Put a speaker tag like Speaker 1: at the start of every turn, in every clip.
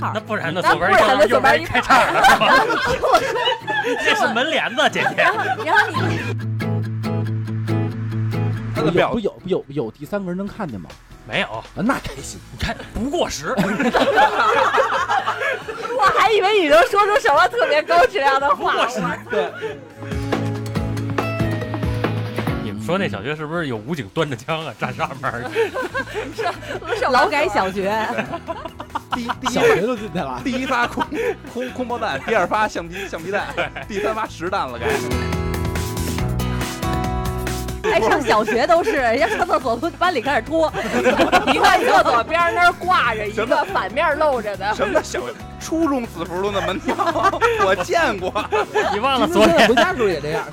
Speaker 1: 号
Speaker 2: 那。不然呢？
Speaker 1: 啊那
Speaker 2: 左边
Speaker 1: 不然呢
Speaker 2: 一右
Speaker 1: 左
Speaker 2: 边
Speaker 1: 边
Speaker 2: 一
Speaker 1: 一
Speaker 2: 开叉了是吧？这是门帘子，姐姐
Speaker 1: 然。后，然后你
Speaker 2: 他的表
Speaker 3: 有有有有第三个人能看见吗？
Speaker 2: 没有，
Speaker 3: 啊那开心，
Speaker 2: 你看不过 时。
Speaker 1: 我还以为你能说出什么特别高质量的 话。
Speaker 2: 你们说那小学是不是有武警端着枪啊，站上面 儿？
Speaker 1: 劳改小学，
Speaker 4: 第第
Speaker 3: 啊小
Speaker 4: 一
Speaker 3: 学就进去了。
Speaker 4: 第一发空空空包弹， 第二发橡皮橡皮 弹，第三发实弹了该。
Speaker 1: 哎，上小学都是，人家上厕所从班里开始拖，
Speaker 5: 一个厕所边儿那儿挂着，一个反面露着的。
Speaker 4: 什么小 初中制服都那么尿，我 见过。
Speaker 2: 你忘了
Speaker 3: 今
Speaker 2: 昨
Speaker 3: 天
Speaker 2: 天
Speaker 3: 回家的时候也这样，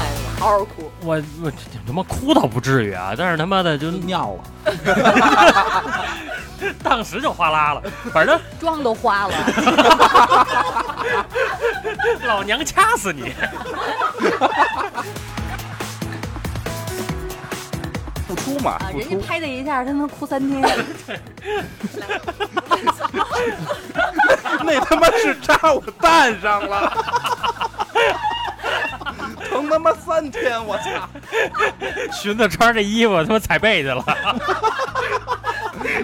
Speaker 5: 哎，嗷嗷哭。
Speaker 2: 我我这他妈哭倒不至于啊，但是他妈的就
Speaker 3: 尿了。
Speaker 2: 当时就哗啦了，反正
Speaker 1: 妆都 花了。
Speaker 2: 老娘掐死你！
Speaker 4: 付出嘛，
Speaker 1: 啊，
Speaker 4: 付
Speaker 1: 人家
Speaker 4: 出。
Speaker 1: 拍他一下，他能哭三天。
Speaker 4: 那他妈是扎我蛋上了， 疼他妈三天，我操！
Speaker 2: 寻思穿着衣服他妈踩被去 了，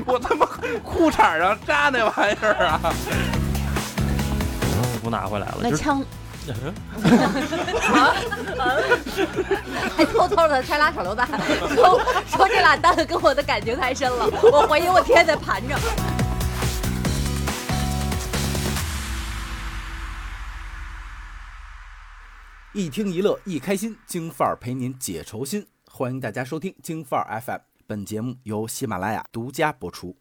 Speaker 4: 我他妈裤衩上扎那玩意儿啊！
Speaker 2: 不拿回来了。
Speaker 1: 那
Speaker 2: 就是 嗯
Speaker 1: 枪还偷偷的拆俩手榴弹，说说这俩蛋跟我的感情太深了，我怀疑我天天在盘着。
Speaker 3: 一听一乐一开心，京范儿陪您解愁心。欢迎大家收听京范儿 FM，本节目由喜马拉雅独家播出。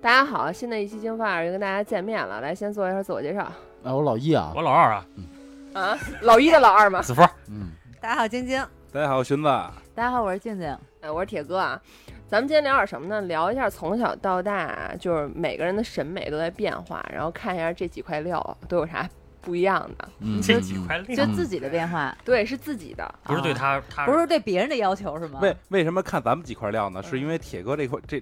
Speaker 5: 大家好，新的一期京范儿又跟大家见面了，来先做一下自我介绍。
Speaker 3: 哎，我老易啊，
Speaker 2: 我老二啊，
Speaker 5: 啊，老一的老二嘛。
Speaker 2: 子枫，
Speaker 3: 嗯，
Speaker 1: 大家好，晶晶。
Speaker 4: 大家好，寻子，
Speaker 1: 大家好，我是静静。
Speaker 5: 哎，我是铁哥啊。咱们今天聊点什么呢？聊一下从小到大，就是每个人的审美都在变化，然后看一下这几块料都有啥不一样的。
Speaker 3: 嗯
Speaker 2: 这几块料
Speaker 3: 就
Speaker 6: 自己的变化，
Speaker 5: 对，是自己的。
Speaker 2: 不是对他，
Speaker 5: 嗯
Speaker 2: 他
Speaker 1: 啊不是对别人的要求是
Speaker 6: 啊
Speaker 1: 吗？
Speaker 4: 为为什么看咱们几块料呢？是因为铁哥这块这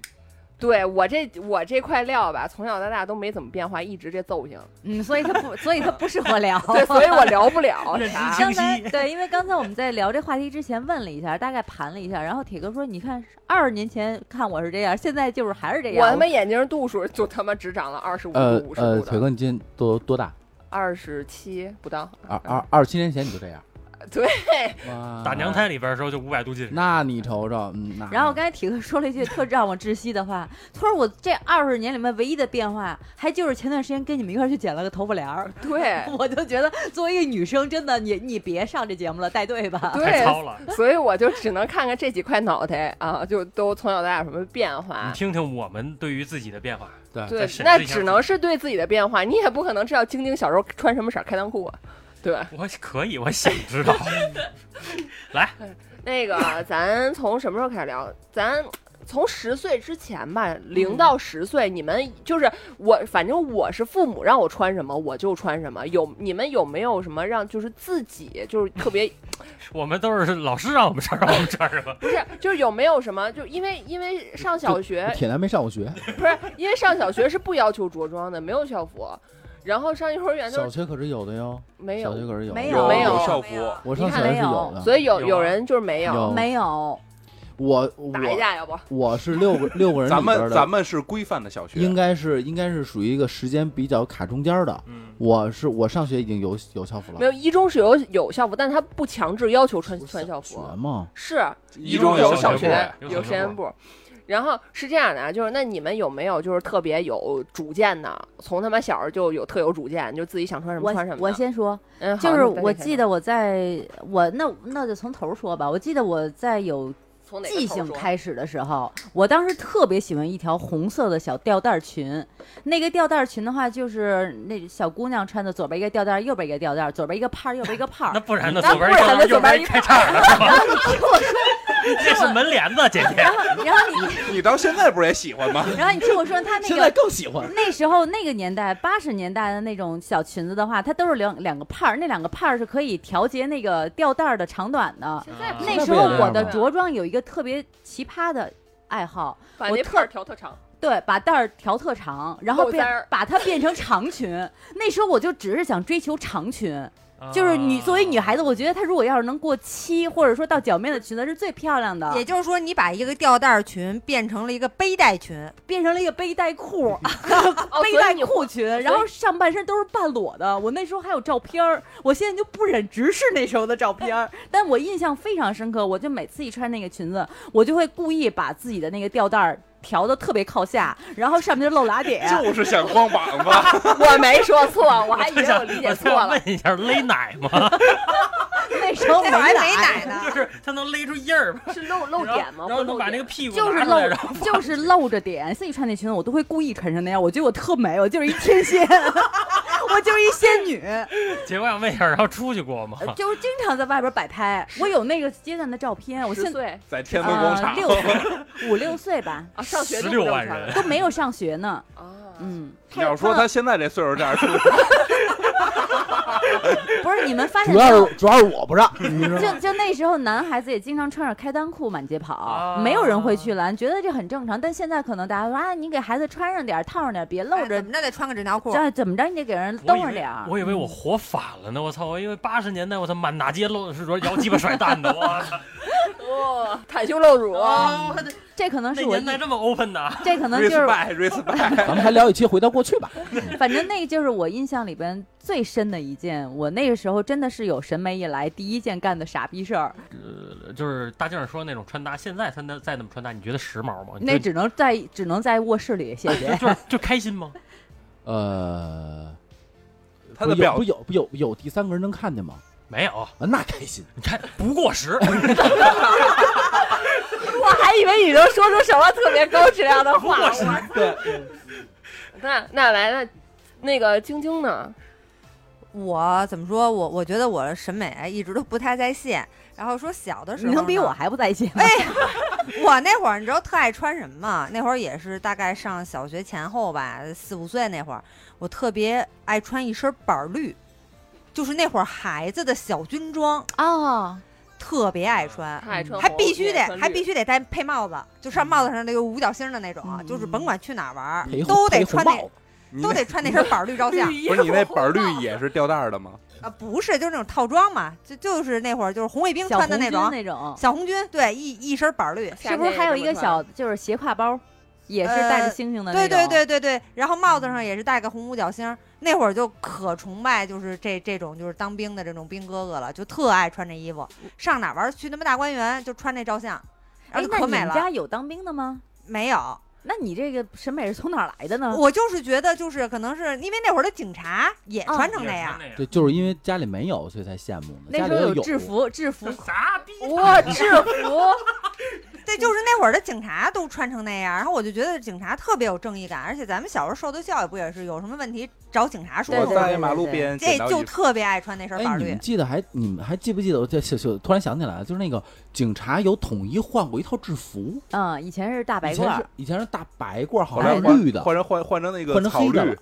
Speaker 5: 对我这我这块料吧，从小到大都没怎么变化，一直这揍 性。
Speaker 6: 嗯，所以他 不，所以他不
Speaker 1: 不适合聊。
Speaker 5: 对，所以我聊不了
Speaker 2: 认
Speaker 5: 啥
Speaker 2: 知。
Speaker 6: 刚才
Speaker 2: 清
Speaker 6: 对，因为刚才我们在聊这话题之前问了一下，大概盘了一下，然后铁哥说：“你看，二十年前看我是这样，现在就是还是这
Speaker 5: 我他
Speaker 6: 样。
Speaker 5: 妈眼睛度数就他妈只长了二十五
Speaker 3: 呃
Speaker 5: 度、五十
Speaker 3: 呃，
Speaker 5: 度
Speaker 3: 腿
Speaker 5: 的，
Speaker 3: 哥，你今年多多大？
Speaker 5: 二十七不到。
Speaker 3: 二二二十七年前你就这样？
Speaker 5: 啊对，
Speaker 3: 哇
Speaker 2: 打娘。胎里边的时候就五百度近视，
Speaker 3: 那你瞅瞅，嗯，那
Speaker 6: 然后刚才铁哥说了一句特让我窒息的话，他说：“我这二十年里面唯一的变化，还就是前段时间跟你们一块儿去剪了个头发帘儿。
Speaker 5: 对”
Speaker 6: 我就觉得作为一个女生，真的你你别上这节目了，带队吧。
Speaker 2: 太
Speaker 5: 对，
Speaker 2: 糙了。
Speaker 5: 所以我就只能看看这几块脑袋啊，就都从小到大有什么变
Speaker 2: 你
Speaker 5: 化。
Speaker 2: 听听我们对于自己的变化，
Speaker 3: 再
Speaker 5: 对
Speaker 2: 审视，
Speaker 5: 那
Speaker 2: 一下
Speaker 5: 只能是对自己的变化，你也不可能知道晶晶小时候穿什么色儿开裆裤啊。对，
Speaker 2: 我可以，我想知道。来，
Speaker 5: 那个咱从什么时候开始聊？咱从十岁之前吧，零到十岁，你们就是我，反正我是父母让我穿什么我就穿什么。有你们有没有什么让就是自己就是特别？
Speaker 2: 我们都是老师让我们穿，让我们穿什么
Speaker 5: 不是就是有没有什么就因为因为上小学
Speaker 3: 铁男没上过学，
Speaker 5: 不是因为上小学是不要求着装的，没有校服，然后上幼儿园
Speaker 3: 小
Speaker 5: 就
Speaker 3: 学可是有的哟，
Speaker 5: 没
Speaker 3: 小学
Speaker 5: 有，
Speaker 3: 可是有的，
Speaker 6: 没
Speaker 5: 有没有
Speaker 4: 有校服，
Speaker 3: 我上小学是有的。
Speaker 5: 所以有
Speaker 2: 有啊
Speaker 5: 有人就是没有
Speaker 3: 有
Speaker 6: 没有，
Speaker 3: 我
Speaker 5: 打一
Speaker 3: 我
Speaker 5: 架，要不
Speaker 3: 我是六个六个人里
Speaker 4: 咱
Speaker 3: 边
Speaker 4: 们
Speaker 3: 的，
Speaker 4: 咱们是规范的小学，
Speaker 3: 应该是应该是属于一个时间比较卡中间的。
Speaker 2: 嗯，
Speaker 3: 我是我上学已经有有校服了，
Speaker 5: 没有一中是有有校服，但他不强制要求穿
Speaker 3: 不是
Speaker 5: 穿校
Speaker 3: 学
Speaker 5: 服，
Speaker 3: 嘛，
Speaker 5: 是
Speaker 4: 一
Speaker 2: 中
Speaker 4: 中
Speaker 2: 有
Speaker 4: 有
Speaker 2: 小
Speaker 4: 小
Speaker 2: 学
Speaker 4: 学，
Speaker 2: 有
Speaker 5: 有
Speaker 2: 小
Speaker 5: 实验部。然后是这样的啊，就是那你们有没有就是特别有主见的？从他妈小时候就有特有主见，就自己想穿什么
Speaker 6: 我
Speaker 5: 穿什么的。
Speaker 6: 我先说，
Speaker 5: 嗯，好
Speaker 6: 就是
Speaker 5: 你赶紧
Speaker 6: 我
Speaker 5: 先
Speaker 6: 记
Speaker 5: 说
Speaker 6: 得我在我那那就从头说吧。我记得我在有
Speaker 5: 从哪个
Speaker 6: 记
Speaker 5: 头
Speaker 6: 性
Speaker 5: 说
Speaker 6: 开始的时候，我当时特别喜欢一条红色的小吊带裙。那个吊带裙的话，就是那小姑娘穿的，左边一个吊带，右边一个吊带，左边一个帕儿，右边一个帕
Speaker 2: 那
Speaker 6: 儿。
Speaker 2: 不然呢？
Speaker 5: 那
Speaker 2: 左边
Speaker 5: 不然
Speaker 2: 一
Speaker 5: 呢
Speaker 2: 个右
Speaker 5: 左边
Speaker 2: 边
Speaker 5: 一
Speaker 2: 一开叉了，是吧？那是门帘子，姐姐。
Speaker 6: 然后你，
Speaker 4: 你到现在不是也喜欢吗？
Speaker 6: 然后你听我说，他那
Speaker 7: 现在
Speaker 6: 个
Speaker 7: 更喜欢。
Speaker 6: 那时候那个年代，八十年代的那种小裙子的话，它都是两两个帕儿，那两个帕儿是可以调节那个吊带儿的长短的。
Speaker 5: 啊
Speaker 8: 现在不
Speaker 6: 啊那
Speaker 8: 是
Speaker 6: 时
Speaker 7: 那
Speaker 6: 候
Speaker 7: 不一样
Speaker 6: 我的
Speaker 7: 吧
Speaker 6: 着装有一个特别奇葩的爱好，
Speaker 5: 把
Speaker 6: 我
Speaker 5: 那
Speaker 6: 特
Speaker 5: 块儿调特长，
Speaker 6: 对，把带儿调特长，然后
Speaker 5: 露
Speaker 6: 变
Speaker 5: 腮儿
Speaker 6: 把它变成长 裙。那时候我就只是想追求长裙，
Speaker 2: 啊
Speaker 6: 就是女作为女孩子，我觉得她如果要是能过膝，或者说到脚面的裙子是最漂亮的，
Speaker 9: 也就是说，你把一个吊带裙变成了一个背带裙，
Speaker 6: 变成了一个背带裤、
Speaker 5: 哦
Speaker 6: 背
Speaker 5: 所以
Speaker 6: 带
Speaker 5: 你
Speaker 6: 裤裙，然后上半身都是半裸的。我那时候还有照片儿，我现在就不忍直视那时候的照片 儿，但我印象非常深刻。我就每次一穿那个裙子，我就会故意把自己的那个吊带儿调的特别靠下，然后上面就露俩点。
Speaker 4: 就是想光膀子，
Speaker 5: 我没说错，我还以为我理
Speaker 2: 我
Speaker 5: 解错
Speaker 2: 想
Speaker 5: 了。
Speaker 2: 问一下，勒奶吗？
Speaker 6: 那时候
Speaker 9: 那会儿还
Speaker 6: 奶
Speaker 9: 没奶呢。
Speaker 2: 就是它能勒出印儿吗？
Speaker 5: 是露露点吗？
Speaker 2: 然后
Speaker 5: 会
Speaker 2: 能
Speaker 5: 露
Speaker 2: 把那个
Speaker 5: 点。
Speaker 2: 屁股
Speaker 6: 就是
Speaker 2: 拿出
Speaker 6: 露
Speaker 2: 来，然后，
Speaker 6: 就是露着点。自己穿那裙子，我都会故意穿成那样，我觉得我特美，我就是一天仙， 我就是一仙女，
Speaker 2: 姐我想问一下，然后出去过吗？
Speaker 6: 就是经常在外边摆拍。我有那个阶段的照片，我
Speaker 5: 十
Speaker 6: 现在
Speaker 5: 岁
Speaker 4: 在天安门广
Speaker 6: 呃
Speaker 4: 场。
Speaker 6: 六岁五六岁吧，
Speaker 5: 啊，上学就
Speaker 2: 16
Speaker 5: 不正
Speaker 2: 万
Speaker 5: 常
Speaker 2: 人
Speaker 5: 了
Speaker 6: 都没有上学呢。
Speaker 5: 啊，
Speaker 6: 嗯，
Speaker 4: 你要说他现在这岁数这样出，
Speaker 6: 不是你们发现
Speaker 3: 主
Speaker 6: 没
Speaker 3: 要
Speaker 6: 有？
Speaker 3: 是主要是我不让， 你知道吗？
Speaker 6: 就就那时候，男孩子也经常穿着开裆裤满街跑，
Speaker 2: 啊
Speaker 6: 没有人会去拦，觉得这很正常。但现在可能大家说啊，你给孩子穿上点儿，套上点儿，别露
Speaker 9: 哎
Speaker 6: 着
Speaker 9: 怎么着得穿个纸尿裤
Speaker 6: 这。样怎么着你得给人
Speaker 2: 我
Speaker 6: 兜
Speaker 2: 以
Speaker 6: 着
Speaker 2: 为
Speaker 6: 点儿。
Speaker 2: 我以为我活反了呢，我操！我以为八十年代我操满大街露是说摇鸡巴甩蛋的，我操！哦
Speaker 5: 哇，袒胸露乳，
Speaker 9: 嗯
Speaker 6: 这可能
Speaker 2: 那
Speaker 6: 是我
Speaker 2: 年
Speaker 6: 一
Speaker 2: 代这么 open 的啊，
Speaker 6: 这可能就是
Speaker 4: respect，respect，
Speaker 3: 咱们还聊一期回到过去吧。
Speaker 6: 反正那个就是我印象里边最深的一件，我那个时候真的是有审美以来第一件干的傻逼事儿，
Speaker 2: 呃就是大静儿说那种穿搭，现在他那再那么穿搭，你觉得时髦吗？你
Speaker 6: 那
Speaker 2: 觉
Speaker 6: 只能在只能在卧室里，谢
Speaker 2: 得
Speaker 6: 谢。
Speaker 2: 就是就开心吗？
Speaker 3: 呃，
Speaker 4: 他
Speaker 3: 不
Speaker 4: 的
Speaker 3: 有
Speaker 4: 表
Speaker 3: 不有不有有第三个人能看见吗？
Speaker 2: 没有，
Speaker 3: 啊，那开心。
Speaker 2: 你看不过时，
Speaker 5: 我还以为你能说出什么特别高质量的话。
Speaker 2: 嗯
Speaker 5: 那那来那那个晶晶呢？
Speaker 9: 我怎么说？我我觉得我审美一直都不太在线。然后说小的时
Speaker 6: 你
Speaker 9: 候呢，
Speaker 6: 能比我还不在线吗？
Speaker 9: 我那会儿，你知道特爱穿什么吗？那会儿也是大概上小学前后吧，四五岁那会儿，我特别爱穿一身板绿，就是那会儿孩子的小军装，
Speaker 6: 哦，
Speaker 9: 特别爱穿。
Speaker 5: 她爱
Speaker 2: 嗯
Speaker 5: 穿
Speaker 9: 还
Speaker 5: 红
Speaker 9: 必须得
Speaker 5: 也穿，绿
Speaker 9: 还必须得戴配帽子，就上帽子上那个五角星的那种啊，
Speaker 6: 嗯
Speaker 9: 就是甭管去哪儿玩儿
Speaker 3: 陪，
Speaker 9: 嗯都得
Speaker 3: 陪
Speaker 9: 穿
Speaker 3: 红帽
Speaker 9: 那，
Speaker 4: 你
Speaker 9: 都
Speaker 4: 那
Speaker 9: 得穿那身板绿 照相
Speaker 4: 不是你那板绿也是吊带儿的吗？
Speaker 9: 啊，不是，就是那种套装嘛，就就是那会儿就是红卫兵
Speaker 6: 小
Speaker 9: 穿
Speaker 6: 红
Speaker 9: 的
Speaker 6: 军
Speaker 9: 那种
Speaker 6: 那种，
Speaker 9: 小红军，对，一一身板绿，
Speaker 5: 夏
Speaker 6: 是
Speaker 5: 天
Speaker 6: 不是还有一
Speaker 5: 也
Speaker 6: 个
Speaker 5: 这么
Speaker 6: 小就是斜挎包，也是带着星星的
Speaker 9: 呃对
Speaker 6: 那种？哎
Speaker 9: 对对对对，然后帽子上也是戴个红五角星儿，那会儿就可崇拜就是这这种就是当兵的这种兵哥哥了，就特爱穿这衣服，上哪玩儿去他妈大观园就穿这照相，
Speaker 6: 哎，
Speaker 9: 然后就
Speaker 6: 那
Speaker 9: 可
Speaker 6: 你
Speaker 9: 美
Speaker 6: 们
Speaker 9: 了。
Speaker 6: 家有当兵的吗？
Speaker 9: 没有，
Speaker 6: 那你这个审美是从哪儿来的呢？
Speaker 9: 我就是觉得就是可能是因为那会儿的警察也
Speaker 6: 啊
Speaker 9: 穿成
Speaker 2: 也
Speaker 9: 那
Speaker 2: 穿
Speaker 9: 样，
Speaker 2: 那样
Speaker 3: 对，就是因为家里没有，所以才羡慕呢。
Speaker 6: 那
Speaker 3: 家
Speaker 6: 时
Speaker 3: 里
Speaker 6: 候
Speaker 3: 要有
Speaker 6: 制，服，制 服
Speaker 2: 啥逼？
Speaker 5: 哇，制服
Speaker 9: 对，就是那会儿的警察都穿成那样，然后我就觉得警察特别有正义感，而且咱们小时候受的教育不也是有什么问题找警察
Speaker 6: 对
Speaker 9: 说
Speaker 4: 我
Speaker 6: 对
Speaker 9: 吗？
Speaker 4: 在马路边
Speaker 9: 这
Speaker 4: 捡到
Speaker 9: 就
Speaker 4: 一
Speaker 9: 特别爱穿那身
Speaker 3: 哎，
Speaker 9: 板
Speaker 3: 你
Speaker 9: 绿
Speaker 3: 们，记得还你们还记不记得？我这就就突然想起来了，就是那个警察有统一换过一套制服，
Speaker 6: 嗯，以前是大白
Speaker 3: 以前
Speaker 6: 褂
Speaker 3: 是，以前是大白褂，好
Speaker 4: 后
Speaker 3: 像
Speaker 4: 来
Speaker 3: 是
Speaker 4: 换
Speaker 3: 哎绿的，
Speaker 4: 换成换换成那个
Speaker 3: 换成
Speaker 4: 草
Speaker 3: 黑的
Speaker 4: 绿
Speaker 3: 了，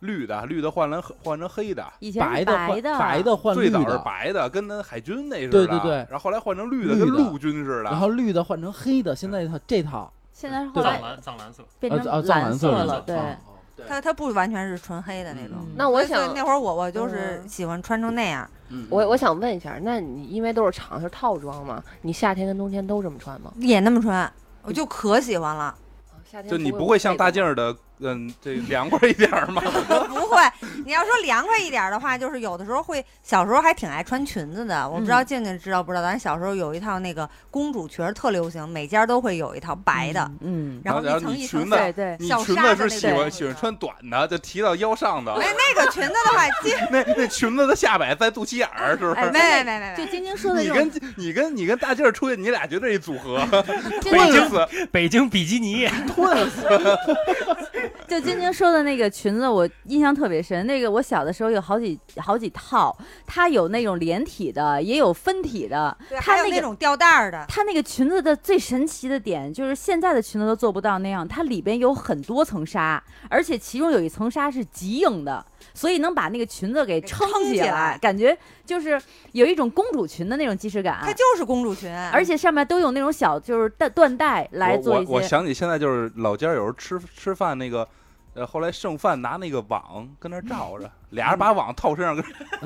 Speaker 4: 绿的绿的换成换成黑的，
Speaker 6: 以前
Speaker 3: 白
Speaker 6: 是
Speaker 3: 的
Speaker 6: 白
Speaker 3: 换
Speaker 6: 的，
Speaker 3: 白的换
Speaker 4: 最
Speaker 3: 绿
Speaker 4: 早是
Speaker 3: 的，
Speaker 4: 白的，跟那海军那似的，
Speaker 3: 对对对
Speaker 4: 然后后来换成绿的，
Speaker 3: 绿的
Speaker 4: 跟陆军似
Speaker 3: 然
Speaker 4: 的。
Speaker 3: 后绿的换成黑的，现在这套这套
Speaker 6: 现在是后
Speaker 3: 对
Speaker 6: 来
Speaker 2: 藏蓝藏蓝 色，
Speaker 6: 变
Speaker 3: 呃呃
Speaker 6: 成
Speaker 3: 藏
Speaker 6: 蓝
Speaker 3: 蓝色
Speaker 2: 了
Speaker 6: 了，对。
Speaker 3: 啊对
Speaker 9: 它它不完全是纯黑的那种。
Speaker 6: 嗯
Speaker 5: 那我
Speaker 9: 所以所以
Speaker 5: 想
Speaker 9: 那会儿我我
Speaker 4: 嗯
Speaker 9: 就是喜欢穿成那样，
Speaker 3: 嗯
Speaker 5: 我我想问一下，那你因为都是长袖套装嘛，你夏天跟冬天都这么穿吗？
Speaker 9: 也那么穿，我就可喜欢了。
Speaker 5: 啊夏天
Speaker 4: 就你
Speaker 5: 不
Speaker 4: 不会像大
Speaker 5: 镜
Speaker 4: 静儿的，嗯，这凉快一点 儿吗？
Speaker 9: 不会，你要说凉快一点的话，就是有的时候会，小时候还挺爱穿裙子的。我不
Speaker 3: 嗯
Speaker 9: 知道静静知道不知道，咱小时候有一套那个公主裙儿特流行，每家都会有一套白的，
Speaker 6: 嗯，
Speaker 9: 然后
Speaker 4: 然后
Speaker 9: 一层
Speaker 4: 你
Speaker 9: 一层
Speaker 4: 裙子
Speaker 9: 小
Speaker 6: 对对，
Speaker 4: 你
Speaker 9: 小
Speaker 4: 裙
Speaker 9: 纱
Speaker 4: 子是
Speaker 9: 的那
Speaker 4: 喜
Speaker 9: 种
Speaker 4: 欢喜欢穿短的，就提到腰上的。
Speaker 9: 哎，那个裙子的话，基
Speaker 4: 那那裙子的下摆在肚脐眼儿，是不
Speaker 6: 哎
Speaker 4: 是？
Speaker 9: 没没没没
Speaker 6: 就
Speaker 9: 没，
Speaker 6: 晶晶说的
Speaker 4: 你
Speaker 6: 这
Speaker 4: 跟
Speaker 6: 种，
Speaker 4: 你跟你跟大劲儿出去，你俩绝对一组合，
Speaker 6: 就
Speaker 4: 混
Speaker 6: 那种
Speaker 4: 死！
Speaker 2: 北京比基尼，
Speaker 6: 就晶晶说的那个裙子，我印象特别深。那个我小的时候有好几好几套，它有那种连体的，也有分体的。
Speaker 9: 对，
Speaker 6: 它
Speaker 9: 还有
Speaker 6: 那
Speaker 9: 那
Speaker 6: 个啊
Speaker 9: 种吊带儿的，
Speaker 6: 它那个裙子的最神奇的点就是现在的裙子都做不到那样，它里边有很多层纱，而且其中有一层纱是极硬的，所以能把那个裙子给撑
Speaker 9: 撑
Speaker 6: 起
Speaker 9: 起
Speaker 6: 来，
Speaker 9: 来
Speaker 6: 感觉就是有一种公主裙的那种即视感啊
Speaker 9: 它。就是公主裙，
Speaker 6: 而
Speaker 9: 而
Speaker 6: 且上面都有那种小就是带缎带来
Speaker 4: 我
Speaker 6: 做一
Speaker 4: 我我
Speaker 6: 些，
Speaker 4: 想起现在就是老家有时候吃吃饭那个，呃，后来剩饭拿那个网跟那儿罩 着，俩人把网套身上跟，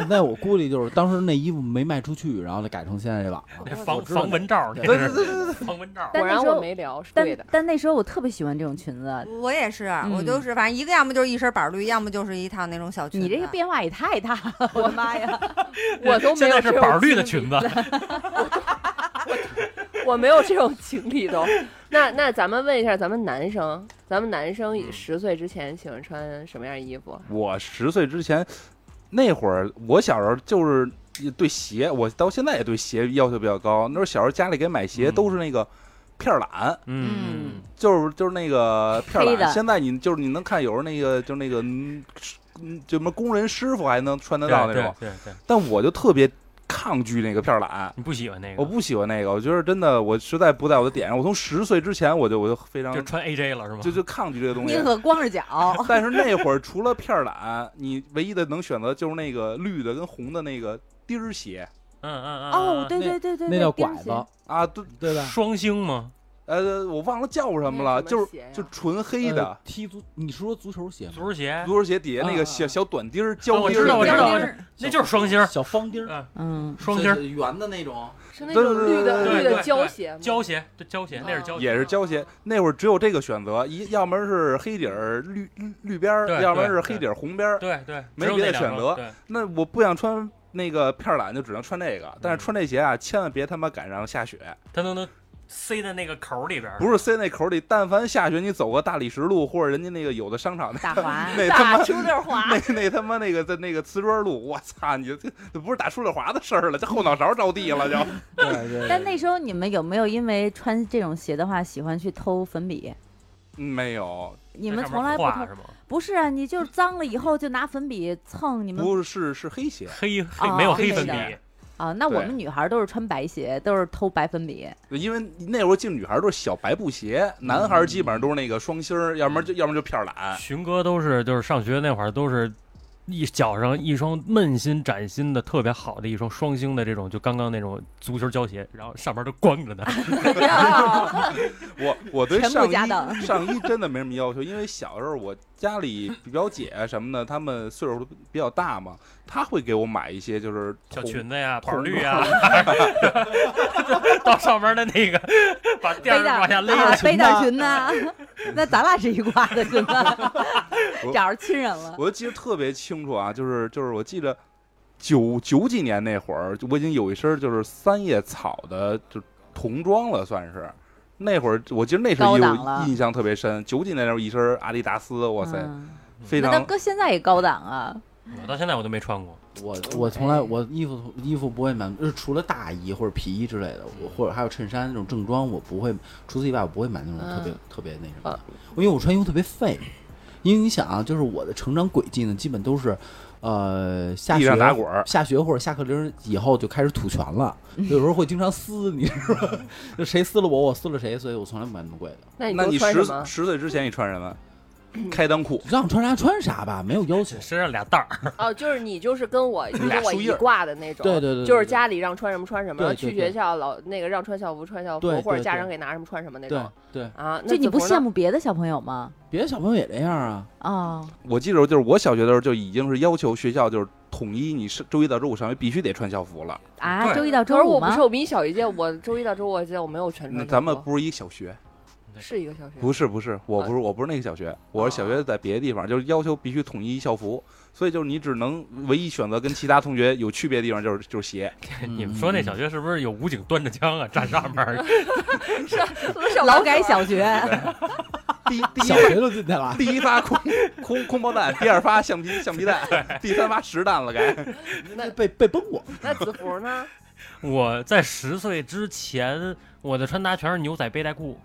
Speaker 3: 那我估计就是当时那衣服没卖出去，然后就改成现在这网
Speaker 2: 那
Speaker 3: 了。
Speaker 2: 防
Speaker 3: 我知道
Speaker 2: 防蚊罩，
Speaker 3: 对
Speaker 2: 那 是防蚊罩。
Speaker 6: 但
Speaker 5: 果
Speaker 6: 那
Speaker 5: 然
Speaker 6: 时候
Speaker 5: 我没聊，是
Speaker 6: 但
Speaker 5: 对的。
Speaker 6: 但那时候我特别喜欢这种裙子，
Speaker 9: 我也是，我
Speaker 6: 嗯
Speaker 9: 就是反正一个要么就是一身板绿，要么就是一套那种小裙子。
Speaker 6: 你这个变化也太大了， 我的妈呀！
Speaker 5: 我都 没
Speaker 2: 现
Speaker 5: 有
Speaker 2: 在
Speaker 5: 这
Speaker 2: 是
Speaker 5: 种
Speaker 2: 板绿的
Speaker 5: 经历
Speaker 2: 裙子，
Speaker 5: 我没有这种经历都。那那咱们问一下，咱们男生，咱们男生
Speaker 4: 嗯
Speaker 5: 十岁之前喜欢穿什么样衣服？
Speaker 4: 我十岁之前那会儿，我小时候就是对鞋，我到现在也对鞋要求比较高。那时候小时候家里给买鞋
Speaker 2: 嗯
Speaker 4: 都是那个片儿懒，
Speaker 2: 嗯，
Speaker 4: 就是就是那个片儿
Speaker 6: 黑的
Speaker 4: 懒。现在你就是你能看有时候那个就是那个嗯嗯就什么工人师傅还能穿得
Speaker 3: 嗯
Speaker 4: 嗯到那种，
Speaker 2: 对对对，
Speaker 4: 但我就特别抗拒那个片儿懒。
Speaker 2: 你不喜欢那个，
Speaker 4: 我不喜欢那个，我觉得真的，我实在不在我的点上。我从十岁之前，我就我就非常
Speaker 2: 就穿 AJ 了是吗？
Speaker 4: 就就抗拒这个东西。
Speaker 9: 宁可光 着
Speaker 6: 哦
Speaker 9: 脚，
Speaker 4: 但是那会儿除了片儿懒，你唯一的能选择就是那个绿的跟红的那个钉儿鞋
Speaker 2: 嗯嗯嗯，
Speaker 6: 哦，对
Speaker 3: 那
Speaker 6: 对对对，
Speaker 3: 那
Speaker 6: 对
Speaker 3: 叫
Speaker 6: 钉
Speaker 3: 拐
Speaker 6: 鞋
Speaker 3: 子，
Speaker 4: 啊，对，
Speaker 3: 对吧？
Speaker 2: 双星吗？
Speaker 4: 呃，我忘了叫什么了，
Speaker 5: 那是什
Speaker 4: 就
Speaker 5: 么
Speaker 4: 是
Speaker 5: 鞋啊呀
Speaker 4: 就纯黑
Speaker 3: 呃
Speaker 4: 的
Speaker 3: 踢足，你是说足球鞋
Speaker 2: 足
Speaker 3: 吗？
Speaker 2: 球鞋，
Speaker 4: 足球鞋底下那
Speaker 3: 啊
Speaker 4: 个小
Speaker 3: 啊
Speaker 4: 小短钉儿胶
Speaker 2: 呃哦我
Speaker 4: 钉
Speaker 2: 知道我
Speaker 4: 儿
Speaker 2: 知
Speaker 4: 那
Speaker 2: 道
Speaker 4: 个，
Speaker 2: 那就是双星，
Speaker 3: 小方钉儿，
Speaker 2: 嗯，
Speaker 6: 嗯，
Speaker 2: 双星
Speaker 3: 圆的那种。
Speaker 5: 是那
Speaker 4: 对
Speaker 5: 种绿的
Speaker 4: 对
Speaker 5: 绿
Speaker 2: 对
Speaker 5: 的
Speaker 2: 对
Speaker 5: 胶
Speaker 2: 对
Speaker 5: 鞋吗？
Speaker 2: 胶鞋，对胶鞋，那是胶鞋，
Speaker 4: 也是胶鞋。那会儿只有这个选择，一要么是黑底儿绿绿绿边儿，
Speaker 2: 对
Speaker 4: 要么
Speaker 2: 对
Speaker 4: 是黑底儿红边儿。
Speaker 2: 对对，
Speaker 4: 没
Speaker 2: 只有
Speaker 4: 别
Speaker 2: 那
Speaker 4: 的
Speaker 2: 两
Speaker 4: 选
Speaker 2: 个
Speaker 4: 择
Speaker 2: 对
Speaker 4: 那我不想穿那个片儿懒，就只能穿这个。但是穿这鞋啊，千万别他妈赶上下雪。
Speaker 2: 它都能塞在那个口里边儿，
Speaker 4: 不是塞那口里，但凡下雪，你走个大理石路或者人家那个有的商场，
Speaker 6: 打滑
Speaker 4: 那他
Speaker 5: 大
Speaker 4: 妈
Speaker 5: 出溜滑，
Speaker 4: 那那他妈那个在那个瓷砖路，我操，你这这不是打出溜滑的事儿了，这后脑勺着地了就。
Speaker 3: 对对对
Speaker 6: 但那时候你们有没有因为穿这种鞋的话，喜欢去偷粉笔？
Speaker 4: 嗯没有，
Speaker 6: 你
Speaker 2: 那
Speaker 6: 们
Speaker 2: 上
Speaker 6: 从
Speaker 2: 面
Speaker 6: 来不
Speaker 2: 画
Speaker 6: 偷，
Speaker 2: 是吗？
Speaker 6: 不是啊？你就是脏了以后就拿粉笔蹭你们
Speaker 4: 不是是黑鞋，
Speaker 2: 黑黑
Speaker 6: 哦
Speaker 2: 没有
Speaker 4: 黑
Speaker 2: 黑粉
Speaker 4: 的
Speaker 2: 笔，
Speaker 6: 啊？那我
Speaker 4: 对
Speaker 6: 们女孩都是穿白鞋，都是偷白粉笔。
Speaker 4: 因为那会儿进女孩都是小白布鞋，男孩儿基本上都是那个双星儿，要么就要么就片儿懒。
Speaker 2: 寻哥都是就是上学那会儿都是。一脚上一双闷新崭新的特别好的一双双星的这种，就刚刚那种足球胶鞋，然后上边都光着呢。
Speaker 4: 我我对
Speaker 6: 全部
Speaker 4: 上
Speaker 6: 家当
Speaker 4: 衣上衣真的没什么要求，因为小时候我家里表姐什么的，她们岁数都比较大嘛，她会给我买一些就是
Speaker 2: 小
Speaker 4: 红
Speaker 2: 裙子 呀，
Speaker 4: 同
Speaker 2: 板绿呀，到上面的那个，把垫儿
Speaker 6: 背带儿
Speaker 2: 往下勒
Speaker 6: 啊
Speaker 2: 着，
Speaker 6: 背带儿裙 呐，那咱俩是一挂的，真的
Speaker 4: 我，
Speaker 6: 找着亲人了。
Speaker 4: 我就记得特别清楚啊，就是就是我记着九九几年那会儿，就我已经有一身就是三叶草的就童装了，算是。那会儿我记得那身
Speaker 6: 高
Speaker 4: 衣
Speaker 6: 档了
Speaker 4: 服印象特别深，九几年那时候一身阿迪达斯，哇塞，
Speaker 6: 嗯
Speaker 4: 非
Speaker 6: 那到
Speaker 4: 常
Speaker 6: 搁现在也高档啊，
Speaker 2: 我到现在我都没穿过。
Speaker 3: 我我从来我衣服衣服不会买，就是除了大衣或者皮衣之类的，我或者还有衬衫那种正装，我不会。除此以外，我不会买那种特别、特别那什么的，因为我穿衣服特别费。因为你想啊，就是我的成长轨迹呢，基本都是，呃，下
Speaker 4: 地
Speaker 3: 学
Speaker 4: 上打滚儿。
Speaker 3: 下学或者下课铃以后就开始吐拳 了，有时候会经常撕，你知道吗？就谁撕了我，我撕了谁，所以我从来不买那么贵的。
Speaker 5: 那
Speaker 4: 那
Speaker 5: 你
Speaker 4: 你
Speaker 5: 都穿什
Speaker 4: 十
Speaker 5: 么？
Speaker 4: 十岁之前你穿什么？ 开裆裤，
Speaker 3: 让我穿啥穿啥吧，没有要求。
Speaker 2: 身上俩带儿，
Speaker 5: 哦，就是你就是跟我就
Speaker 4: 俩
Speaker 5: 跟我
Speaker 4: 树
Speaker 5: 一
Speaker 4: 叶儿
Speaker 5: 挂的那种，
Speaker 3: 对对对对
Speaker 5: 就是
Speaker 3: 对
Speaker 5: 家里让穿什么穿什么，
Speaker 3: 对
Speaker 5: 然后
Speaker 3: 对
Speaker 5: 去
Speaker 3: 对
Speaker 5: 学校老那个让穿校服穿校服
Speaker 3: 对，对
Speaker 5: 或者家
Speaker 3: 对
Speaker 5: 长给拿什么穿什么那
Speaker 3: 对
Speaker 5: 种
Speaker 3: 对，
Speaker 5: 啊。那
Speaker 6: 就你
Speaker 5: 子
Speaker 6: 不
Speaker 5: 鹏呢
Speaker 6: 羡？慕别的小朋友吗？
Speaker 3: 别的小朋友也这样 啊。
Speaker 6: 啊，
Speaker 4: 我记着就是我小学的时候就已经是要求学校就是统一你是周一到周五上学必须得穿校服了。
Speaker 6: 啊，
Speaker 2: 对
Speaker 6: 周一到
Speaker 5: 可
Speaker 6: 周
Speaker 5: 是
Speaker 6: 五
Speaker 5: 我不
Speaker 6: 吗
Speaker 5: 是，？我比你小一届，我周一到周五我记得我没有全
Speaker 4: 那
Speaker 5: 穿。
Speaker 4: 咱们不是一个小学，
Speaker 5: 是一个小学，
Speaker 4: 不是不是，我不是我不是那个小学，我是小学在别的地方，就是要求必须统一校服，所以就是你只能唯一选择跟其他同学有区别的地方就是就是鞋，
Speaker 2: 你们说那小学是不是有武警端着枪啊，站上面儿？
Speaker 6: 劳改小学，
Speaker 4: 第一第
Speaker 3: 小
Speaker 4: 一，
Speaker 3: 学就进去了
Speaker 4: 第一发空空空包弹，第二发橡皮橡皮弹，第三发实弹了该。
Speaker 3: 被被崩过。
Speaker 5: 那子 服呢？
Speaker 2: 我在十岁之前，我的穿搭全是牛仔背带裤，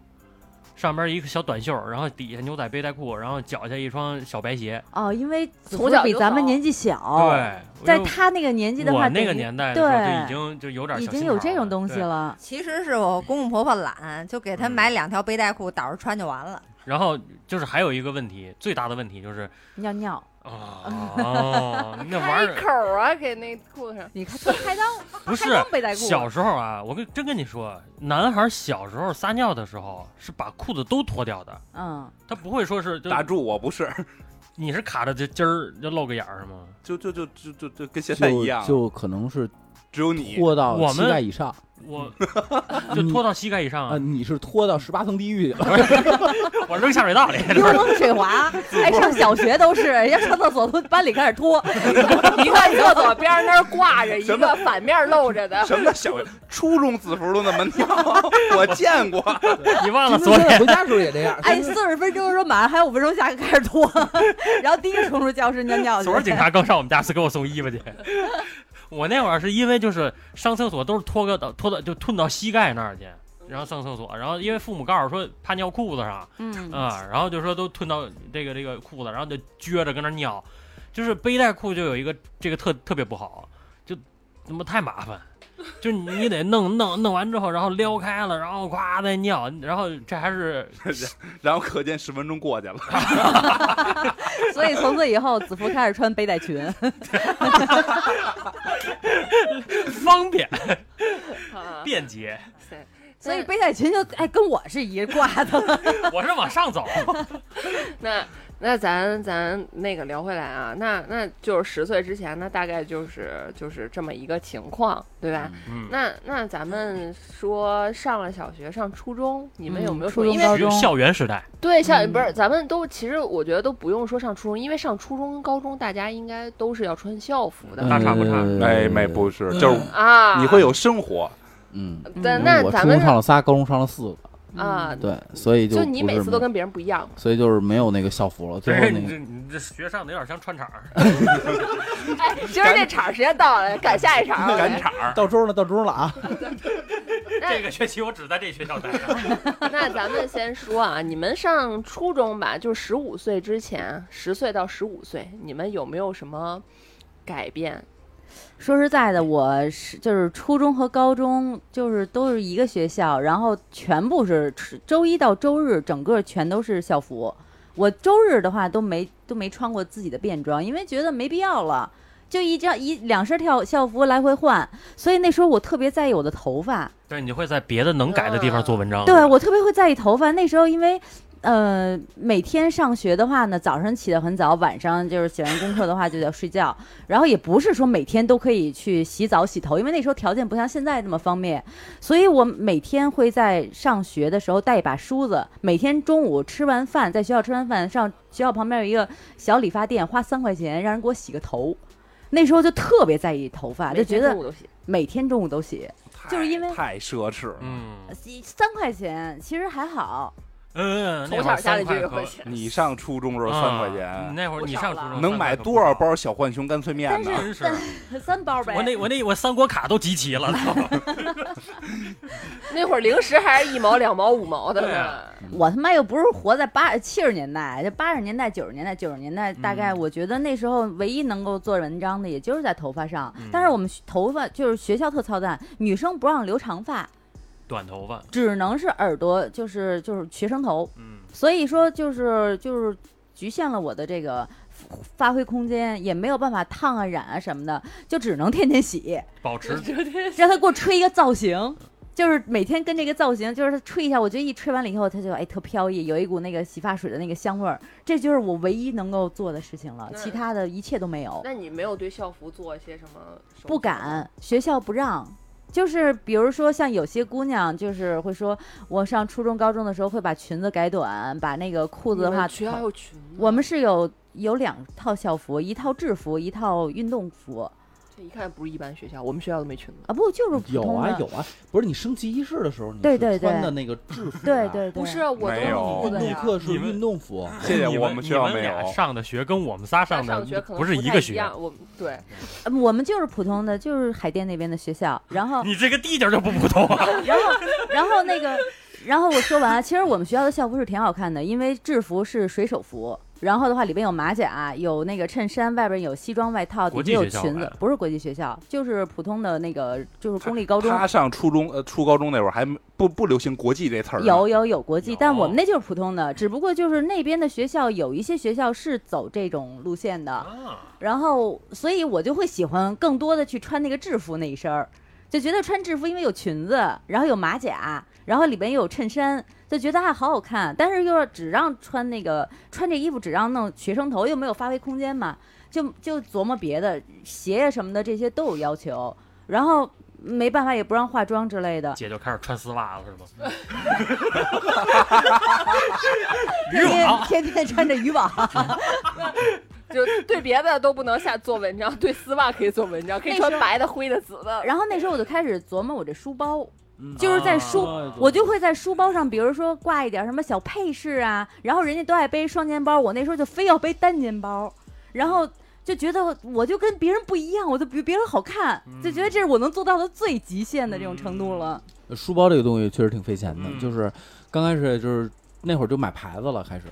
Speaker 2: 上边一个小短袖，然后底下牛仔背带裤，然后脚下一双小白鞋。
Speaker 6: 哦，因为祖
Speaker 5: 从
Speaker 6: 父
Speaker 5: 小
Speaker 6: 比
Speaker 5: 就
Speaker 6: 咱们
Speaker 5: 少
Speaker 6: 年纪小，
Speaker 2: 对，
Speaker 6: 哦在
Speaker 2: 因为
Speaker 6: 他那个年纪的话，
Speaker 2: 我那个
Speaker 6: 等于
Speaker 2: 年代的时候就
Speaker 6: 对
Speaker 2: 已经就有点
Speaker 6: 已
Speaker 2: 小
Speaker 6: 经
Speaker 2: 心
Speaker 6: 有
Speaker 2: 眼儿
Speaker 6: 这种东西
Speaker 2: 对
Speaker 6: 了。
Speaker 9: 其实是我公公婆婆懒，就给他
Speaker 6: 嗯
Speaker 9: 买两条背带裤，倒着穿就完了。
Speaker 2: 然后就是还有一个问题，最大的问题就是
Speaker 6: 尿尿，
Speaker 2: 啊， 哦那玩
Speaker 5: 开
Speaker 2: 意儿
Speaker 5: 口啊，给那裤子上。
Speaker 6: 你看，还当
Speaker 2: 不是
Speaker 6: 还当背带裤，
Speaker 2: 小时候啊，我跟真跟你说，男孩小时候撒尿的时候是把裤子都脱掉的，
Speaker 6: 嗯，
Speaker 2: 他不会说是就
Speaker 4: 打住，我不是，
Speaker 2: 你是卡着这筋儿就露个眼儿是吗？
Speaker 4: 就就就就就就跟现在一样
Speaker 3: 就，就可能是
Speaker 4: 只有你
Speaker 3: 拖到
Speaker 2: 我
Speaker 3: 膝
Speaker 2: 们
Speaker 3: 盖以上
Speaker 2: 我 就脱到膝盖以上
Speaker 3: 啊，
Speaker 2: 啊，
Speaker 3: 你是拖到十八层地狱去了。
Speaker 2: 我扔下水道里。
Speaker 6: 溜风水 滑，哎，上小学都是，人家上厕所都班里开始脱，
Speaker 5: 一个厕所边儿那儿挂着一
Speaker 4: 什么
Speaker 5: 个反面露着的，
Speaker 4: 什么叫小初中子服都那么尿，我见过。
Speaker 2: 你忘了
Speaker 3: 今
Speaker 2: 昨
Speaker 3: 天
Speaker 2: 天
Speaker 3: 现在 回家的时候也这
Speaker 2: 啊
Speaker 3: 样。
Speaker 6: 哎，四十分钟的时候马上还有五分钟下课开始 脱，然后第一个冲出教室尿尿去。
Speaker 2: 昨儿警察刚上我们家是给我送衣服去。 我那会儿是因为就是上厕所都是脱个到脱到就吞到膝盖那儿去，然后上厕所，然后因为父母告诉我说怕尿裤子上
Speaker 6: 嗯，
Speaker 2: 啊、然后就说都吞到这个这个裤子，然后就撅着跟那儿尿，就是背带裤就有一个这个特特别不好，就他妈太麻烦。就你得弄弄弄完之后，然后撩开了，然后咵再尿，然后这还是
Speaker 4: 然后可见十分钟过去了，
Speaker 6: 所以从此以后，子福开始穿背带裙。
Speaker 2: 方便
Speaker 5: 啊
Speaker 2: 便捷。
Speaker 5: 对
Speaker 6: 所以背带裙就哎跟我是一挂的，
Speaker 2: 我是往上走，
Speaker 5: 那那咱咱那个聊回来啊，那那就是十岁之前呢，大概就是就是这么一个情况，对吧？
Speaker 2: 嗯，
Speaker 5: 那那咱们说上了小学，上初中，你们有没有
Speaker 6: 嗯初
Speaker 5: 说？
Speaker 6: 中
Speaker 5: 因为
Speaker 6: 高中
Speaker 2: 校园时代。
Speaker 5: 对，像
Speaker 6: 嗯
Speaker 5: 不是咱们都，其实我觉得都不用说上初中，因为上初中跟高中大家应该都是要穿校服
Speaker 6: 嗯
Speaker 5: 的
Speaker 2: 大差哎不差
Speaker 3: 呃
Speaker 4: 没哎没不是，就是
Speaker 5: 啊。
Speaker 4: 嗯你会有生活，
Speaker 3: 嗯，
Speaker 5: 但
Speaker 6: 嗯
Speaker 5: 那
Speaker 3: 我
Speaker 5: 咱
Speaker 3: 初
Speaker 5: 们
Speaker 3: 中上了�仨，高中上了四个，
Speaker 2: 嗯
Speaker 5: 啊，
Speaker 3: 对，所以就
Speaker 5: 你
Speaker 3: 不是
Speaker 5: 每次都
Speaker 3: 没
Speaker 5: 跟别人不 一样。
Speaker 3: 所以就是没有那个校服了，最后那
Speaker 2: 你
Speaker 3: 个
Speaker 2: 这你这学上的有点像穿场儿，
Speaker 5: 哎，今儿这场儿时间到了，赶下一场儿。
Speaker 4: 赶场儿。
Speaker 3: 到周了，到周了啊！
Speaker 2: 这个学期我只在这学校待着。
Speaker 5: 那咱们先说啊，你们上初中吧，就十五岁之前，十岁到十五岁，你们有没有什么改变？
Speaker 6: 说实在的，我是就是初中和高中就是都是一个学校，然后全部是吃周一到周日整个全都是校服。我周日的话都没都没穿过自己的便装，因为觉得没必要了，就一张一两身跳校服来回换。所以那时候我特别在意我的头发，
Speaker 2: 对，你就会在别的能改的地方做文章。
Speaker 6: 嗯对我特别会在意头发。那时候因为。呃，每天上学的话呢，早上起得很早，晚上就是写完功课的话就得睡觉。然后也不是说每天都可以去洗澡洗头，因为那时候条件不像现在那么方便，所以我每天会在上学的时候带一把梳子，每天中午吃完饭，在学校吃完饭，上学校旁边有一个小理发店，花三块钱让人给我洗个头。那时候就特别在意头发，啊就觉
Speaker 5: 每天
Speaker 6: 得
Speaker 5: 中午都洗
Speaker 6: 每天中午都洗，就是因为
Speaker 4: 太奢侈了。
Speaker 2: 嗯
Speaker 6: 洗三块钱其实还好。
Speaker 2: 嗯，
Speaker 5: 从小家里就有块
Speaker 2: 钱，
Speaker 5: 钱。
Speaker 4: 你上初中时候三块钱，
Speaker 2: 嗯啊那会儿你上初中
Speaker 4: 能买多少？包小浣熊干脆面呢？
Speaker 2: 真是，
Speaker 6: 三包呗。
Speaker 2: 我那我那我三国卡都集齐了。
Speaker 5: 那会儿零食还是一毛、两毛、五毛的
Speaker 2: 对
Speaker 5: 呢
Speaker 2: 啊。
Speaker 6: 我他妈又不是活在八七十年代，就八十年代、九十年代、九十年代，大概
Speaker 2: 嗯
Speaker 6: 我觉得那时候唯一能够做文章的，也就是在头发上。
Speaker 2: 嗯
Speaker 6: 但是我们学头发就是学校特操蛋，女生不让留长发，
Speaker 2: 短头发，
Speaker 6: 只能是耳朵，就是就是学生头。
Speaker 2: 嗯，
Speaker 6: 所以说就是就是局限了我的这个发挥空间，也没有办法烫啊染啊什么的，就只能天天洗。
Speaker 2: 保 持
Speaker 6: 让他给我吹一个造型，就是每天跟这个造型，就是他吹一下，我觉得一吹完了以后，他就哎特飘逸，有一股那个洗发水的那个香味儿，这就是我唯一能够做的事情了，
Speaker 5: 那
Speaker 6: 其他的一切都没有，
Speaker 5: 嗯那你没有对校服做一些什么？
Speaker 6: 不。敢，学校不让。就是比如说，像有些姑娘，就是会说，我上初中、高中的时候会把裙子改短，把那个裤
Speaker 5: 裤
Speaker 6: 子的话，
Speaker 5: 学校有裙子，
Speaker 6: 我们是有有两套校服，一套制服，一套运动服
Speaker 5: 这一看不是一般学校，我们学校都没裙子。
Speaker 6: 啊，不就是普
Speaker 3: 有
Speaker 6: 通的
Speaker 3: 啊有啊，不是你升旗仪式的时候，你
Speaker 6: 对
Speaker 3: 是
Speaker 6: 对对
Speaker 3: 穿的那个制服、啊，
Speaker 6: 对对对，
Speaker 5: 不是，我都
Speaker 4: 没有
Speaker 6: 裤
Speaker 5: 是
Speaker 6: 子
Speaker 3: 运动
Speaker 5: 呀
Speaker 3: 课是
Speaker 2: 你们
Speaker 3: 运动服，
Speaker 4: 谢谢
Speaker 2: 你
Speaker 4: 我们学校
Speaker 2: 你们
Speaker 4: 没
Speaker 2: 俩
Speaker 4: 有。
Speaker 2: 上的学跟我们仨
Speaker 5: 他
Speaker 2: 的
Speaker 5: 上学可能
Speaker 2: 不是
Speaker 5: 太
Speaker 2: 一
Speaker 5: 一
Speaker 2: 个学
Speaker 5: 样。我们对，
Speaker 6: 呃我们就是普通的，就是海淀那边的学校，然后
Speaker 2: 你这个地界就不普通啊！
Speaker 6: 然后，然后那个，然后我说完了，其实我们学校的校服是挺好看的，因为制服是水手服，然后的话里边有马甲，有那个衬衫，外边有西装外套，底
Speaker 2: 国际
Speaker 6: 下有
Speaker 2: 学校
Speaker 6: 裙
Speaker 2: 吧
Speaker 6: 子，不是国际学校，就是普通的那个就是公立高中。
Speaker 4: 他上初中呃初高中那会儿还没不不流行国际这词儿呢，
Speaker 6: 有有有国际，但我们
Speaker 2: 有
Speaker 6: 那就是普通的，只不过就是那边的学校有一些学校是走这种路线的，
Speaker 2: 啊，
Speaker 6: 然后所以我就会喜欢更多的去穿那个制服那一身儿，就觉得穿制服因为有裙子，然后有马甲，然后里边又有衬衫，就觉得还好好看。但是又是只让穿那个穿这衣服只让弄学生头，又没有发挥空间嘛，就就琢磨别的鞋呀什么的这些都有要求，然后没办法也不让化妆之类的。
Speaker 2: 姐就开始穿丝袜了是 吗？渔网，
Speaker 6: 天天穿着渔网，
Speaker 5: 就对别的都不能下做文章，对丝袜可以做文章，可以穿白的、灰的、紫的。
Speaker 6: 然后那时候我就开始琢磨我这书包，
Speaker 9: 嗯
Speaker 6: 就是在书
Speaker 3: 啊
Speaker 6: 我就会在书包上，比如说挂一点什么小配饰啊，然后人家都爱背双肩包，我那时候就非要背单肩包，然后就觉得我就跟别人不一样，我就比别人好看，就
Speaker 9: 嗯
Speaker 6: 觉得这是我能做到的最极限的这种程度了。
Speaker 3: 书包这个东西确实挺费钱的，
Speaker 2: 嗯
Speaker 3: 就是刚开始就是那会儿就买牌子了，开始，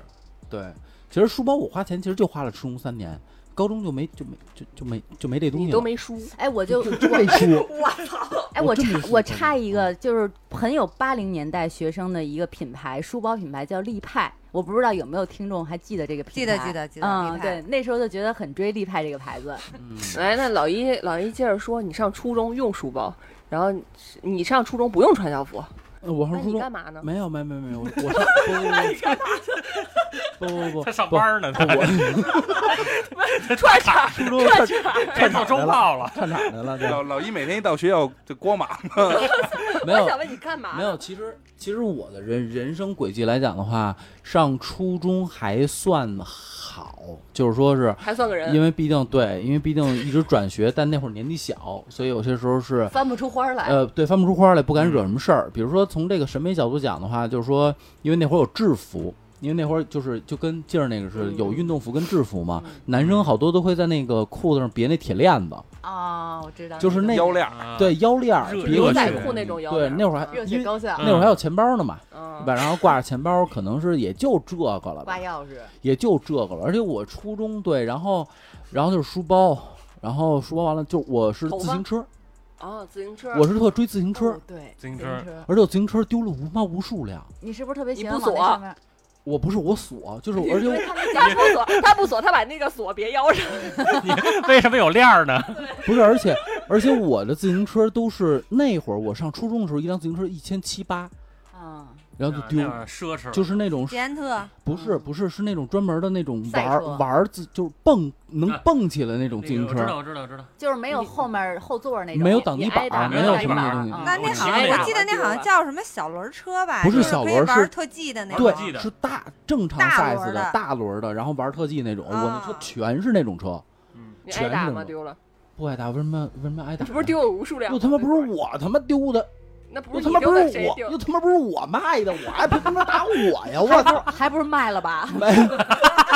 Speaker 3: 对，其实书包我花钱其实就花了初中三年，高中就没就没就就没就没这东西
Speaker 5: 你
Speaker 3: 了，
Speaker 5: 都没输，
Speaker 6: 哎，我就
Speaker 3: 就没书，
Speaker 6: 哎，
Speaker 3: 我
Speaker 6: 我
Speaker 3: 真没
Speaker 6: 插
Speaker 3: 试过
Speaker 6: 我插一
Speaker 3: 嗯
Speaker 6: 个，就是很有八零年代学生的一个品牌，书包品牌叫立派。我不知道有没有听众还记得这个品牌？
Speaker 9: 记得记得记得
Speaker 6: 嗯，
Speaker 9: 立
Speaker 6: 对，
Speaker 9: 派
Speaker 6: 那时候就觉得很追立派这个牌子。
Speaker 5: 来，哎那老一老一接着说，你上初中用书包，然后你上初中不用穿校服，
Speaker 3: 呃我
Speaker 5: 那
Speaker 3: 上初
Speaker 5: 你干
Speaker 3: 中
Speaker 5: 嘛呢？
Speaker 3: 没有没有没有没有， 我上不不不不不不
Speaker 2: 他
Speaker 3: 不
Speaker 2: 上班呢，他
Speaker 5: 穿啥？
Speaker 3: 初中串
Speaker 2: 开始做周报了。
Speaker 3: 串场去了，对
Speaker 4: 老老一每天一到学校就光膀子，
Speaker 3: 没有
Speaker 5: 我想问你干嘛？
Speaker 3: 没有，，其实其实我的人人生轨迹来讲的话，上初中还算好，就是说是
Speaker 5: 还算个人。
Speaker 3: 因为毕竟对，因为毕竟一直转学，但那会儿年纪小，所以有些时候是
Speaker 10: 翻不出花儿来。
Speaker 3: 呃，对，翻不出花来，不敢惹什么事儿。比如说从这个审美角度讲的话，就是说，因为那会儿有制服，因为那会儿就是就跟劲儿那个是有运动服跟制服嘛，男生好多都会在那个裤子上别那铁链子，
Speaker 10: 哦，我知道，
Speaker 3: 就是那
Speaker 2: 啊
Speaker 4: 腰链
Speaker 6: 嗯
Speaker 4: 儿
Speaker 3: 对腰链儿
Speaker 2: 热
Speaker 3: 别
Speaker 2: 热
Speaker 3: 那
Speaker 2: 带
Speaker 3: 种
Speaker 5: 裤那种腰
Speaker 3: 对，
Speaker 5: 链儿
Speaker 3: 那会儿还
Speaker 10: 热
Speaker 3: 因
Speaker 10: 血
Speaker 3: 为嗯
Speaker 10: 高校
Speaker 3: 那会儿还有钱包呢嘛，对
Speaker 5: 嗯，
Speaker 3: 吧？然后挂着钱包，可能是也就这个了吧
Speaker 10: 挂，钥匙，
Speaker 3: 也就这个了。而且我初中对，然后然后就是书包，然后书包完了就我是
Speaker 5: 头
Speaker 3: 自
Speaker 5: 发嗯
Speaker 3: 行车，
Speaker 5: 哦，自行车。
Speaker 3: 我是特追自行车
Speaker 10: 哦，对，
Speaker 2: 自行
Speaker 10: 自
Speaker 2: 车
Speaker 10: 行车，
Speaker 3: 而且我自行车丢了无猫无数辆。
Speaker 10: 你是不是特别喜
Speaker 5: 你
Speaker 10: 欢
Speaker 5: 不
Speaker 10: 往那
Speaker 5: 锁
Speaker 10: 上面？
Speaker 3: 我不是我锁，就是我，而且
Speaker 5: 因
Speaker 3: 我
Speaker 5: 为 他们家不锁，他不锁，他把那个锁别腰上。
Speaker 2: 你为什么有链儿呢？
Speaker 3: 不是，而且而且我的自行车都是那会儿我上初中的时候，一辆自行车一千七八，
Speaker 10: 嗯，
Speaker 3: 然后就丢
Speaker 2: 啊那，样奢侈了，
Speaker 3: 就是那种
Speaker 9: 捷安特
Speaker 3: 不是不是是那种专门的那种
Speaker 10: 赛
Speaker 3: 玩儿
Speaker 10: 车
Speaker 3: 玩儿自就是蹦能
Speaker 2: 啊
Speaker 3: 蹦起来那种
Speaker 2: 那
Speaker 3: 自
Speaker 2: 个
Speaker 3: 行
Speaker 2: 我知道，
Speaker 3: 车，
Speaker 2: 我知道，我知道。
Speaker 10: 就是没有后面后座那种，
Speaker 3: 没有挡泥
Speaker 6: 哎
Speaker 5: 也挨打
Speaker 3: 板，
Speaker 2: 没有
Speaker 3: 有
Speaker 2: 挡泥
Speaker 3: 什么
Speaker 2: 板
Speaker 3: 东西
Speaker 10: 啊。
Speaker 9: 那那
Speaker 2: 我
Speaker 9: 好
Speaker 2: 骑
Speaker 9: 像
Speaker 2: 那
Speaker 9: 我
Speaker 2: 个
Speaker 9: 记得那好像叫什么小轮车吧？
Speaker 3: 不是
Speaker 9: 就是
Speaker 3: 小
Speaker 9: 可以
Speaker 3: 轮
Speaker 9: 玩
Speaker 3: 是
Speaker 9: 特技的那
Speaker 3: 对
Speaker 9: 种。
Speaker 2: 记得
Speaker 3: 是大正常
Speaker 9: 大
Speaker 3: size
Speaker 9: 轮
Speaker 3: 的
Speaker 9: 儿的
Speaker 3: 大轮儿的，然后玩儿特技那种。我那车
Speaker 9: 啊
Speaker 3: 全是那种车，
Speaker 2: 嗯，
Speaker 5: 你挨
Speaker 3: 全
Speaker 5: 打
Speaker 3: 是
Speaker 5: 吗？
Speaker 3: 吗
Speaker 5: 丢了，
Speaker 3: 不挨打，为什么为什么挨打？
Speaker 5: 这不是？丢了无数辆？
Speaker 3: 又他妈不是，我他妈丢的，
Speaker 5: 那不
Speaker 3: 又
Speaker 5: 是
Speaker 3: 他
Speaker 5: 你
Speaker 3: 妈
Speaker 5: 丢
Speaker 3: 不
Speaker 5: 的，
Speaker 3: 是
Speaker 5: 谁
Speaker 3: 我，
Speaker 5: 丢
Speaker 3: 又？他妈不是我卖的，我还凭什么打我呀？我
Speaker 10: 还不
Speaker 3: 操！
Speaker 10: 是还不是卖了吧？
Speaker 3: 没，没有，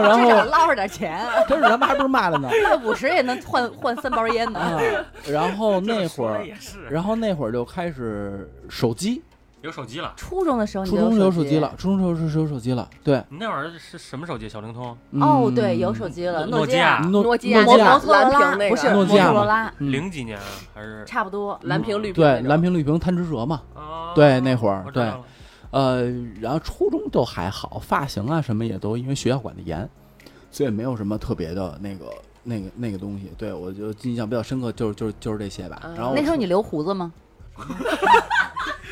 Speaker 3: 然
Speaker 10: 至少
Speaker 3: 后
Speaker 10: 捞着点钱，
Speaker 3: 真是咱们还不是卖了 呢。
Speaker 10: 卖五十也能换换三包烟呢。
Speaker 3: 啊，然后那会
Speaker 2: 说的
Speaker 3: 儿
Speaker 2: 也，是
Speaker 3: 然后那会儿就开始手机，
Speaker 2: 有手机了。
Speaker 6: 初中的时候你
Speaker 3: 初
Speaker 6: 就
Speaker 3: 中就有
Speaker 6: 嗯有
Speaker 3: 手机了，初中时候是是有手机了，对。
Speaker 2: 你那会儿是什么手机？小灵通、
Speaker 3: 嗯
Speaker 6: 哦，对，有手机了，
Speaker 2: 诺
Speaker 6: 基亚、
Speaker 3: 诺
Speaker 5: 诺
Speaker 3: 基
Speaker 5: 基亚
Speaker 6: 摩
Speaker 5: 诺
Speaker 6: 摩
Speaker 5: 亚
Speaker 6: 托罗
Speaker 5: 蓝
Speaker 6: 拉
Speaker 5: 屏那个
Speaker 6: 不是
Speaker 3: 诺
Speaker 6: 摩
Speaker 3: 基亚
Speaker 6: 托罗
Speaker 3: 嘛
Speaker 6: 拉，
Speaker 3: 嗯
Speaker 2: 零几年啊还是
Speaker 6: 差不多。
Speaker 5: 蓝屏绿屏那
Speaker 3: 对，
Speaker 5: 种。
Speaker 3: 蓝屏绿屏贪吃蛇嘛，
Speaker 2: 啊
Speaker 3: 对，那会儿
Speaker 2: 我知
Speaker 3: 对
Speaker 2: 道，了
Speaker 3: 呃，然后初中都还好，发型啊什么也都因为学校管得严，所以没有什么特别的那个那个那个东西。对我就印象比较深刻，就是就是就是这些吧。然后
Speaker 6: 那时候
Speaker 3: 初
Speaker 6: 你留胡子吗？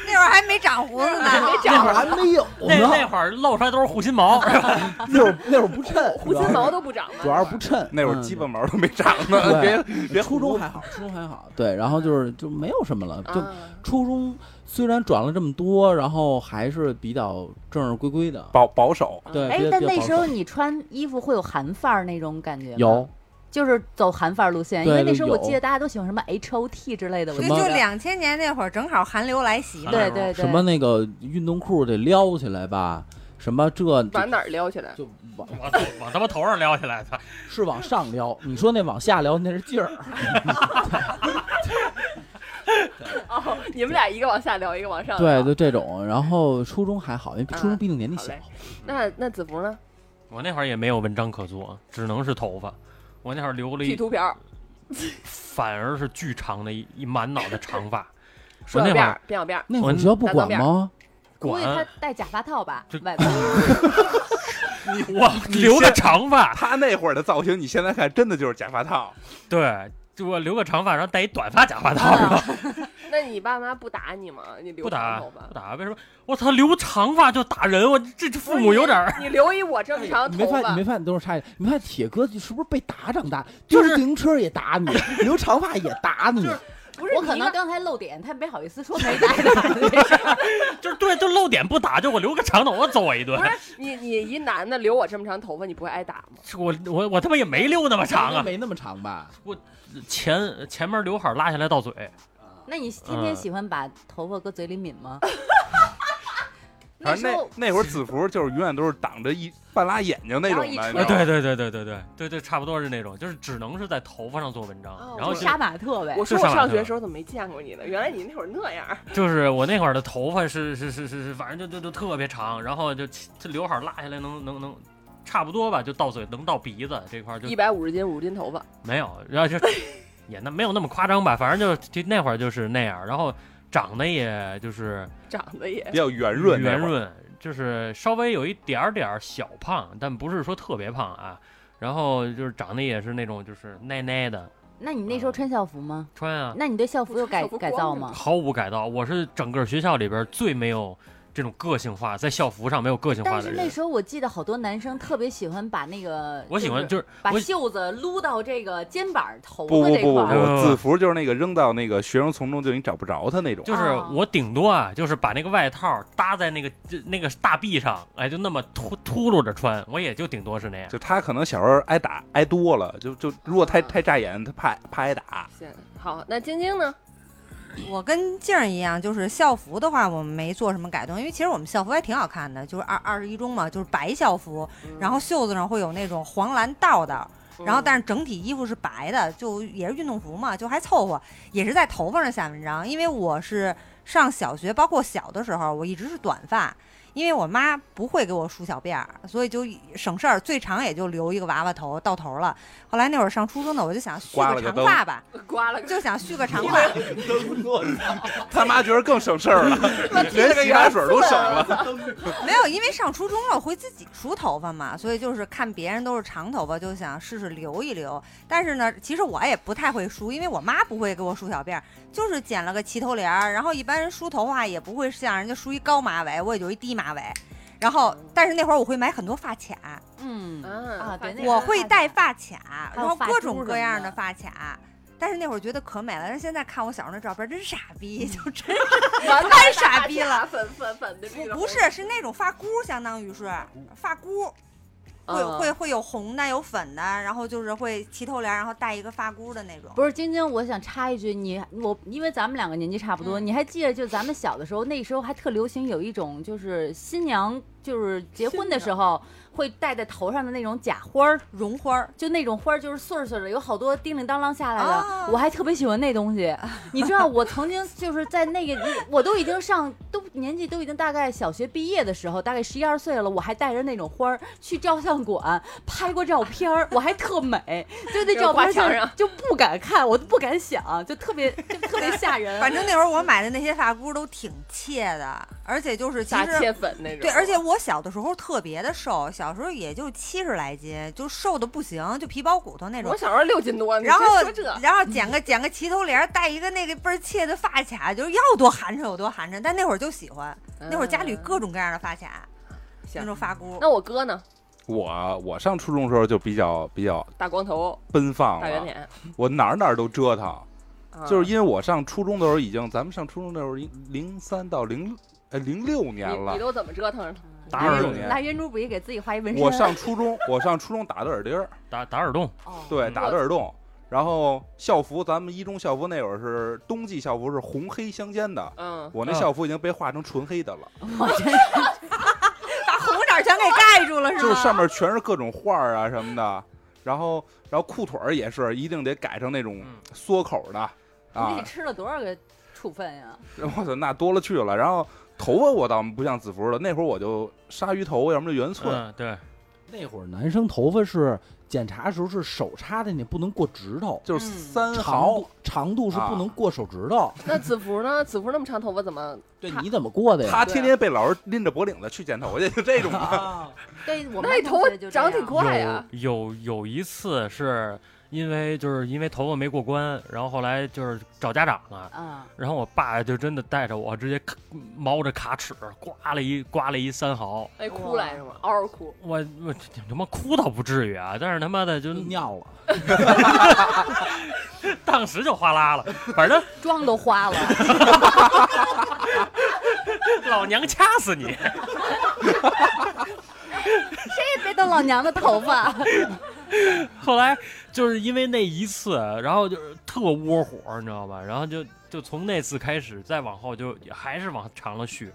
Speaker 9: 那会儿还没长胡子呢，
Speaker 3: 那会儿还没有
Speaker 2: 那那
Speaker 3: 呢，
Speaker 2: 会儿露出来都是护心毛，
Speaker 3: 那会儿那会儿不衬，
Speaker 5: 胡心毛都不长吗？
Speaker 3: 主要是不衬，
Speaker 4: 那会儿
Speaker 3: 嗯
Speaker 4: 鸡巴毛都没长呢，别
Speaker 3: 对
Speaker 4: 别
Speaker 3: 初中
Speaker 4: 胡嗯
Speaker 3: 还好，初中还好，对，然后就是就没有什么了，就
Speaker 5: 啊
Speaker 3: 初中虽然转了这么多，然后还是比较正儿规规的，
Speaker 4: 保保守，
Speaker 3: 对，
Speaker 6: 哎
Speaker 3: 比，较
Speaker 6: 但
Speaker 3: 比较
Speaker 6: 那
Speaker 3: 保
Speaker 6: 时候
Speaker 3: 守
Speaker 6: 你穿衣服会有韩范儿那种感觉吗？
Speaker 3: 有，
Speaker 6: 就是走韩范儿路线，因
Speaker 3: 对
Speaker 6: 为那时候我
Speaker 3: 有
Speaker 6: 记得大家都喜欢什么 H O T 之类的，我
Speaker 3: 什
Speaker 9: 就
Speaker 3: 么
Speaker 9: 就两千年那会儿正好韩流来袭嘛。
Speaker 6: 对对对，
Speaker 3: 什么那个运动裤得撩起来吧，什么这就
Speaker 5: 把哪儿撩起来？
Speaker 3: 就往
Speaker 2: 往往他妈头上撩起来，操！
Speaker 3: 是往上撩，你说那往下撩那是劲儿，
Speaker 5: 哦你们俩一个往下聊，一个往上聊。
Speaker 3: 对，就这种。然后初中还好，因为初中毕竟年龄
Speaker 5: 嗯好
Speaker 3: 小
Speaker 5: 嘞，那那子服呢？
Speaker 2: 我那会儿也没有文章可做，只能是头发。我那会儿留了
Speaker 5: P
Speaker 2: 一，
Speaker 5: 图片儿，
Speaker 2: 反而是巨长的一一满脑袋长 发。
Speaker 5: 说
Speaker 2: 我那
Speaker 5: 小
Speaker 2: 会
Speaker 5: 辫
Speaker 2: 儿
Speaker 5: 儿，辫小辫 儿。
Speaker 3: 那会儿学校不管吗？
Speaker 6: 估计他
Speaker 2: 管
Speaker 6: 戴假发套吧
Speaker 2: 这，
Speaker 6: 外边
Speaker 2: 我留的长发，
Speaker 4: 他那会儿的造型，你现在看真的就是假发套。
Speaker 2: 对，就我留个长发，然后戴一短发假发套，
Speaker 6: 啊嗯
Speaker 5: 那你爸妈不打你吗？你留
Speaker 2: 不
Speaker 5: 长
Speaker 2: 打
Speaker 5: 头发
Speaker 2: 不，打，为什么？我操，留长发就打人，我这这父母有点儿。哎
Speaker 5: 你留一我这么长
Speaker 3: 你
Speaker 5: 头
Speaker 3: 没发你
Speaker 5: 发
Speaker 3: 没，发现都是差异？你没发现铁哥是不是被打长大？就是自行车也打你，留长发也打你，
Speaker 5: 不是
Speaker 6: 我可能
Speaker 5: 你一个
Speaker 6: 刚才漏点，他没好意思说没戴的。
Speaker 2: 就是对，就露点不打，就我留个长头发揍我一顿
Speaker 5: 不。是你你一男的留我这么长头发，你不会挨打吗？
Speaker 2: 我我我他妈也没留那么长啊，
Speaker 3: 没那么长吧？
Speaker 2: 前前面刘海拉下来到嘴，
Speaker 6: 那你天天
Speaker 2: 嗯
Speaker 6: 喜欢把头发搁嘴里抿 吗？
Speaker 4: 反
Speaker 6: 时候
Speaker 4: 正啊那那会儿子服就是永远都是挡着一半拉眼睛那种的，你
Speaker 5: 然后一
Speaker 2: 啊，
Speaker 4: 知道
Speaker 5: 吹
Speaker 4: 吗
Speaker 2: 对对对对对对对对，差不多是那种，就是只能是在头发上做文章，
Speaker 5: 哦
Speaker 2: 然后
Speaker 5: 我
Speaker 2: 就
Speaker 6: 杀马特呗
Speaker 5: 我。说
Speaker 2: 就
Speaker 5: 我
Speaker 2: 上来
Speaker 5: 上学
Speaker 2: 了
Speaker 5: 时候怎么没见过你呢？原来你那会儿那样儿。
Speaker 2: 就是我那会儿的头发是是是是是，反正就就就特别长，然后就这刘海拉下来能能能差不多吧，就到嘴能到鼻子这块儿就
Speaker 5: 一百五十斤五十斤头发，
Speaker 2: 没有，然 后就也那没有那么夸张吧，反正就是就那会儿就是那样，然后长得也就是
Speaker 5: 长得也
Speaker 4: 比较圆润，
Speaker 2: 圆。润，就是稍微有一点儿点儿小胖，但不是说特别胖啊。然后就是长得也是那种就是奶奶的
Speaker 6: 那你那时候穿校服吗？
Speaker 2: 穿啊，
Speaker 6: 那你对校服有改
Speaker 5: 不
Speaker 6: 改
Speaker 5: 穿校服光
Speaker 6: 造
Speaker 5: 着
Speaker 6: 吗？
Speaker 2: 毫无改造。我是整个学校里边儿最没有这种个性化，在校服上没有个性化
Speaker 6: 但
Speaker 2: 的
Speaker 6: 是那
Speaker 2: 人。
Speaker 6: 时候我记得好多男生特别喜欢把那个，
Speaker 2: 我喜欢
Speaker 6: 就是
Speaker 2: 就是
Speaker 6: 把
Speaker 2: 我
Speaker 6: 袖子撸到这个肩膀、头
Speaker 4: 不
Speaker 6: 发
Speaker 4: 不
Speaker 6: 这
Speaker 4: 不
Speaker 6: 块
Speaker 4: 不
Speaker 6: 儿。
Speaker 4: 不，子服就是那个扔到那个学生丛中就你找不着他那种。
Speaker 2: 就是
Speaker 6: 啊
Speaker 2: 我顶多啊，就是把那个外套搭在那个就那个大臂上，哎，就那么秃秃噜着穿，我也就顶多是那样。
Speaker 4: 就啊他可能小时候挨打挨多了，就就如果太太扎眼，他怕怕挨打。
Speaker 5: 行。好，那晶晶呢？
Speaker 9: 我跟静儿一样，就是校服的话，我们没做什么改动，因为其实我们校服还挺好看的，就是二二十一中嘛，就是白校服，
Speaker 4: 嗯
Speaker 9: 然后袖子上会有那种黄蓝道道，然后但
Speaker 5: 是
Speaker 9: 是整体衣服是白的，就也是运动服嘛，就还凑合，也是在头发上下文章。因为我是上小学，包括小的时候，我一直是短发，因为我妈不会给我梳小辫儿，所以就省事儿，最长也就留一个娃娃头到头了。后来那会儿上初中呢，我就想蓄
Speaker 4: 刮了
Speaker 9: 个
Speaker 4: 个
Speaker 9: 长
Speaker 4: 灯
Speaker 9: 发吧，
Speaker 5: 嗯刮了个
Speaker 9: 就想蓄个长发。
Speaker 4: 他妈觉得更省事儿了，连洗发水都省了。
Speaker 9: 没有，因为上初中了，会自己梳头发嘛，所以就是看别人都是长头发，就想试试留一留。但是呢，其实我也不太会梳，因为我妈不会给我梳小辫儿，就是剪了个齐头帘儿。然后一般人梳头发也不会像人家梳一高马尾，我也就一低马尾。然后，但是那会儿我会买很多发卡，
Speaker 6: 嗯
Speaker 5: 啊
Speaker 6: 啊，对，那个
Speaker 9: 我会戴
Speaker 6: 发
Speaker 9: 发卡，
Speaker 6: 还有
Speaker 9: 然后
Speaker 6: 发
Speaker 9: 各
Speaker 6: 珠
Speaker 9: 种
Speaker 6: 什
Speaker 9: 各
Speaker 6: 么
Speaker 9: 样
Speaker 6: 的
Speaker 9: 的发卡。但是那会儿觉得可美了，但是现在看我小时候那照片，真傻
Speaker 6: 嗯
Speaker 9: 逼，就真
Speaker 5: 完
Speaker 9: 太傻逼了，
Speaker 5: 粉粉粉的绿的
Speaker 9: 不不是是那种发箍，相当于是发箍。会
Speaker 5: 嗯
Speaker 9: 有会会有红的，有粉的，然后就是会齐头帘，然后带一个发箍的那种。
Speaker 6: 不是晶晶，我想插一句，你我因为咱们两个年纪差不多，
Speaker 9: 嗯
Speaker 6: 你还记得就咱们小的时候，那时候还特流行有一种就是新娘就是结婚的时候会戴在头上的那种假花儿，
Speaker 9: 绒花儿，
Speaker 6: 就那种花儿就是穗儿穗儿的，有好多叮铃当啷下来的，
Speaker 9: 啊
Speaker 6: 我还特别喜欢那东西。你知道我曾经就是在那个，我都已经上都年纪都已经大概小学毕业的时候，大概十一二岁了，我还带着那种花儿去照相馆拍过照片儿，我还特美，就那照片
Speaker 5: 挂墙上
Speaker 6: 儿就就不敢看，我都不敢想，就特别 就特别吓人。
Speaker 9: 反正那会儿我买的那些发箍都挺切的，而且就是其
Speaker 5: 大切
Speaker 9: 实
Speaker 5: 粉那种。
Speaker 9: 对，而且我小的时候特别的瘦，小时候也就七十来斤，就瘦的不行，就皮包骨头那种
Speaker 5: 我。小时候六斤多，你
Speaker 9: 然后
Speaker 5: 先说这，
Speaker 9: 然后剪个剪个齐头帘儿，戴一个那个倍儿切的发卡，就是要多寒碜有多寒碜。但那会儿就喜欢，那会儿家里
Speaker 5: 嗯。
Speaker 9: 各种各样的发卡，
Speaker 5: 行
Speaker 9: 那种发箍。
Speaker 5: 那我哥呢？
Speaker 4: 我我上初中的时候就比较比较
Speaker 5: 大光头，
Speaker 4: 奔放
Speaker 5: 大圆
Speaker 4: 了，
Speaker 5: 脸，
Speaker 4: 我哪儿哪儿都折腾。
Speaker 5: 啊
Speaker 4: 就是因为我上初中的时候已经，咱们上初中那时候零三到零呃零六年
Speaker 5: 你你
Speaker 4: 了，
Speaker 5: 都怎么折腾着
Speaker 2: 打
Speaker 4: 二
Speaker 2: 耳
Speaker 4: 六
Speaker 2: 洞，
Speaker 4: 年
Speaker 6: 拿圆珠笔给自己画一纹身。
Speaker 4: 我上初中我上初中打的耳钉儿，
Speaker 2: 打打耳洞，
Speaker 6: 哦
Speaker 4: 对，打的
Speaker 5: 我
Speaker 4: 耳洞。然后校服，咱们一中校服那会儿是冬季校服是红黑相间的，
Speaker 5: 嗯，
Speaker 4: 我那
Speaker 2: 啊
Speaker 4: 校服已经被画成纯黑的了，
Speaker 9: 把红点儿全给盖住了，是吗？
Speaker 4: 就是上面全是各种画儿啊什么的。然后然后裤腿儿也是一定得改成那种
Speaker 2: 嗯
Speaker 4: 缩口的，
Speaker 6: 你
Speaker 4: 啊
Speaker 6: 得，吃了多少个处分呀？
Speaker 4: 我操，那多了去了。然后头发我倒不像子服了，那会儿我就鲨鱼头，要么就圆寸，
Speaker 2: 嗯，对，
Speaker 3: 那会儿男生头发是检查时候是手插进去，不能过指头，
Speaker 4: 就是三
Speaker 3: 长
Speaker 4: 毫
Speaker 3: 度长度是不能过手指头。
Speaker 5: 那子服呢？子服那么长头发怎 么？
Speaker 3: 对，你怎么过的呀？
Speaker 4: 他天天被老师拎着脖领子去剪头发去，就 这种的。
Speaker 3: 啊
Speaker 6: 对，我们
Speaker 5: 那头
Speaker 6: 同
Speaker 5: 发
Speaker 6: 学就这
Speaker 5: 长
Speaker 6: 样
Speaker 5: 挺快呀。
Speaker 2: 有有一次是因为就是因为头发没过关，然后后来就是找家长了，
Speaker 6: 嗯，
Speaker 2: 然后我爸就真的带着我直接咔猫着卡尺刮了一刮了一三毫，
Speaker 5: 哎，哭来着吗？嗷嗷哭。
Speaker 2: 我我他妈哭倒不至于啊，但是他妈的就
Speaker 3: 就尿了，
Speaker 2: 当时就哗啦了，反正
Speaker 6: 妆都花 了，
Speaker 2: 老娘掐死你！
Speaker 6: 别动老娘的头发。
Speaker 2: 后来就是因为那一次，然后就是特窝火，你知道吧？然后就就从那次开始，再往后就还是往长了续。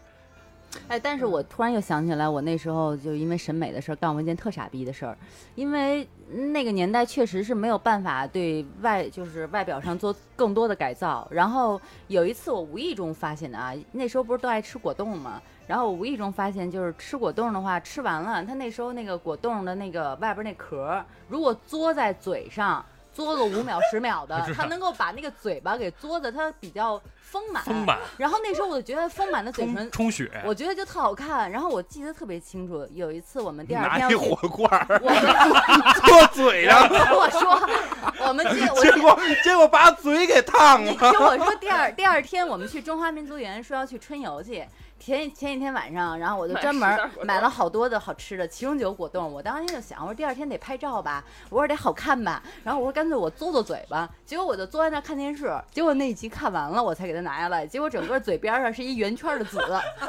Speaker 6: 哎，但是我突然又想起来，我那时候就因为审美的事儿干过一件特傻逼的事儿，因为那个年代确实是没有办法对外就是外表上做更多的改造。然后有一次我无意中发现的啊，那时候不是都爱吃果冻吗？然后我无意中发现，就是吃果冻的话，吃完了，它那时候那个果冻的那个外边那壳儿，如果嘬在嘴上。嘬个五秒十秒的
Speaker 2: 知，道
Speaker 6: 它能够把那个嘴巴给嘬的，它比较丰满。
Speaker 2: 丰。满
Speaker 6: 然后那时候我就觉得丰满的嘴唇
Speaker 2: 充充血，
Speaker 6: 我觉得就特好看。然后我记得特别清楚，有一次我们第二
Speaker 4: 拿
Speaker 6: 天要
Speaker 4: 一
Speaker 6: 去
Speaker 4: 火罐儿
Speaker 6: 我们
Speaker 4: 搁嘴 上，
Speaker 6: 我说我们记我
Speaker 4: 结
Speaker 6: 记
Speaker 4: 果结果把嘴给烫了。
Speaker 6: 就我说第二第二天我们去中华民族园，说要去春游去。前前一天晚上，然后我就
Speaker 5: 买
Speaker 6: 专门
Speaker 5: 十袋果冻
Speaker 6: 买了好多的好吃的，其中就有果冻。我当时就想，我说第二天得拍照吧，我说得好看吧，然后我说干脆我嘬嘬嘴吧。结果我就坐在那儿看电视，结果那一集看完了，我才给它拿下来。结果整个嘴边上是一圆圈的紫，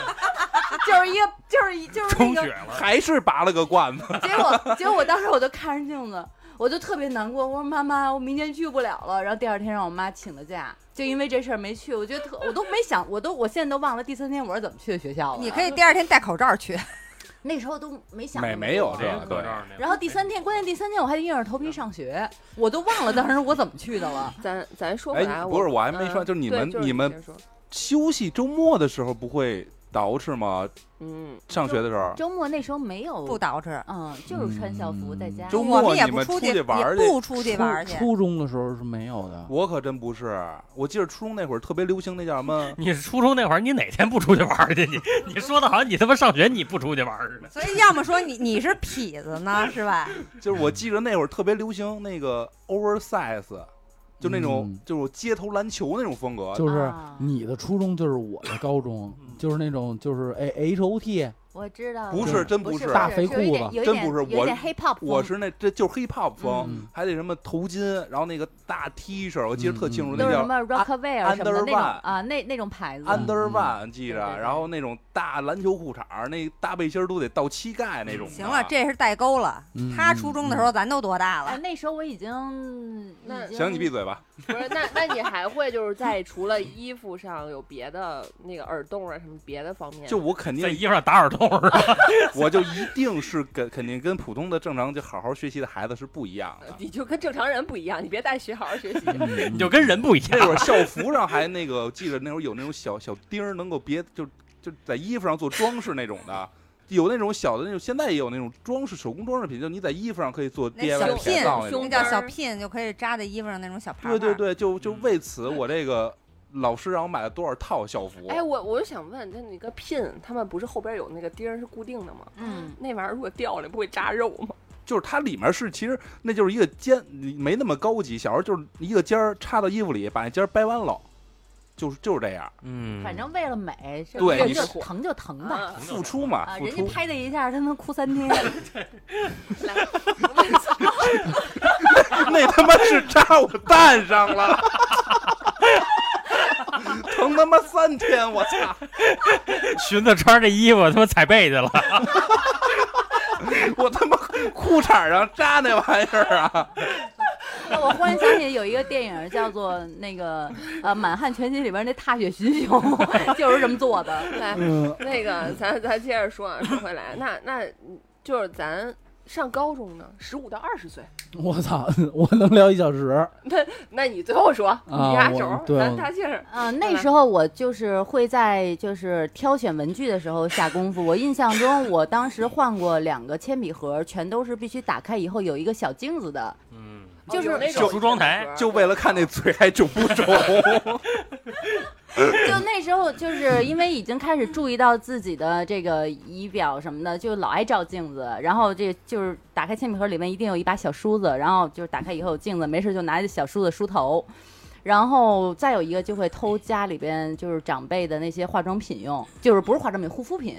Speaker 6: 就是一个就是一就是那
Speaker 2: 充
Speaker 6: 个
Speaker 2: 血了。，
Speaker 4: 还是拔了个罐子，
Speaker 6: 结果结果我当时我就看着镜子，我就特别难过，我说妈妈，我明天去不了了。然后第二天让我妈请的假，就因为这事儿没去。我觉得特，我都没想，我都我现在都忘了第三天我是怎么去的学校了。
Speaker 9: 你可以第二天戴口罩去。
Speaker 6: 那时候都没想
Speaker 4: 没
Speaker 6: 那么
Speaker 4: 没有
Speaker 6: 多
Speaker 4: 这个对
Speaker 6: 然后第三天，关键第三天我还得硬着头皮上学，我都忘了当时我怎么去的 了。
Speaker 5: 咱咱说回
Speaker 4: 哎
Speaker 5: 来，
Speaker 4: 不是我还没说
Speaker 5: 嗯
Speaker 4: 就是你
Speaker 5: 对
Speaker 4: 们
Speaker 5: 就是
Speaker 4: 你们
Speaker 5: 接着说
Speaker 4: 休息周末的时候不会捯饬吗？
Speaker 5: 嗯，
Speaker 4: 上学的时候，
Speaker 6: 周末那时候没有，
Speaker 9: 不捯饬，
Speaker 6: 嗯，就是穿校服在
Speaker 3: 嗯
Speaker 6: 家。
Speaker 4: 周
Speaker 9: 我
Speaker 4: 末
Speaker 9: 们也
Speaker 4: 你
Speaker 9: 不
Speaker 4: 们
Speaker 9: 出
Speaker 4: 出去玩
Speaker 9: 也
Speaker 4: 儿去
Speaker 9: 不出去玩儿去
Speaker 3: 初。初中的时候是没有的。
Speaker 4: 我可真不是。我记得初中那会儿特别流行那叫什么
Speaker 2: 你初中那会儿，你哪天不出去玩儿去？你你说的好像你他妈上学你不出去玩儿似的。
Speaker 9: 所以要么说你你是痞子呢，是吧？
Speaker 4: 就是我记得那会儿特别流行那个 oversize，就那种
Speaker 3: 嗯
Speaker 4: 就是街头篮球那种风格。
Speaker 3: 就是
Speaker 2: 嗯
Speaker 6: 啊
Speaker 3: 你的初中就是我的高中，就是那种就是
Speaker 2: 嗯
Speaker 3: 哎 H O T
Speaker 6: 我知道了，
Speaker 4: 不是真不
Speaker 6: 不
Speaker 4: 是
Speaker 3: 大肥
Speaker 6: 是有一点
Speaker 3: 裤子
Speaker 6: 有一
Speaker 4: 真
Speaker 6: 点
Speaker 4: 不是
Speaker 6: 有
Speaker 4: 我
Speaker 6: 一点 hip hop 风
Speaker 4: 我是那这就是 hip hop 风，
Speaker 3: 嗯
Speaker 4: 还得什么头巾，然后那个大 T 恤，我记得特清楚，
Speaker 3: 嗯
Speaker 6: 都
Speaker 4: 那
Speaker 6: 是
Speaker 4: 叫
Speaker 6: 什么 Rockaware 什么的那
Speaker 4: Under
Speaker 6: 种
Speaker 4: One
Speaker 6: 啊，那那种牌子。
Speaker 3: 嗯
Speaker 4: Under One，记着，
Speaker 6: 对对对
Speaker 4: 然后那种大篮球裤衩，那大背心儿都得到膝盖那种的。啊
Speaker 9: 行了，这是代沟了。
Speaker 3: 嗯
Speaker 9: 他初中的时候，咱都多大
Speaker 6: 哎，
Speaker 9: 了？
Speaker 6: 那时候我已经
Speaker 5: 那
Speaker 4: 行，你闭
Speaker 6: 嘴。
Speaker 4: 嘴吧。
Speaker 5: 不是那那你还会就 是在除了衣服上有别的那个耳洞啊什么别的方面？
Speaker 4: 就我肯
Speaker 2: 在
Speaker 4: 定
Speaker 2: 衣服上打耳洞啊是吧？
Speaker 4: 我就一定是跟肯定跟普通的正常就好好学习的孩子是不一样
Speaker 9: 呃
Speaker 4: 的。
Speaker 5: 你就跟正常人不一样，你别带学好 好学习。
Speaker 3: 嗯
Speaker 2: 你就跟人不一
Speaker 4: 那
Speaker 2: 样。
Speaker 4: 会儿校服上还那个，记得那会儿有那种小小钉儿，能够别就就在衣服上做装饰那种的，有那种小的那种，现在也有那种装饰手工装饰品，就你在衣服上可以做
Speaker 9: 那
Speaker 4: DIY
Speaker 9: 小
Speaker 4: 改
Speaker 9: 聘，
Speaker 4: 造那
Speaker 5: 胸
Speaker 4: 种
Speaker 9: 那叫
Speaker 4: 的。
Speaker 9: 小聘，就可以扎在衣服上那种嗯小牌。
Speaker 4: 对对，对，就就为此我这个老师让我买了多少套校服？
Speaker 5: 哎，我我就想问，那那个 pin 他们不是后边有那个钉儿是固定的吗？
Speaker 6: 嗯，
Speaker 5: 那玩意儿如果掉了，不会扎肉吗？
Speaker 4: 就是它里面是其实那就是一个尖，没那么高级。小时候就是一个尖儿插到衣服里，把那尖儿掰弯了，就是就是这样，
Speaker 2: 嗯
Speaker 6: 反正为了美，这
Speaker 4: 对
Speaker 6: 这
Speaker 4: 你
Speaker 6: 就是疼就疼吧。
Speaker 5: 啊
Speaker 4: 付出嘛，
Speaker 6: 啊，
Speaker 4: 付
Speaker 6: 人家
Speaker 4: 出。
Speaker 6: 拍他一下，他能哭三天。
Speaker 5: 来
Speaker 4: 那他妈是扎我蛋上了，疼他妈三天，我操！
Speaker 2: 寻思穿着衣服他妈踩被去了。
Speaker 4: 我他妈裤衩上扎那玩意儿啊！
Speaker 6: 我忽然想起有一个电影叫做那个呃《满汉全席》里边那踏雪寻雄， 就是这么做的。
Speaker 5: 来，
Speaker 3: 嗯，
Speaker 5: 那个咱咱接着说啊，说回来，那那就是咱上高中呢，十五到二十岁，
Speaker 3: 我操， 我能聊一小时。
Speaker 5: 那你最后说，你压轴
Speaker 3: 我，对
Speaker 5: 咱大劲儿，
Speaker 6: 啊、那时候我就是会在就是挑选文具的时候下功夫。我印象中，我当时换过两个铅笔盒，全都是必须打开以后有一个小镜子的。
Speaker 2: 嗯，
Speaker 6: 就是
Speaker 5: 有那
Speaker 2: 小
Speaker 5: 种
Speaker 2: 梳妆台
Speaker 5: 盒
Speaker 4: 就为了看那嘴还肿不肿？
Speaker 6: 就那时候，就是因为已经开始注意到自己的这个仪表什么的，就老爱照镜子。然后这就是打开铅笔盒里面一定有一把小梳子，然后就是打开以后有镜子，没事就拿着小梳子梳头。然后再有一个就会偷家里边就是长辈的那些化妆品用，就是不是化妆品，护肤品，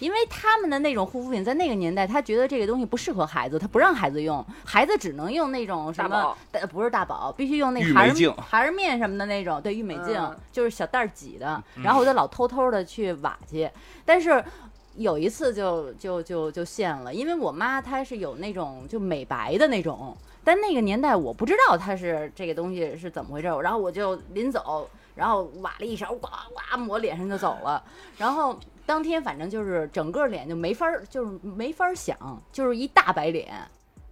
Speaker 6: 因为他们的那种护肤品在那个年代，他觉得这个东西不适合孩子，他不让孩子用，孩子只能用那种什
Speaker 5: 大
Speaker 6: 么
Speaker 5: 宝，
Speaker 6: 呃不是大宝，必须用那
Speaker 4: 郁
Speaker 6: 孩
Speaker 4: 美
Speaker 6: 儿
Speaker 4: 净
Speaker 6: 孩儿面什么的那种，对，郁美净、
Speaker 5: 嗯
Speaker 6: 就是小袋儿挤的，
Speaker 2: 嗯
Speaker 6: 然后我就老偷偷的去挖去，但是。有一次就就就就现了，因为我妈她是有那种就美白的那种，但那个年代我不知道它是这个东西是怎么回事儿，然后我就临走，然后挖了一勺，呱呱抹脸上就走了，然后当天反正就是整个脸就没法儿，就是没法儿想，就是一大白脸，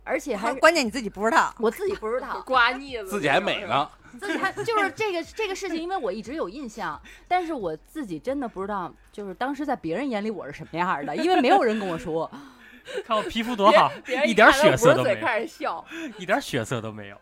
Speaker 6: 而且 还是
Speaker 9: 关键你自己不知道，
Speaker 6: 我自己不知道，
Speaker 5: 刮腻子，
Speaker 4: 自己还美呢，
Speaker 6: 自己还就是这个这个事情，因为我一直有印象，但是我自己真的不知道，就是当时在别人眼里我是什么样的，因为没有人跟我说。
Speaker 2: 看我皮肤多
Speaker 5: 别，
Speaker 2: 好
Speaker 5: 别，人
Speaker 2: 一
Speaker 5: 一
Speaker 2: 点
Speaker 5: 看到
Speaker 2: 血色
Speaker 5: 五
Speaker 2: 都
Speaker 5: 十
Speaker 2: 没
Speaker 5: 岁
Speaker 2: 有，
Speaker 5: 开始笑。
Speaker 2: 一点血色都没有。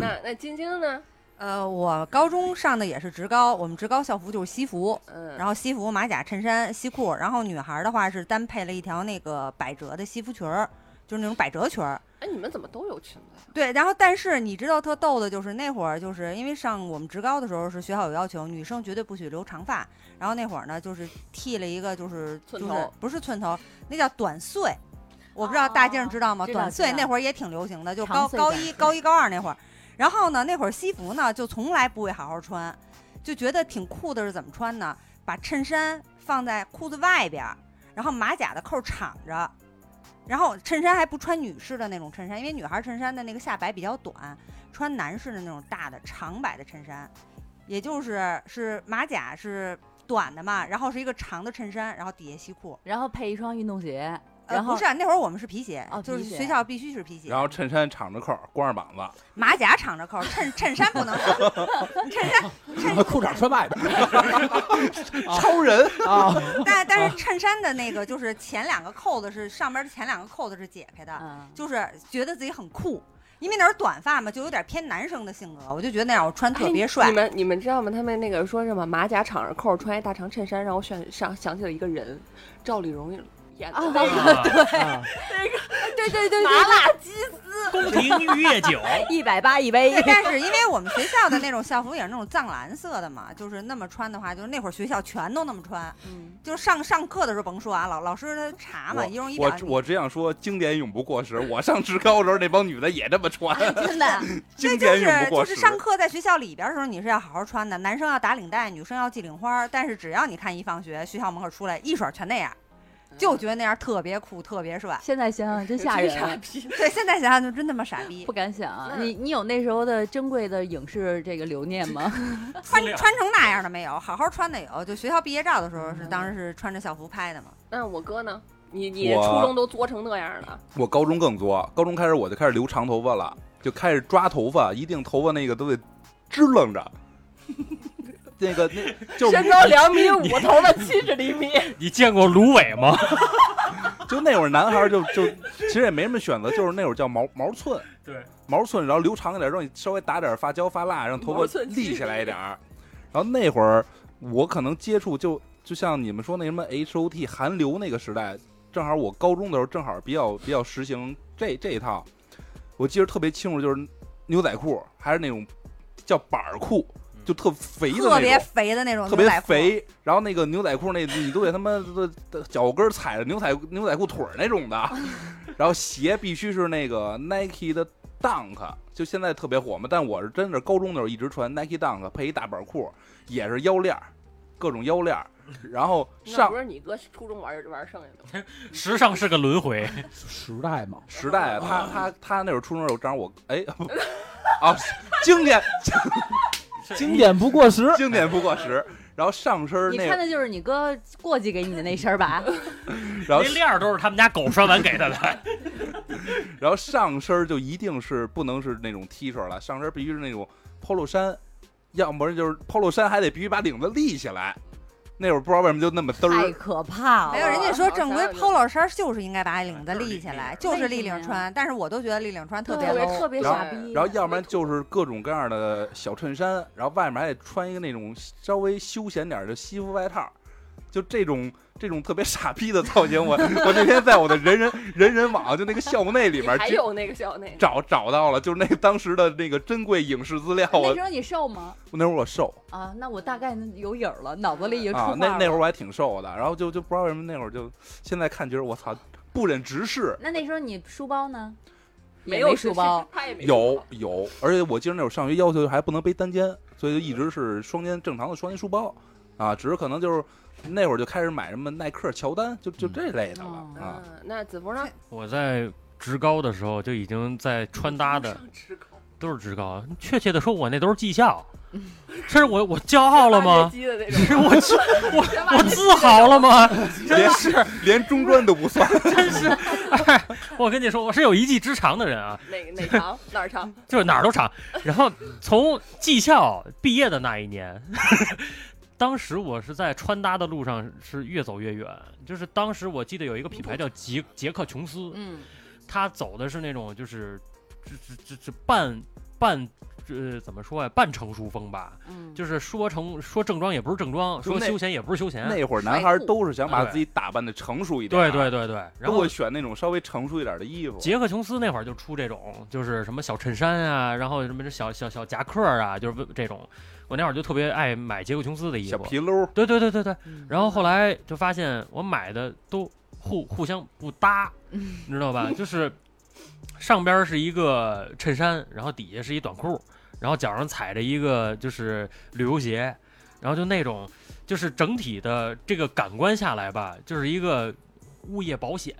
Speaker 5: 那那晶晶呢？
Speaker 9: 呃，我高中上的也是职高，我们职高校服就是西服，
Speaker 5: 嗯，
Speaker 9: 然后西服、马甲、衬衫、西裤，然后女孩儿的话是单配了一条那个百褶的西服裙儿，就是那种百褶裙儿。
Speaker 5: 哎，你们怎么都有裙子呀？
Speaker 9: 对，然后但是你知道特逗的就是那会儿，就是因为上我们职高的时候是学校有要求，女生绝对不许留长发。然后那会儿呢，就是剃了一个就是
Speaker 5: 寸
Speaker 9: 就是
Speaker 5: 头
Speaker 9: 不是寸头，那叫短穗。我不知道大静儿知道吗？
Speaker 6: 哦知道
Speaker 9: 短
Speaker 6: 知
Speaker 9: 穗
Speaker 6: 道
Speaker 9: 那会儿也挺流行的，就
Speaker 6: 长
Speaker 9: 高
Speaker 6: 穗
Speaker 9: 高
Speaker 6: 短
Speaker 9: 一
Speaker 6: 穗
Speaker 9: 高一高二那会儿。然后呢，那会儿西服呢就从来不会好好穿，就觉得挺酷的是怎么穿呢？把衬衫放在裤子外边儿，然后马甲的扣儿敞着，然后衬衫还不穿女士的那种衬衫，因为女孩衬衫的那个下摆比较短，穿男士的那种大的长摆的衬衫，也就是是马甲是短的嘛，然后是一个长的衬衫，然后底下西裤。
Speaker 6: 然后配一双运动鞋，
Speaker 9: 呃
Speaker 6: 然后
Speaker 9: 不是、啊、那会儿我们是皮鞋，
Speaker 6: 哦
Speaker 9: 就是
Speaker 6: 皮鞋
Speaker 9: 学校必须是皮鞋，
Speaker 4: 然后衬衫敞着扣，光着膀
Speaker 6: 啊
Speaker 4: 子，
Speaker 9: 马甲敞着扣，衬衬衫不能扣，衬衫
Speaker 3: 裤衩穿外边
Speaker 4: 超人
Speaker 3: 啊，
Speaker 9: 但但是衬衫的那个就是前两个扣子是上边的前两个扣子是解开的，
Speaker 6: 嗯，
Speaker 9: 就是觉得自己很酷，因为那是短发嘛，就有点偏男生的性格，我就觉得那样我穿特别帅。
Speaker 5: 哎你们你们知道吗？他们那个说什么马甲敞着扣，穿一大长衬衫，让我选想想起了一个人，赵丽蓉演的 那个
Speaker 2: 啊
Speaker 6: 对对对
Speaker 5: 麻
Speaker 6: 对，
Speaker 5: 辣鸡
Speaker 2: 宫廷玉液酒，
Speaker 6: 哎一百八一 杯
Speaker 9: 对，但是因为我们学校的那种校服也是那种藏蓝色的嘛，就是那么穿的话，就是那会儿学校全都那么穿，
Speaker 5: 嗯
Speaker 9: 就是上上课的时候甭说啊，老老师他查嘛，
Speaker 4: 我
Speaker 9: 仪容仪表
Speaker 4: 我，我只想说，经典永不过时。我上职高的时候，那帮女的也这么穿，
Speaker 9: 真的，
Speaker 4: 经
Speaker 9: 对，就
Speaker 4: 典永
Speaker 9: 是
Speaker 4: 不
Speaker 9: 就
Speaker 4: 过
Speaker 9: 是
Speaker 4: 时。
Speaker 9: 上课在学校里边的时候你是要好好穿的，男生要打领带，女生要系领花，但是只要你看一放学，学校门口出来一水儿全那样，就觉得那样特别酷，特别帅。
Speaker 6: 现在想想真吓
Speaker 5: 嗯真傻
Speaker 6: 人，
Speaker 5: 逼。
Speaker 9: 对，现在想想就真他妈傻逼
Speaker 6: 不，敢想。啊
Speaker 5: 嗯
Speaker 6: 你你有那时候的珍贵的影视这个留念吗？
Speaker 9: 穿
Speaker 2: 资料
Speaker 9: 穿成那样的没有，好好穿的有，就学校毕业照的时候是当时是穿着校服拍的嘛。
Speaker 5: 那我哥呢？你你
Speaker 4: 我
Speaker 5: 初中都作成那样了，
Speaker 4: 我高中更作，高中开始我就开始留长头发了，就开始抓头发，一定头发那个都得支棱着。 那个那 就
Speaker 5: 身高 两米五，头发七十厘 米，
Speaker 2: 你见过芦苇吗？
Speaker 4: 就那会儿男孩儿就就其实也没什么选择，就是那会儿叫毛毛寸，
Speaker 2: 对，
Speaker 4: 毛寸，然后留长一点，让你稍微打点发胶发蜡，让头
Speaker 5: 毛
Speaker 4: 发
Speaker 5: 寸
Speaker 4: 立起来一点儿。然后那会儿我可能接触就就像你们说那什么 H O T 韩流那个时代，正好我高中的时候正好比较比较实行这这一套。我记得特别清楚，就是牛仔裤还是那种叫板儿裤，
Speaker 5: 嗯
Speaker 4: 就特肥的
Speaker 9: 特
Speaker 4: 那
Speaker 9: 别
Speaker 4: 种。
Speaker 9: 肥的那种
Speaker 4: 特
Speaker 9: 哦牛
Speaker 4: 别
Speaker 9: 仔裤，
Speaker 4: 肥，然后那个牛仔裤那，你都得他妈的的脚跟儿踩着牛仔牛仔裤腿儿那种的，然后鞋必须是那个 Nike 的 Dunk，就现在特别火嘛，但我是真的高中的时候一直穿 Nike Dunk，配一大板裤，也是腰链儿，各种腰链儿，然后
Speaker 5: 那
Speaker 4: 上
Speaker 5: 不是你哥初中玩玩剩下的吗？
Speaker 2: 时尚是个轮回，
Speaker 3: 时代嘛，
Speaker 4: 时代，他他他那会儿初中有张我哎，不啊，经典
Speaker 3: 经典不过时。
Speaker 4: 经典不过时，然后上身儿
Speaker 6: 你
Speaker 4: 那
Speaker 6: 穿
Speaker 4: 个，
Speaker 6: 的就是你哥过继给你的那身儿吧？
Speaker 4: 然后
Speaker 2: 那链儿都是他们家狗拴完给他的。
Speaker 4: 然后上身儿就一定是不能是那种 T 恤了，上身儿必须是那种 polo 衫，要不然就是 polo 衫还得必须把领子立起来。那会儿不知道为什么就那么嘚
Speaker 6: 太
Speaker 4: 儿，
Speaker 6: 可怕了。
Speaker 9: 没有，人家说正规
Speaker 5: 好像是
Speaker 9: polo 衫就是应该把领子立起来，
Speaker 6: 就
Speaker 9: 就是是
Speaker 6: 立
Speaker 9: 立
Speaker 6: 领
Speaker 9: 领穿，但是我都觉得立领穿特别
Speaker 6: 对
Speaker 9: low。
Speaker 6: 特别
Speaker 4: 然后
Speaker 6: 傻逼。
Speaker 4: 然后要不然就是各种各样的小衬衫，然后外面还得穿一个那种稍微休闲点儿的西服外套，就这 种这种特别傻逼的造型，我 我那天在我的人人人人网就那个校内里面
Speaker 5: 还
Speaker 4: 就
Speaker 5: 有那个小那个，
Speaker 4: 找找到了，就是那个当时的那个珍贵影视资料，
Speaker 6: 那
Speaker 4: 我
Speaker 6: 时候你瘦吗？
Speaker 4: 那会儿我瘦。
Speaker 6: 啊，那我大概有影儿了，脑子里已经出
Speaker 4: 啊
Speaker 6: 画，
Speaker 4: 那
Speaker 6: 了
Speaker 4: 那会儿我还挺瘦的，然后就就不知道为什么那会儿就现在看觉得我操不忍直视。
Speaker 6: 那那时候你书包呢？也
Speaker 5: 没
Speaker 6: 没
Speaker 5: 有
Speaker 6: 书 包，，
Speaker 5: 他也没书
Speaker 4: 有
Speaker 5: 包
Speaker 4: 有，而且我记得那会儿上学要求还不能背单肩，所以就一直是双肩正常的双肩书包啊，只是可能就是那会儿就开始买什么耐克、乔丹，就就这类的
Speaker 2: 哦
Speaker 4: 了、
Speaker 6: 嗯
Speaker 4: 啊。
Speaker 5: 嗯，那子福呢？
Speaker 2: 我在职高的时候就已经在穿搭的
Speaker 5: 上职高
Speaker 2: 都是职高，确切的说，我那都是技 校。这是我我骄傲了
Speaker 5: 挖掘
Speaker 2: 吗？
Speaker 5: 机的那种
Speaker 2: 是我自我
Speaker 5: 先把
Speaker 2: 我
Speaker 5: 这
Speaker 2: 自豪了吗？ 真
Speaker 4: 连
Speaker 2: 是
Speaker 4: 连中专都不算，
Speaker 2: 真是，哎，我跟你说，我是有一技之长的人啊，
Speaker 5: 哪哪长哪儿长？
Speaker 2: 就是哪儿都长。然后从技校毕业的那一年， 当时我是在穿搭的路上是越走越远。就是当时我记得有一个品牌叫杰杰克琼斯，
Speaker 6: 嗯，
Speaker 2: 他走的是那种就是这这这这半半呃怎么说呀、半成熟风吧，
Speaker 6: 嗯
Speaker 2: 就是说成说正装也不是正装，
Speaker 4: 就
Speaker 2: 说
Speaker 4: 那
Speaker 2: 休闲也不是休闲。
Speaker 4: 那啊会儿男孩
Speaker 6: 裤
Speaker 4: 都是想把
Speaker 2: 哎对
Speaker 4: 自己打扮的成熟一
Speaker 2: 对
Speaker 4: 点、
Speaker 2: 对，对对，然
Speaker 4: 都
Speaker 2: 后
Speaker 4: 会选那种稍微成熟一点的衣服。
Speaker 2: 杰克琼斯那会儿就出这种，就是什么小衬衫啊，然后什么这小小小夹克啊，就是这种。我那会儿就特别爱买杰克琼斯的衣
Speaker 4: 小
Speaker 2: 服，
Speaker 4: 皮褛，
Speaker 2: 对对对对对。
Speaker 6: 嗯
Speaker 2: 然后后来就发现我买的都互互相不搭，你知道吧？就是上边儿是一个衬衫，然后底下是一短裤，然后脚上踩着一个就是旅游鞋，然后就那种就是整体的这个感官下来吧，就是一个物业保险，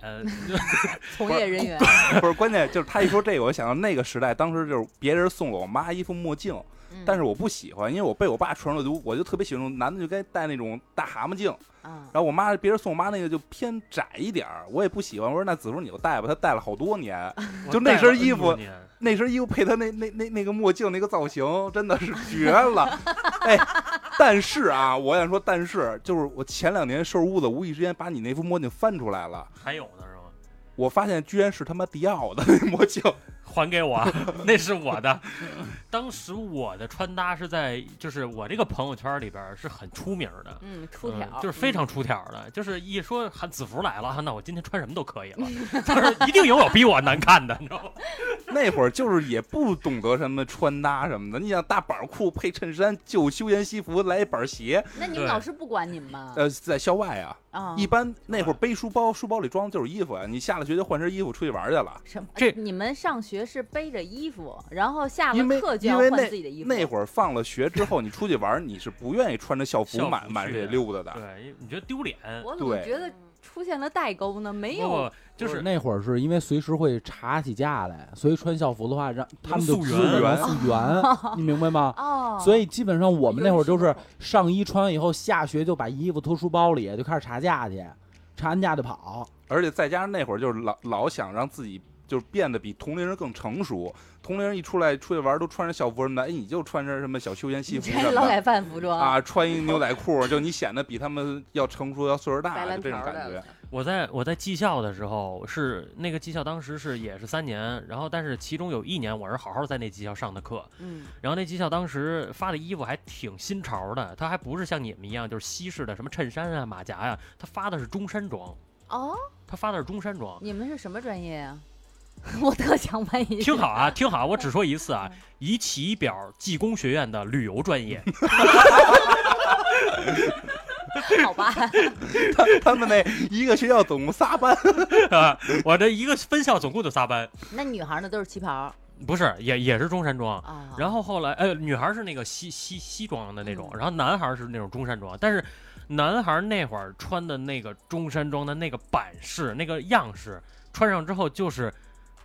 Speaker 6: 从业人员，
Speaker 4: 不是关键，就是他一说这个，我想到那个时代，当时就是别人送了我妈一副墨镜，
Speaker 6: 嗯
Speaker 4: 但是我不喜欢，因为我被我爸穿了，就我就特别喜欢那种男的就该戴那种大蛤蟆镜，
Speaker 6: 啊
Speaker 4: 然后我妈别人送我妈那个就偏窄一点儿，我也不喜欢。我说那子如你就戴吧，她戴了好多年，就那身衣服
Speaker 2: 我戴了 N 多年
Speaker 4: 那身衣服配她那那那那个墨镜那个造型真的是绝了，哎。但是啊，我想说，但是就是我前两年收拾屋子，无意之间把你那副墨镜翻出来了，
Speaker 2: 还有呢是吗？
Speaker 4: 我发现居然是他妈迪奥的那墨镜，
Speaker 2: 还给我，那是我的。当时我的穿搭是在，就是我这个朋友圈里边儿是很出名的，
Speaker 6: 嗯，出挑
Speaker 2: 嗯，就是非常出挑的，就是一说喊子服来了，啊那我今天穿什么都可以 了，就是一定有我比我难看的，你知道吗？
Speaker 4: 那会儿就是也不懂得什么穿搭什么的，你想大板裤配衬衫，旧休闲西服来一板鞋，
Speaker 6: 嗯。那你们
Speaker 2: 对
Speaker 6: 老师不管你们吗？
Speaker 4: 呃，在校外啊，
Speaker 6: 啊，
Speaker 4: 一般那会儿背书包，书包里装的就是衣服啊，你下了学就换身衣服出去玩去了。
Speaker 6: 什么？
Speaker 2: 这
Speaker 6: 你们上学是背着衣服，然后下
Speaker 4: 因为
Speaker 6: 了课就
Speaker 4: 因
Speaker 6: 要
Speaker 4: 为
Speaker 6: 换自己的衣
Speaker 4: 那
Speaker 6: 服。
Speaker 4: 那会儿放了学之后，你出去玩，你是不愿意穿着校
Speaker 2: 校
Speaker 4: 服
Speaker 2: 服
Speaker 4: 满满
Speaker 2: 去
Speaker 4: 世界
Speaker 2: 的
Speaker 4: 溜达的。
Speaker 2: 对，你觉得丢脸？
Speaker 6: 我怎么
Speaker 4: 对
Speaker 6: 觉得出现了代沟呢？没
Speaker 2: 不
Speaker 6: 有
Speaker 2: 不，就是
Speaker 3: 那会儿是因为随时会查起架来，所以穿校服的话，让他们就
Speaker 2: 能
Speaker 3: 知
Speaker 2: 溯
Speaker 3: 道
Speaker 4: 源
Speaker 3: 能溯 源，你明白吗？
Speaker 6: 哦，
Speaker 3: 所
Speaker 6: 以
Speaker 3: 以基本上我们那会儿就是上衣穿完以后，下学就把衣服脱书包里，就开始查价去，查完价就跑。
Speaker 4: 而且再加上那会儿就是老老想让自己就是变得比同龄人更成熟，同龄人一出来出去玩都穿着校服什么的，哎，你就穿身什么小休闲西服
Speaker 6: 穿
Speaker 4: 什
Speaker 6: 着
Speaker 4: 么
Speaker 6: 劳
Speaker 4: 的
Speaker 6: 改。犯服装，
Speaker 4: 啊，穿一牛仔裤，就你显得比他们要成熟，要岁数大，
Speaker 5: 白
Speaker 4: 啊就
Speaker 5: 蓝
Speaker 4: 这种
Speaker 5: 条
Speaker 4: 感
Speaker 5: 的
Speaker 4: 觉。
Speaker 2: 我在我在技校的时候是那个技校，当时是也是三年，然后但是其中有一年我是好好在那技校上的课，
Speaker 6: 嗯，
Speaker 2: 然后那技校当时发的衣服还挺新潮的，它还不是像你们一样就是西式的什么衬衫啊、马甲呀、它发的是中山装，
Speaker 6: 哦，
Speaker 2: 它发的是中山装。
Speaker 6: 你们是什么专业啊？ 我特想问 一
Speaker 2: 听
Speaker 6: 下，
Speaker 2: 好啊，听好啊，我只说一次啊，以其表技工学院的旅游专业，
Speaker 6: 好吧？
Speaker 4: 他们那一个学校总共仨班，
Speaker 2: 啊，我这一个分校总共就仨班，
Speaker 6: 那女孩呢都是旗袍
Speaker 2: 不是，也也是中山装。
Speaker 6: 啊，
Speaker 2: 然后后来，呃，女孩是那个西西西装的那种，然后男孩是那种中山装，但是男孩那会儿穿的那个中山装的那个版式、那个样式，穿上之后就是。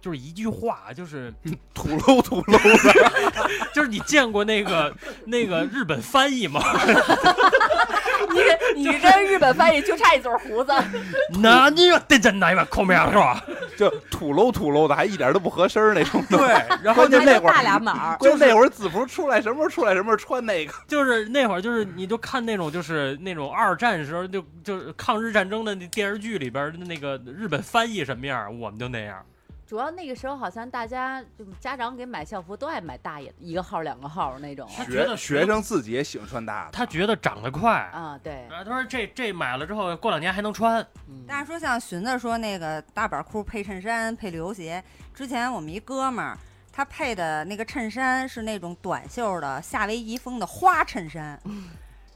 Speaker 2: 就是一句话，就是
Speaker 4: 土喽土喽的。
Speaker 2: 就是你见过那个 那个日本翻译吗？
Speaker 5: 你你跟日本翻译就差一撮胡子，
Speaker 2: 那你要对着哪一把扣面是吧？
Speaker 4: 就土喽土喽的，还一点都不合身儿那种。
Speaker 3: 对，然后
Speaker 4: 关键那会
Speaker 11: 大
Speaker 4: 儿，
Speaker 11: 俩码儿，
Speaker 4: 就那会儿子服出来什么时候出来什么时候穿那个，
Speaker 2: 就是那会儿，就是你就看那种就是那种二战时候就就是抗日战争的那电视剧里边儿的那个日本翻译什么样儿，我们就那样儿。
Speaker 6: 主要那个时候好像大家就家长给买校服都爱买大一一个号儿两个号儿那种
Speaker 2: 他觉
Speaker 4: 学
Speaker 2: 得
Speaker 4: 学生自己也喜欢穿大的。
Speaker 2: 他觉得长得快，
Speaker 6: 啊，对，
Speaker 2: 然后他说这这买了之后过两年还能穿，
Speaker 6: 嗯
Speaker 9: 但是说像寻子说那个大板裤配衬衫配旅游鞋，之前我们一哥们儿他配的那个衬衫是那种短袖的夏威夷风的花衬衫，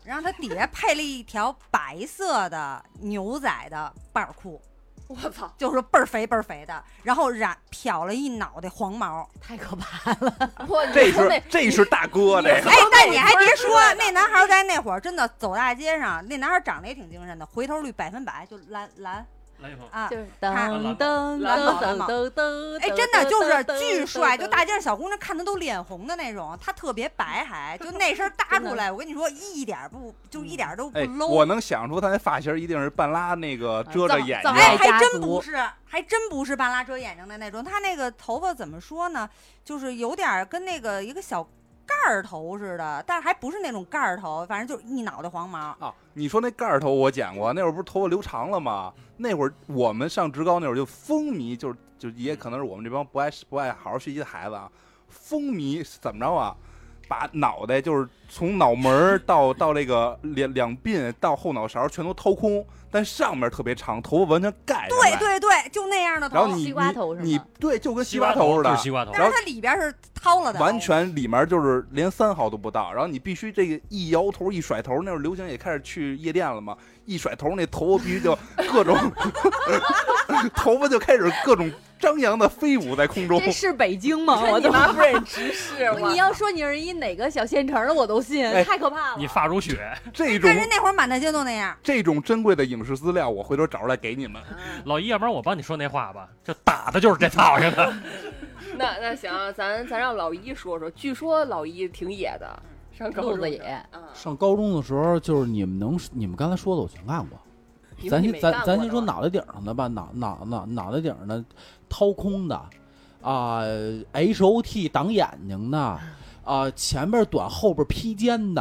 Speaker 9: 然后他底下配了一条白色的牛仔的板裤，
Speaker 5: 我操，
Speaker 9: 就是倍儿肥倍儿肥的，然后染漂了一脑袋黄毛。
Speaker 6: 太可怕了。
Speaker 5: 我
Speaker 4: 这
Speaker 5: 你说那
Speaker 4: 是这是大哥这个
Speaker 9: 哎，但你还别说，那男孩儿在那会儿真的走大街上，那男孩儿长得也挺精神的，回头率百分百，就蓝蓝
Speaker 2: 来一会儿
Speaker 9: 啊，
Speaker 6: 就是
Speaker 9: 他
Speaker 6: 噔噔
Speaker 5: 蓝宝
Speaker 9: 蓝
Speaker 6: 噔
Speaker 9: 宝
Speaker 6: 噔噔，
Speaker 9: 哎，真的就是巨帅，就大街上小姑娘看他都脸红的那种，他特别白还，就那身搭出来，我跟你说一点儿不，就一点儿都不
Speaker 4: 哎，
Speaker 9: low，
Speaker 4: 我能想出他那发型一定是半拉那个遮着
Speaker 6: 藏
Speaker 4: 眼
Speaker 6: 藏
Speaker 4: 睛，啊
Speaker 9: 哎，
Speaker 6: 哎
Speaker 9: 还
Speaker 6: 家
Speaker 9: 真
Speaker 6: 族
Speaker 9: 不是，还真不是半拉遮眼睛的那种，他那个头发怎么说呢，就是有点儿跟那个一个小盖儿头似的，但是还不是那种盖儿头，反正就是一脑袋黄毛。
Speaker 4: 啊，你说那盖儿头我剪过，那会儿不是头发留长了吗？那会儿我们上职高那会儿就风靡，就是就也可能是我们这帮不爱不爱好好学习的孩子啊，风靡是怎么着啊？把脑袋就是从脑门儿到到这个两两鬓到后脑勺全都掏空，但上面特别长，头发完全盖上
Speaker 9: 对
Speaker 4: 来。
Speaker 9: 对对，就那样的头
Speaker 4: 然。后你
Speaker 6: 西瓜头是吗
Speaker 4: 你你对就跟西瓜
Speaker 2: 瓜
Speaker 4: 头似的，啊
Speaker 2: 就是西瓜头。
Speaker 9: 但是它里边是掏了的，
Speaker 4: 完全里面就是连三毫都不到，然后你必须这个一摇头一甩头，那会儿流行也开始去夜店了嘛，一甩头那头发必须就各种， 头发就开始各种张扬的飞舞在空中
Speaker 11: 这。是北京吗？
Speaker 5: 这
Speaker 11: 我
Speaker 5: 你
Speaker 11: 都
Speaker 5: 妈不忍直视我。
Speaker 6: 你要说你是一哪个小县城的，我都信，
Speaker 4: 哎
Speaker 6: 太可怕了。
Speaker 2: 你发如雪，
Speaker 4: 这种
Speaker 9: 但是那会儿满大街都那样。
Speaker 4: 这种珍贵的影视资料，我回头找出来给你们。
Speaker 2: 老姨，要不然我帮你说那话吧，这打的就是这套现 在。
Speaker 5: 那那行啊，咱咱让老一说说。据说老一挺野的，上高
Speaker 6: 路
Speaker 5: 中
Speaker 6: 子
Speaker 5: 的
Speaker 6: 野，
Speaker 5: 啊，
Speaker 3: 上高中的时候，就是你们能，你们刚才说的我全干过。
Speaker 5: 你
Speaker 3: 咱
Speaker 5: 你
Speaker 3: 先
Speaker 5: 没
Speaker 3: 咱
Speaker 5: 干
Speaker 3: 咱
Speaker 5: 过
Speaker 3: 先
Speaker 5: 的
Speaker 3: 说
Speaker 5: 吧
Speaker 3: 脑袋顶上的吧，脑脑脑脑袋顶上的掏空的，啊、h O T 挡眼睛的，啊、前边短后边披肩的，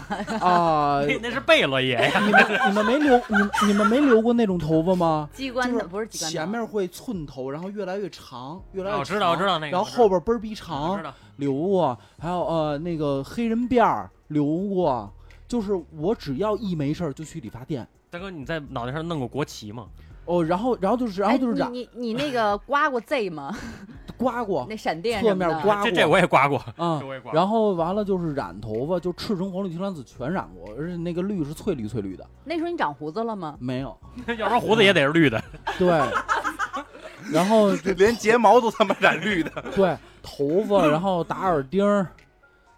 Speaker 3: 啊、
Speaker 2: 那那是贝勒爷呀，
Speaker 3: 你们你们没留你你们没留过那种头发吗？
Speaker 6: 机关
Speaker 3: 就
Speaker 6: 的啊哎
Speaker 3: 是
Speaker 6: 不是机关
Speaker 3: 前面会寸头，然后越来越长，越来
Speaker 2: 啊
Speaker 3: 越长。
Speaker 2: 我知道我知道那个我
Speaker 3: 然后
Speaker 2: 知道
Speaker 3: 后边倍儿逼
Speaker 2: 我
Speaker 3: 长
Speaker 2: 知，道
Speaker 3: 留过，还有呃那个黑人辫儿留过，就是我只要一没事儿就去理发店。
Speaker 2: 大哥，你在脑袋上弄过国旗吗？
Speaker 3: 哦，然后，然后就是，然后就是染
Speaker 6: 哎、你你你那个刮过 Z 吗？
Speaker 3: 刮过
Speaker 6: 那闪电
Speaker 3: 哦侧
Speaker 6: 什么
Speaker 3: 面
Speaker 6: 的
Speaker 3: 刮
Speaker 2: 这
Speaker 3: 过
Speaker 2: 这我也刮过，
Speaker 3: 啊
Speaker 2: 这，我也刮过。
Speaker 3: 然后完了就是染头发，就赤橙黄绿青蓝紫全染过，而且那个绿是翠绿翠绿的，
Speaker 6: 那时候你长胡子了吗？
Speaker 3: 没有
Speaker 2: 要不然胡子也得是绿的。
Speaker 3: 对， 然后
Speaker 4: 这连睫毛都他妈染绿的，
Speaker 3: 对头发，然后打耳钉儿，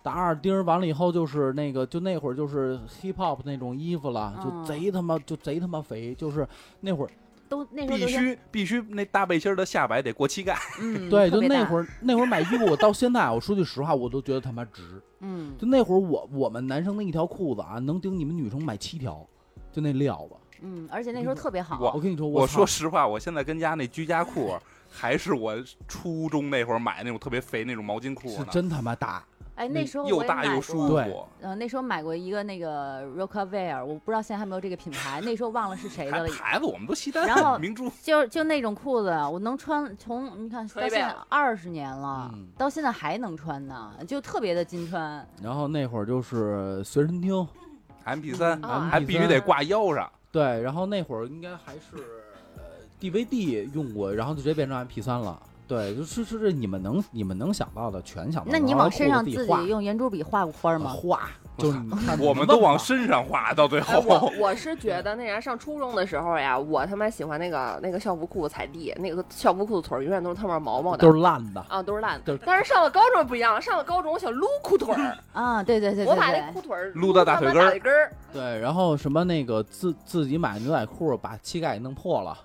Speaker 3: 打耳钉儿，完了以后就是那个，就那会儿就是 hip hop 那种衣服了，就
Speaker 6: 嗯
Speaker 3: 贼他妈就贼他妈肥，就是那会儿
Speaker 6: 都那时候
Speaker 4: 必
Speaker 6: 流行
Speaker 4: 须必须那大背心儿的下摆得过膝盖。
Speaker 6: 嗯，
Speaker 3: 对，
Speaker 6: 特
Speaker 3: 就
Speaker 6: 别
Speaker 3: 那
Speaker 6: 大
Speaker 3: 会儿那会儿买衣服，我到现在我说句实话，我都觉得他妈值。
Speaker 6: 嗯，
Speaker 3: 就那会儿我我们男生那一条裤子啊，能顶你们女生买七条，就那料子。
Speaker 6: 嗯，而且那时候特别好，
Speaker 4: 我
Speaker 3: 我跟你说，
Speaker 4: 我
Speaker 3: 操
Speaker 4: 说实话，我现在跟家那居家裤啊，还是我初中那会儿买那种特别肥那种毛巾裤
Speaker 3: 是
Speaker 4: 呢，
Speaker 3: 真他妈大，
Speaker 6: 哎，那时候我
Speaker 4: 又
Speaker 6: 也
Speaker 4: 大
Speaker 6: 买
Speaker 4: 又
Speaker 6: 过
Speaker 4: 舒
Speaker 3: 对
Speaker 4: 服。
Speaker 6: 呃，那时候买过一个那个 r o c a v a r 我不知道现在还没有这个品牌，那时候忘了是谁的
Speaker 4: 牌
Speaker 6: 了。
Speaker 4: 牌子我们都西单，
Speaker 6: 然后
Speaker 4: 明珠
Speaker 6: 就就那种裤子，啊我能穿从你看到
Speaker 5: 穿一
Speaker 6: 现
Speaker 5: 辈
Speaker 6: 在
Speaker 4: 啊
Speaker 5: 子
Speaker 6: 二十年了
Speaker 3: 嗯，
Speaker 6: 到现在还能穿呢，就特别的金穿。
Speaker 3: 然后那会儿就是随身
Speaker 6: 啊
Speaker 3: 听，嗯
Speaker 4: MP 三，
Speaker 5: 啊
Speaker 4: 还必须得挂腰上。
Speaker 3: 对，然后那会儿应该还是呃 DVD 用过，然后就直接变成 MP 三了。对，就是是是你们能你们能想到的全想到了。
Speaker 6: 那你
Speaker 3: 然后
Speaker 6: 往身上
Speaker 3: 裤子
Speaker 6: 自
Speaker 3: 自己画
Speaker 6: 己用圆珠笔画过花
Speaker 3: 呃
Speaker 6: 吗？
Speaker 3: 画，就是你 看
Speaker 4: 我们都往
Speaker 3: 身
Speaker 4: 身上画，到最
Speaker 5: 哎，我
Speaker 4: 后
Speaker 5: 我是
Speaker 3: 嗯
Speaker 5: 觉得那啥，上初中的时候呀，我他妈喜欢那个那个校服裤子踩地，那个校服裤子腿儿永远都是他妈毛毛的，
Speaker 3: 都是烂的，
Speaker 5: 啊，都是烂
Speaker 3: 都
Speaker 5: 的
Speaker 3: 是。
Speaker 5: 但是上了高中不一样了，上了高中我想撸裤腿儿，
Speaker 6: 啊，对对对
Speaker 5: 我
Speaker 6: 对
Speaker 5: 把那
Speaker 6: 对
Speaker 5: 裤，腿儿
Speaker 4: 撸到大
Speaker 5: 他
Speaker 4: 腿
Speaker 5: 妈
Speaker 4: 根儿
Speaker 5: 大腿根儿，
Speaker 3: 对，然后什么那个自自己买牛仔裤把膝盖弄破了，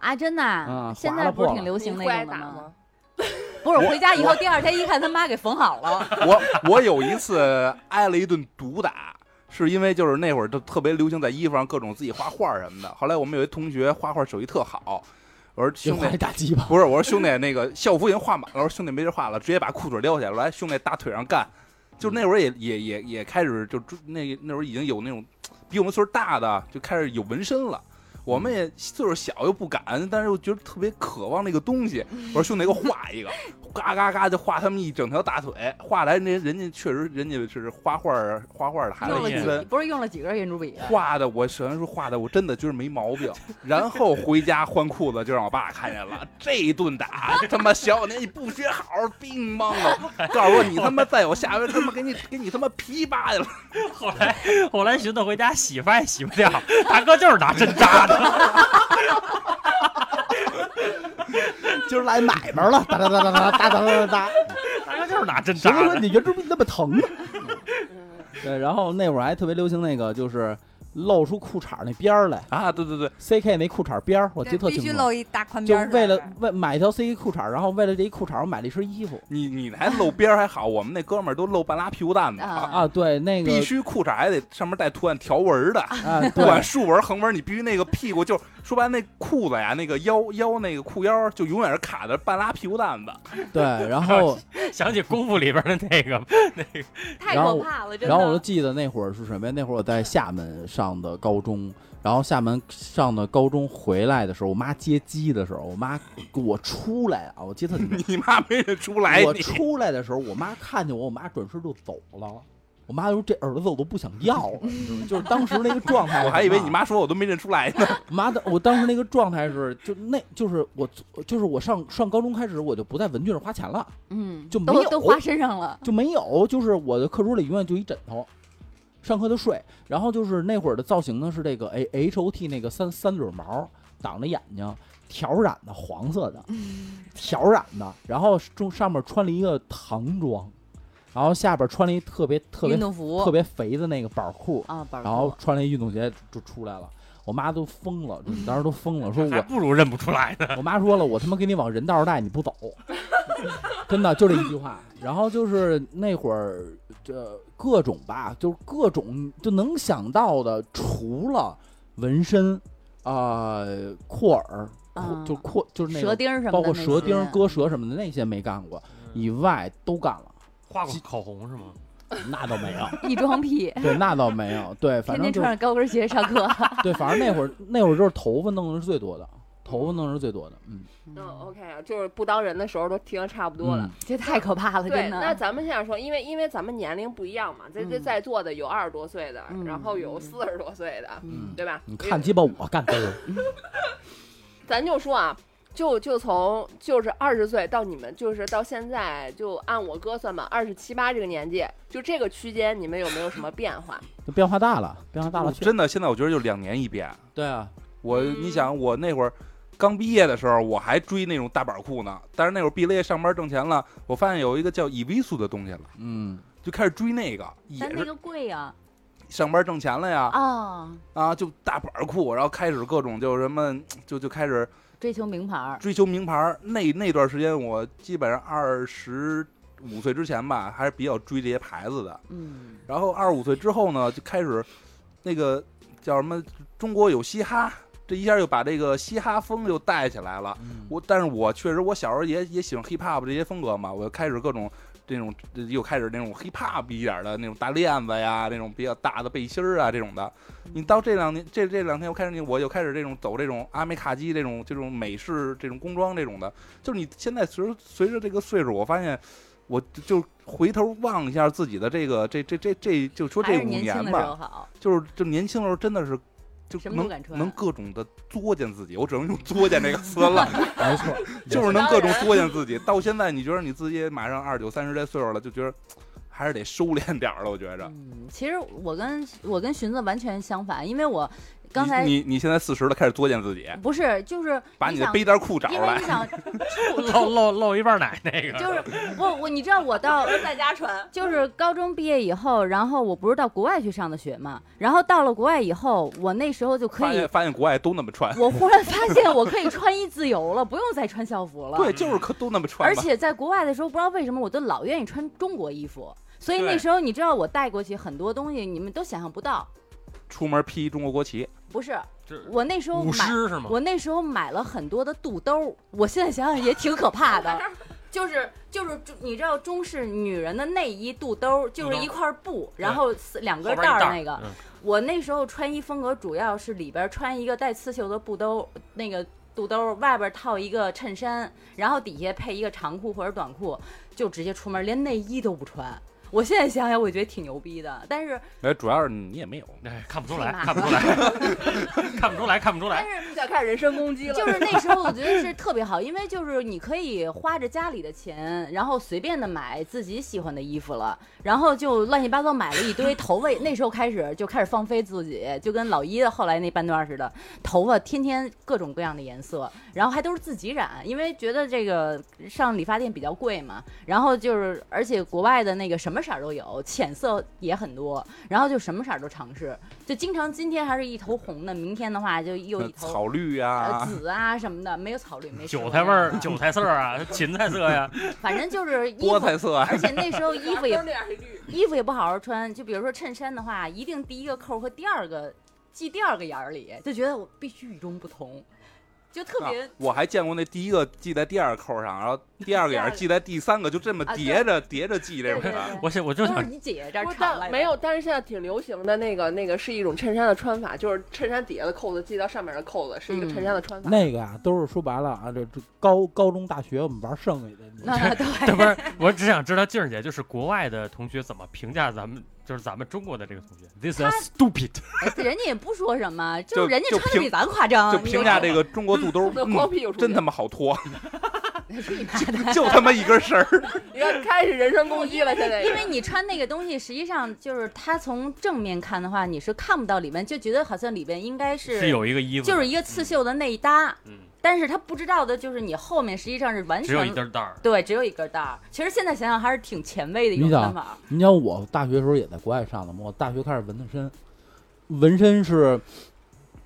Speaker 6: 啊，真的啊，
Speaker 3: 嗯
Speaker 6: 现
Speaker 3: 划
Speaker 6: 在
Speaker 3: 了
Speaker 6: 不是
Speaker 3: 破
Speaker 6: 挺
Speaker 3: 了
Speaker 6: 流
Speaker 5: 不
Speaker 6: 行那
Speaker 5: 挨
Speaker 6: 种
Speaker 5: 打
Speaker 6: 的吗？
Speaker 5: 吗？
Speaker 6: 不是，我
Speaker 4: 我
Speaker 6: 回家以后第二天一看，他妈给缝好了。
Speaker 4: 我我有一次挨了一顿毒打，是因为就是那会儿都特别流行在衣服上各种自己画画什么的。后来我们有一同学画画手艺特好，我说兄
Speaker 3: 用来
Speaker 4: 弟，
Speaker 3: 打鸡吧。
Speaker 4: 不是，我说兄弟，那个校服已经画满了，我说兄弟没地儿画了，直接把裤腿撩起来，我来兄弟大腿上干。就
Speaker 6: 嗯
Speaker 4: 那会儿也也也也开始就追那那会儿已经有那种比我们岁数大的就开始有纹身了。我们也岁数小又不敢，但是又觉得特别渴望那个东西。
Speaker 6: 嗯
Speaker 4: 我说兄弟，给我画 一个，嘎嘎嘎就画他们一整条大腿，画来那人家确实人家是画画儿画画儿的孩子
Speaker 6: 用了
Speaker 4: 一
Speaker 6: 几
Speaker 4: 分
Speaker 6: 个，不是用了几根圆珠笔啊？
Speaker 4: 画的我首先说画的我真的觉得没毛 病，然后回家换裤子就让我爸看见了， 这一顿打，他妈小年你不学好，乒乓 的，告诉我你他妈再有下回他妈给你 给你他妈皮扒下来。
Speaker 2: 后来后来寻思回家洗发也洗不掉， 大哥就是拿针扎的。
Speaker 3: 今儿来买卖了，哒哒哒哒哒哒哒哒 哒。
Speaker 2: 大哥就是拿针
Speaker 3: 谁
Speaker 2: 扎
Speaker 3: 说
Speaker 2: 的。
Speaker 3: 你圆珠笔那么疼啊呢？ 对，然后那会儿还特别流行那个，就是露出裤衩那边儿来
Speaker 4: 啊，对对对，
Speaker 3: ，CK 那裤衩边儿，我记
Speaker 9: 对
Speaker 3: 得特
Speaker 9: 必须
Speaker 3: 清楚。
Speaker 9: 露一大宽
Speaker 3: 就
Speaker 9: 边儿出来。
Speaker 3: 为了为买一条 CK 裤衩，然后为了这一裤衩，我买了一身衣服
Speaker 4: 你你还露边儿还好，我们那哥们儿都露半拉屁股蛋子，
Speaker 6: 啊
Speaker 3: 啊。对，那个
Speaker 4: 必须裤衩还得上面带图案条纹儿的。
Speaker 3: 啊，
Speaker 4: 不
Speaker 3: 对
Speaker 4: 管，竖纹横纹，你必须那个屁股就说白了那裤子呀，那个腰腰那个裤腰就永远是卡着半拉屁股蛋子。
Speaker 3: 对，然后
Speaker 2: 想起功夫里边的那个，
Speaker 6: 太
Speaker 3: 然
Speaker 6: 可
Speaker 3: 后
Speaker 6: 怕了，真的。
Speaker 3: 然后我就记得那会儿是什么呀？那会儿我在厦门上的高中，然后厦门上的高中回来的时候，我妈接机的时候，我妈给我出来啊，我记得特清楚
Speaker 4: 你妈没认出来
Speaker 3: 我
Speaker 4: 你。
Speaker 3: 出来的时候，我妈看见我，我妈转身就走了。我妈说：“这儿子我都不想要了，你知道吗就是当时那个状态。”
Speaker 4: 我还以为你，妈说我都没认出来呢。
Speaker 3: 妈的，我当时那个状态是，就那就是我，就是我上上高中开始，我就不在文具上花钱了，
Speaker 6: 嗯，
Speaker 3: 就没
Speaker 6: 都
Speaker 3: 有
Speaker 6: 都花身上了。
Speaker 3: 就没有，就是我的课桌里永远就一枕头，上课就睡。然后就是那会儿的造型呢是这个 H H O T 那个三三绺毛挡着眼睛，挑染的黄色的，
Speaker 6: 嗯
Speaker 3: 挑染的，然后中上面穿了一个唐装，然后下边穿了一特别特别
Speaker 6: 运动服
Speaker 3: 特别肥的那个板裤，
Speaker 6: 啊，板儿
Speaker 3: 然
Speaker 6: 裤
Speaker 3: 后穿了一运动鞋就出来了。我妈都疯了，就是当时都疯了，说
Speaker 2: 还
Speaker 3: 我
Speaker 2: 不如认不出来呢。
Speaker 3: 我妈说了，我他妈给你往人道上带，你不走， 真的就这一句话。然后就是那会儿，这各种吧，就是各种就能想到的，除了纹身，啊、扩耳，扩
Speaker 6: 嗯
Speaker 3: 就扩就是那
Speaker 6: 舌
Speaker 3: 个，
Speaker 6: 钉儿什么的，
Speaker 3: 包括舌钉
Speaker 6: 那
Speaker 3: 儿、
Speaker 6: 些
Speaker 3: 割舌什么的那些没干过，以外都干了，
Speaker 2: 画过口红是吗？
Speaker 3: 那倒没有，
Speaker 6: 一装屁，
Speaker 3: 对，那倒没有，对，反
Speaker 6: 天天
Speaker 3: 正就
Speaker 6: 穿着高跟鞋上课。
Speaker 3: 对，反正那会儿那会儿就是头发弄的是最多的，头发弄的是最多的，嗯，
Speaker 5: 嗯，OK 啊，就是不当人的时候都听得差不多了
Speaker 3: 嗯。
Speaker 6: 这太可怕了，
Speaker 5: 对，
Speaker 6: 啊真的。
Speaker 5: 那咱们现在说，因为因为咱们年龄不一样嘛，在在
Speaker 6: 嗯
Speaker 5: 在座的有二十多岁的，
Speaker 6: 嗯
Speaker 5: 然后有
Speaker 6: 嗯
Speaker 5: 四十多岁的，
Speaker 6: 嗯
Speaker 5: 对吧？
Speaker 3: 你看鸡巴我干这个。
Speaker 5: 咱就说啊，就就从就是二十岁到你们就是到现在，就按我哥算吧，二十七八这个年纪，就这个区间，你们有没有什么变 化？
Speaker 3: 就变化大了，变化大了。确
Speaker 4: 真的，现在我觉得就两年一变。
Speaker 3: 对啊，
Speaker 4: 我，你想，我那会儿刚毕业的时候，我还追那种大板裤呢。但是那会儿毕了业，上班挣钱了，我发现有一个叫 Evisu 的东西了，
Speaker 3: 嗯，
Speaker 4: 就开始追那个，也
Speaker 6: 但那
Speaker 4: 是
Speaker 6: 个贵啊呀
Speaker 4: 上班挣钱了呀，
Speaker 6: 啊，
Speaker 4: 啊，就大板裤，然后开始各种就什么，就就开始
Speaker 6: 追求名牌儿，
Speaker 4: 追求名牌儿。那那段时间，我基本上二十五岁之前吧，还是比较追这些牌子的。
Speaker 6: 嗯，
Speaker 4: 然后二十五岁之后呢，就开始那个叫什么中国有嘻哈，这一下又把这个嘻哈风又带起来了。
Speaker 6: 嗯
Speaker 4: 我但是我确实我小时候也也喜欢 hip hop 这些风格嘛，我开始各种这种又开始那种 hip hop 一点的那种大链子呀，那种比较大的背心儿啊这种的。你到这两年这这两天我开始我又开始这种走这种阿美卡基这种这种美式这种工装这种的，就是你现在随着随着这个岁数，我发现。我就就回头望一下自己的这个这这这这，就说
Speaker 6: 还
Speaker 4: 这
Speaker 6: 是
Speaker 4: 五
Speaker 6: 年
Speaker 4: 年
Speaker 6: 轻的时
Speaker 4: 吧，
Speaker 6: 候好。
Speaker 4: 就是就年轻时候真的是，就
Speaker 6: 什么
Speaker 4: 能
Speaker 6: 都敢穿
Speaker 4: 能各种的作践自己，我只能用作践这个词了，
Speaker 3: 没错，
Speaker 4: 就是能各种作践 自己。到现在，你觉得你自己也马上二十九、三十这岁数了，就觉得还是得收敛点儿了。我觉着，
Speaker 6: 嗯，其实我跟我跟寻子完全相反，因为我刚才
Speaker 4: 你你你现在四十了，开始作践自己，
Speaker 6: 不是就是
Speaker 4: 把
Speaker 6: 你
Speaker 4: 你的
Speaker 6: 想
Speaker 4: 背带裤找出
Speaker 6: 因为
Speaker 4: 来
Speaker 6: 你。想，
Speaker 2: 露露露一半奶那个，
Speaker 6: 就是不我你知道我到
Speaker 5: 在家传，
Speaker 6: 就是高中毕业以后，然后我不是到国外去上的学嘛，然后到了国外以后，我那时候就
Speaker 4: 发
Speaker 6: 可以
Speaker 4: 现，发现国外都那么穿，
Speaker 6: 我忽然发现我可以穿衣自由了，不用再穿校服了。
Speaker 4: 对，就是可都那么穿
Speaker 6: 而
Speaker 4: 吧。
Speaker 6: 且在国外的时候，不知道为什么我就老愿意穿中国衣服，所以
Speaker 2: 对
Speaker 6: 那时候你知道我带过去很多东西，你们都想象不到。
Speaker 4: 出门披中国国旗，
Speaker 6: 不是，
Speaker 2: 这
Speaker 6: 我那时候
Speaker 2: 舞
Speaker 6: 买，
Speaker 2: 狮是吗？
Speaker 6: 我那时候买了很多的肚兜，我现在想想也挺可怕的。 就是就是，你知道中式女人的内衣肚兜就是一块布，然后四两
Speaker 2: 嗯后
Speaker 6: 根
Speaker 2: 边一
Speaker 6: 儿
Speaker 2: 袋
Speaker 6: 那个，
Speaker 2: 嗯
Speaker 6: 我那时候穿衣风格主要是里边穿一个带刺绣的布兜，那个肚兜外边套一个衬衫，然后底下配一个长裤或者短裤，就直接出门，连内衣都不穿。我现在想想，我觉得挺牛逼的，但是
Speaker 4: 哎，主要是你也没有，
Speaker 2: 哎，看不出来，
Speaker 6: 太
Speaker 2: 看不 出来，看不出来，看不出来。
Speaker 5: 想开始人身攻击了，
Speaker 6: 就是那时候我觉得是特别好，因为就是你可以花着家里的钱，然后随便的买自己喜欢的衣服了，然后就乱七八糟买了一堆头发。那时候开始就开始放飞自己，就跟老一的后来那半段似的，头发天天各种各样的颜色，然后还都是自己染，因为觉得这个上理发店比较贵嘛。然后就是，而且国外的那个什么色儿都有，浅色也很多，然后就什么色儿都尝试，就经常今天还是一头红的，明天的话就又一头
Speaker 4: 草绿
Speaker 6: 呃，
Speaker 4: 啊，
Speaker 6: 紫啊什么的，没有草绿，没吃
Speaker 2: 韭
Speaker 6: 过
Speaker 2: 菜味儿
Speaker 6: 那，个
Speaker 2: 韭菜色儿啊，芹菜色 呀，
Speaker 6: 反正就是衣
Speaker 4: 菠
Speaker 6: 服，
Speaker 4: 菜色啊，
Speaker 6: 而且那时候衣服也
Speaker 5: 那样一绿，
Speaker 6: 衣服也不好好穿，就比如说衬衫的话，一定第一个扣和第二个系第二个眼儿里，就觉得我必须与众不同，就特
Speaker 4: 啊
Speaker 6: 别。
Speaker 4: 我还见过那第一个系在第二扣上，然后第二个眼儿系在第三个，就这么
Speaker 6: 啊对
Speaker 4: 叠着叠着系
Speaker 6: 对
Speaker 4: 这种
Speaker 6: 对
Speaker 4: 的。
Speaker 6: 对，
Speaker 2: 我想我 就
Speaker 6: 都是
Speaker 2: 想
Speaker 6: 你姐这儿
Speaker 5: 不
Speaker 6: 传来
Speaker 5: 但
Speaker 6: 的
Speaker 5: 没有，但是现在挺流行的那个那个是一种衬衫的穿法，就是衬衫底下的扣子系到上面的扣子，是一个
Speaker 6: 嗯
Speaker 5: 衬衫的穿法。
Speaker 3: 那个啊，都是说白了啊，这这高高中大学我们玩剩下 的，你
Speaker 6: 那 对，
Speaker 2: 这不是，我只想知道静儿姐就是国外的同学怎么评价咱们，就是咱们中国的这个同学，this is stupid，
Speaker 6: 哎人家也不说什么，
Speaker 4: 就是
Speaker 6: 人家
Speaker 4: 就
Speaker 6: 穿的
Speaker 4: 评
Speaker 6: 比咱夸张，
Speaker 4: 就
Speaker 6: 啊你
Speaker 4: 评
Speaker 6: 知
Speaker 4: 价
Speaker 6: 道
Speaker 4: 这个中国肚 兜，
Speaker 5: 那
Speaker 4: 嗯
Speaker 5: 光屁股出去
Speaker 4: 真他妈好脱，
Speaker 6: 吗去你妈的！
Speaker 4: 就他妈一根绳儿。
Speaker 5: 你看开始人身攻击了，现在已经
Speaker 6: 因为你穿那个东西，实际上就是它从正面看的话，你是看不到里面，就觉得好像里边应该
Speaker 2: 是有一个衣服，
Speaker 6: 就是一个刺绣的内搭，
Speaker 2: 嗯，
Speaker 6: 但是他不知道的就是你后面实际上是完全
Speaker 2: 只有一根带儿，
Speaker 6: 对，只有一根带儿。其实现在想想还是挺前卫的一种
Speaker 3: 你想
Speaker 6: 穿法，
Speaker 3: 你像我大学时候也在国外上的嘛，我大学开始纹的身，纹身是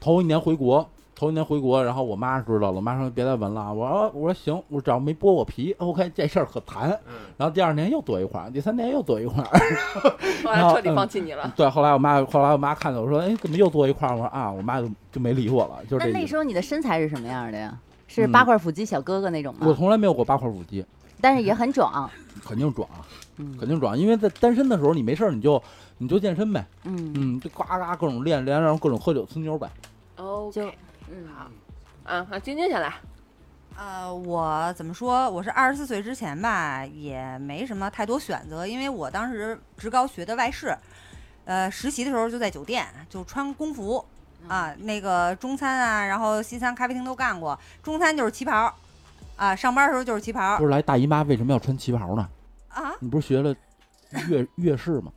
Speaker 3: 头一年回国，头一年回国，然后我妈知道了，我妈说别再纹了啊，我说啊我说行，我只要没剥我皮，OK，这 事儿可谈。
Speaker 2: 嗯，
Speaker 3: 然后第二年又得一块儿，第三年又得一块儿，
Speaker 5: 后来
Speaker 3: 嗯
Speaker 5: 彻底放弃你了。
Speaker 3: 对，后来我妈后来我妈看见我说，哎，怎么又多一块儿？我说啊，我妈就就没理我了，就是
Speaker 6: 那
Speaker 3: 这
Speaker 6: 那
Speaker 3: 意
Speaker 6: 时
Speaker 3: 思。
Speaker 6: 候你的身材是什么样的呀？是八
Speaker 3: 嗯
Speaker 6: 块腹肌小哥哥那种吗？
Speaker 3: 我从来没有过八块腹肌，
Speaker 6: 但是也很壮。
Speaker 3: 肯定壮啊，
Speaker 6: 嗯
Speaker 3: 肯定壮，因为在单身的时候你没事儿你就你就健身呗，
Speaker 6: 嗯，
Speaker 3: 嗯，就呱呱各种练练，然后各种喝酒呲妞呗。
Speaker 5: 哦，
Speaker 6: 就
Speaker 5: 嗯好，啊，啊，晶晶先来，
Speaker 9: 呃，我怎么说？我是二十四岁之前吧，也没什么太多选择，因为我当时职高学的外事，呃，实习的时候就在酒店，就穿工服啊，那个中餐啊，然后西餐、咖啡厅都干过，中餐就是旗袍，啊，上班的时候就是旗袍
Speaker 3: 不是来大姨妈为什么要穿旗袍呢？
Speaker 9: 啊，
Speaker 3: 你不是学了乐乐式 吗？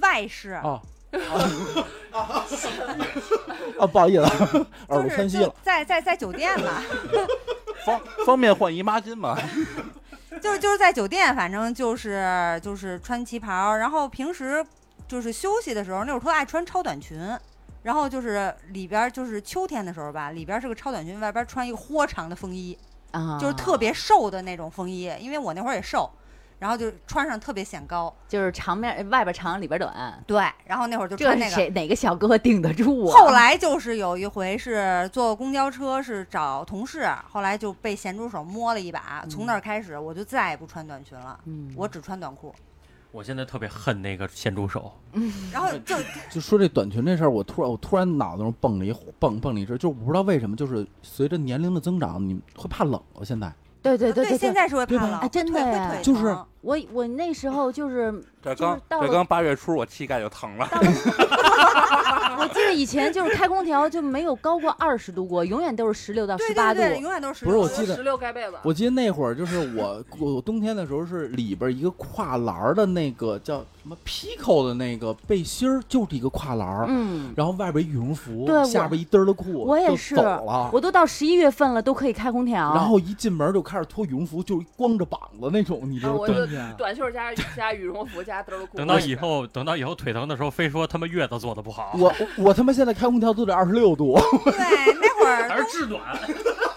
Speaker 9: 外事
Speaker 3: 啊啊！不好意思， 耳
Speaker 9: 就
Speaker 3: 朵
Speaker 9: 是
Speaker 3: 窜稀
Speaker 9: 就
Speaker 3: 了。
Speaker 9: 在在在酒店嘛，
Speaker 4: 方方便换姨妈巾吗？
Speaker 9: 就是就是在酒店，反正就是就是穿旗袍，然后平时就是休息的时候，那会儿特爱穿超短裙，然后就是里边儿就是秋天的时候吧，里边儿是个超短裙，外边儿穿一个豁长的风衣，
Speaker 6: 啊，
Speaker 9: 就是特别瘦的那种风衣，因为我那会儿也瘦，然后就穿上特别显高，
Speaker 6: 就是长面外边长里边短。
Speaker 9: 对，然后那会儿就
Speaker 6: 这
Speaker 9: 穿那个。
Speaker 6: 谁哪个小哥哥顶得住我？
Speaker 9: 后来就是有一回是坐公交车，是找同事，后来就被咸猪手摸了一把，从那儿开始我就再也不穿短裙了，
Speaker 6: 嗯，
Speaker 9: 我只穿短裤，
Speaker 2: 我现在特别恨那个咸猪手，
Speaker 9: 然后就
Speaker 3: 就说这短裙这事儿，我突然我突然脑子中蹦了一蹦蹦了一只，就是我不知道为什么，就是随着年龄的增长，你会怕冷了。现在
Speaker 6: 对对对对
Speaker 9: 啊现，在是会怕冷，
Speaker 6: 哎真的
Speaker 9: 腿
Speaker 6: 呀
Speaker 9: 会腿
Speaker 3: 就是
Speaker 9: 疼
Speaker 6: 我我那时候就是
Speaker 4: 这
Speaker 6: 就是
Speaker 4: 刚
Speaker 6: 到
Speaker 4: 这
Speaker 6: 了
Speaker 4: 刚八月初，我膝盖就疼了。
Speaker 6: 我记得以前就是开空调就没有高过二十度过，永远都是十六到
Speaker 9: 对
Speaker 6: 十
Speaker 9: 对
Speaker 6: 八度。
Speaker 9: 对，永远都是
Speaker 3: 不是我
Speaker 9: 16
Speaker 3: 记得
Speaker 5: 十六盖被子，
Speaker 3: 我记得那会儿就是我我冬天的时候是里边一个跨栏儿的那个叫什么 Pico 的那个背心儿，就是一个跨栏儿，
Speaker 6: 嗯，
Speaker 3: 然后外边一羽绒服
Speaker 6: 对，我
Speaker 3: 下边一嘚儿的裤，
Speaker 6: 我也
Speaker 3: 就是走了。
Speaker 6: 我都到十一月份了，都可以开空调。
Speaker 3: 然后一进门就开始脱羽绒服，就是光着膀子那种，你知
Speaker 5: 啊
Speaker 3: 道
Speaker 5: 我就
Speaker 3: 冬天。
Speaker 5: 短袖加加羽绒服加兜儿裤。
Speaker 2: 等到以后等到以后腿疼的时候，非说他们月子做的不好，
Speaker 3: 我 我他妈现在开空调都得二十六度，
Speaker 9: 对，那会儿
Speaker 2: 还是制暖，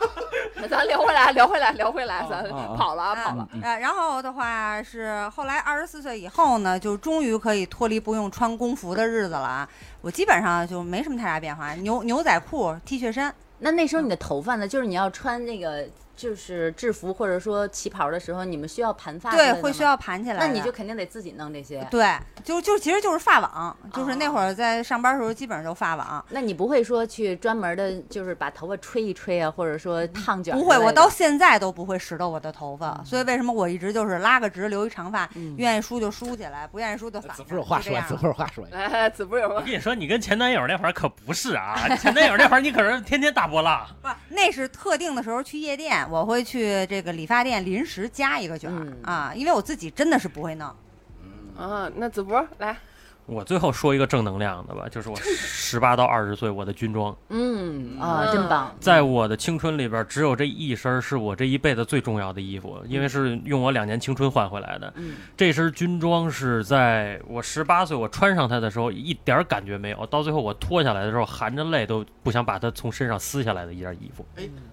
Speaker 5: 咱聊回来，聊回来，聊回
Speaker 3: 哦
Speaker 5: 来，咱
Speaker 12: 啊啊
Speaker 5: 跑了啊，跑了。
Speaker 9: 啊，呃然后的话是后来二十四岁以后呢，就终于可以脱离不用穿工服的日子了啊。我基本上就没什么太大变化，牛牛仔裤、T 恤衫，
Speaker 6: 那那时候你的头发呢？就是你要穿那个就是制服或者说旗袍的时候，你们需要盘发之类
Speaker 9: 对
Speaker 6: 的，吗
Speaker 9: 会需。要盘起来的。
Speaker 6: 那你就肯定得自己弄这些。
Speaker 9: 对，就就其实就是发网，就是那
Speaker 6: 哦
Speaker 9: 会儿在上班的时候基本上就发网。
Speaker 6: 那你不会说去专门的，就是把头发吹一吹啊，或者说烫卷之
Speaker 9: 不
Speaker 6: 类的？
Speaker 9: 会，我到现在都不会拾掇我的头发，所以为什么我一直就是拉个直，留一长发，愿意梳就梳起来，不愿意梳就
Speaker 4: 呃
Speaker 9: 反
Speaker 12: 子
Speaker 9: 着。
Speaker 12: 不是话
Speaker 9: 就
Speaker 12: 说
Speaker 9: 这
Speaker 12: 完，
Speaker 9: 样
Speaker 12: 子
Speaker 9: 了
Speaker 12: 不是话
Speaker 3: 嗯
Speaker 12: 说完，
Speaker 5: 哎，子不是有
Speaker 2: 我
Speaker 5: 吗？
Speaker 2: 跟你说，你跟前男友那会儿可不是啊，前男友那会儿你可是天天大波浪，
Speaker 9: 不，那是特定的时候去夜店，我会去这个理发店临时加一个卷儿、
Speaker 6: 嗯
Speaker 9: 啊，因为我自己真的是不会弄。
Speaker 5: 啊，那子博 来，
Speaker 2: 我最后说一个正能量的吧，就是我十八到二十岁我的军装，
Speaker 6: 嗯啊、
Speaker 5: 嗯
Speaker 6: 真棒！
Speaker 2: 在我的青春里边，只有这一身是我这一辈子最重要的衣服，因为是用我两年青春换回来的。
Speaker 6: 嗯
Speaker 2: 这身军装是在我十八岁我穿上它的时候一点儿感觉没有，到最后我脱下来的时候含着泪都不想把它从身上撕下来的一件衣服，